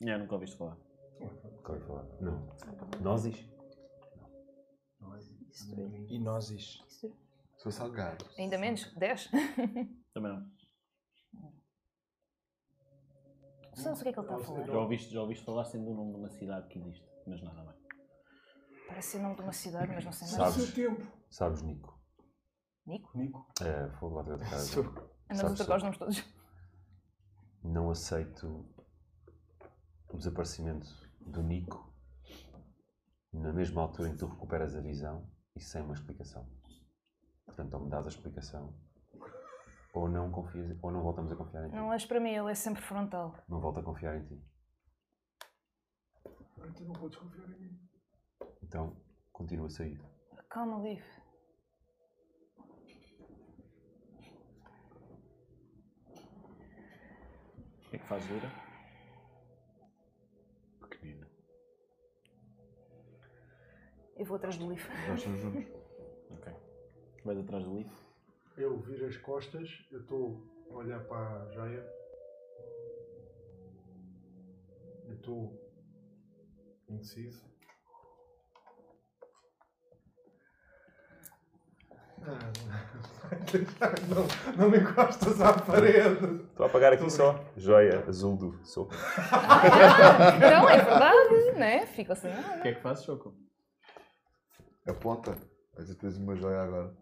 Speaker 1: Já nunca ouviste falar.
Speaker 6: Nunca ouvi falar. Não. Nozes?
Speaker 10: é?
Speaker 2: E nozes. Sou salgado.
Speaker 4: Ainda menos? 10?
Speaker 1: Também não.
Speaker 4: Não sei o que é que ele está a falar.
Speaker 1: Já ouviste, já ouviste falar sendo o nome de uma cidade que existe, mas nada mais.
Speaker 4: Parece ser o nome de uma cidade, mas não sei nada.
Speaker 6: Sabes? Sabes, Nico?
Speaker 4: Nico?
Speaker 10: Nico?
Speaker 6: É, foi lá da casa.
Speaker 4: Sou- Andamos a trocar os nomes todos.
Speaker 6: Não aceito o desaparecimento do Nico na mesma altura em que tu recuperas a visão e sem uma explicação. Portanto, ou me dás a explicação ou não confias, ou não voltamos a confiar em ti.
Speaker 4: Não és para mim, ele é sempre frontal.
Speaker 6: Não volto a confiar em ti.
Speaker 10: Agora tu não podes confiar em mim.
Speaker 18: Então, continua a sair.
Speaker 4: Calma, Liv.
Speaker 1: O que é que faz Lira? Pequenino.
Speaker 4: Eu vou atrás do Liv.
Speaker 1: Nós estamos juntos. Ok. Vais atrás do livro?
Speaker 10: Eu viro as costas, eu estou a olhar para a Jaya. Eu estou indeciso. Não, não me encostas à parede.
Speaker 6: Estou a apagar aqui só. Joia azul do soco.
Speaker 4: Não, é verdade, né? Fica sem nada.
Speaker 1: O que é que fazes, Choco?
Speaker 2: Aponta. Mas tu tens uma joia agora.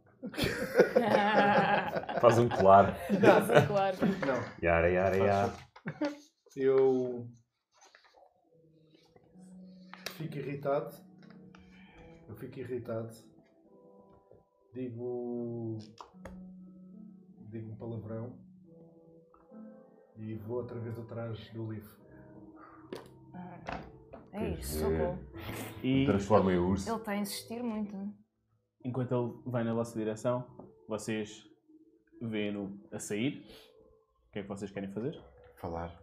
Speaker 6: Faz um colar.
Speaker 4: Nossa, claro.
Speaker 10: Não.
Speaker 6: Yara, yara, yara.
Speaker 10: Eu fico irritado. Eu fico irritado. Digo. Digo um palavrão. E vou outra vez atrás do livro.
Speaker 4: É isso, socorro.
Speaker 1: E
Speaker 6: Transforma em urso.
Speaker 4: Ele está a insistir muito. né?
Speaker 1: enquanto ele vai na vossa direção, vocês veem-no a sair. O que é que vocês querem fazer?
Speaker 2: Falar.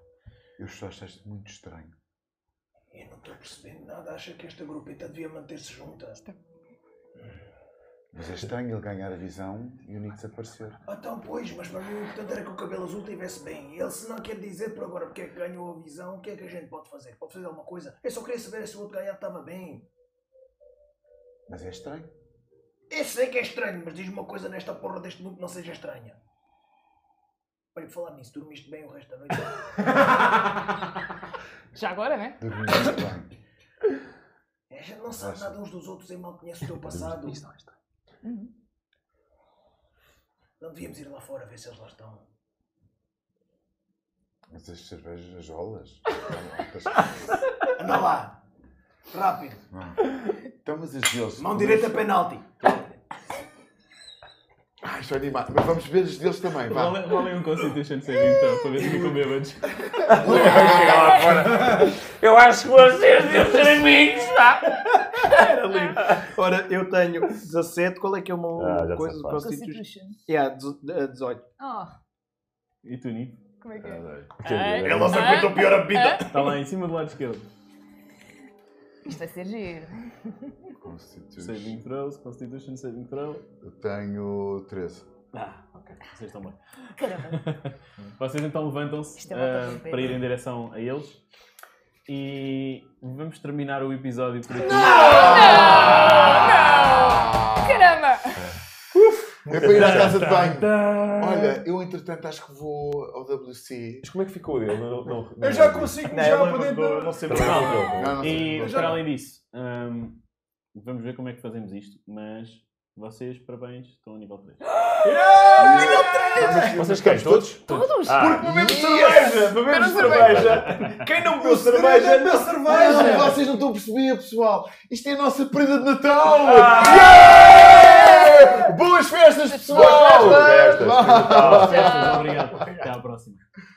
Speaker 2: Eu só achaste muito estranho.
Speaker 5: Eu não estou percebendo nada. Acha que esta grupeta devia manter-se junta?
Speaker 2: Mas é estranho ele ganhar a visão e o Nick desaparecer.
Speaker 5: Então, pois, mas para mim o importante era que o cabelo azul estivesse bem. Ele, se não quer dizer por agora porque é que ganhou a visão, o que é que a gente pode fazer? Pode fazer alguma coisa? Eu só queria saber se o outro ganhado estava bem.
Speaker 2: Mas é estranho.
Speaker 5: Eu sei que é estranho, mas diz-me uma coisa nesta porra deste mundo que não seja estranha. Olha, por falar nisso, dormiste bem o resto da noite?
Speaker 4: Já agora, né?
Speaker 2: Dormir muito bem.
Speaker 5: A gente É, não sabe nada uns dos outros e mal conhece o teu passado.
Speaker 18: Isto não é estranho.
Speaker 4: Uhum.
Speaker 5: Não devíamos ir lá fora ver se eles lá estão.
Speaker 2: Mas as cervejas, as olas.
Speaker 5: Anda lá! Rápido!
Speaker 2: Não. Então, mas as deles.
Speaker 5: Mão direita, penalti!
Speaker 2: Ai, estou animado. Mas vamos ver as deles também. Vá.
Speaker 1: Rolem rolem um Constitution Saving então, para ver se ficam bêbados.
Speaker 6: Eu acho que vocês deviam ser amigos, pá!
Speaker 19: Era lindo. Ora, eu tenho 17. Qual é que é uma
Speaker 6: Ah, já
Speaker 19: coisa do
Speaker 6: safaste.
Speaker 19: Constitution? Yeah, dezo- eh, 18.
Speaker 4: Oh,
Speaker 1: E tu, Nico?
Speaker 4: como é que
Speaker 2: Ah.
Speaker 4: é?
Speaker 6: Ela
Speaker 4: se aguentou pior a vida.
Speaker 1: Está Tá lá em cima do lado esquerdo.
Speaker 4: Isto vai ser giro.
Speaker 2: Constitution.
Speaker 1: Saving throws, Constitution saving throw.
Speaker 2: Eu tenho 13.
Speaker 1: Ah, ok. Vocês estão bem.
Speaker 4: Caramba.
Speaker 1: Vocês então levantam-se
Speaker 4: Isto é uma
Speaker 1: ah,
Speaker 4: torre de
Speaker 1: para ir
Speaker 4: pedra.
Speaker 1: em direção a eles. E vamos terminar o episódio por aqui.
Speaker 4: Ah, Não! Caramba!
Speaker 2: É para ir à casa de banho. Olha, eu entretanto acho que vou ao WC.
Speaker 6: Mas como é que ficou ele? Não, não, não,
Speaker 10: Eu já consigo
Speaker 19: Não, eu
Speaker 10: puxar para
Speaker 19: lembro do-
Speaker 10: dentro.
Speaker 19: eu
Speaker 10: da-
Speaker 19: não sei
Speaker 6: Não, não, não.
Speaker 2: Não, não sei.
Speaker 1: E
Speaker 2: Não sei.
Speaker 1: para além disso, hum, vamos ver como é que fazemos isto, mas vocês, parabéns, estão a nível 3.
Speaker 6: Vocês querem todos?
Speaker 4: Todos!
Speaker 6: Ah,
Speaker 19: Bebemos cerveja! Bebemos cerveja! Quem não bebeu cerveja, bebeu cerveja!
Speaker 2: Não, é vocês não estão a perceber, pessoal. Isto é a nossa prenda de Natal. Yeah! Boas festas, pessoal!
Speaker 6: festas.
Speaker 4: Ah.
Speaker 1: Obrigado, obrigado. Até à próxima.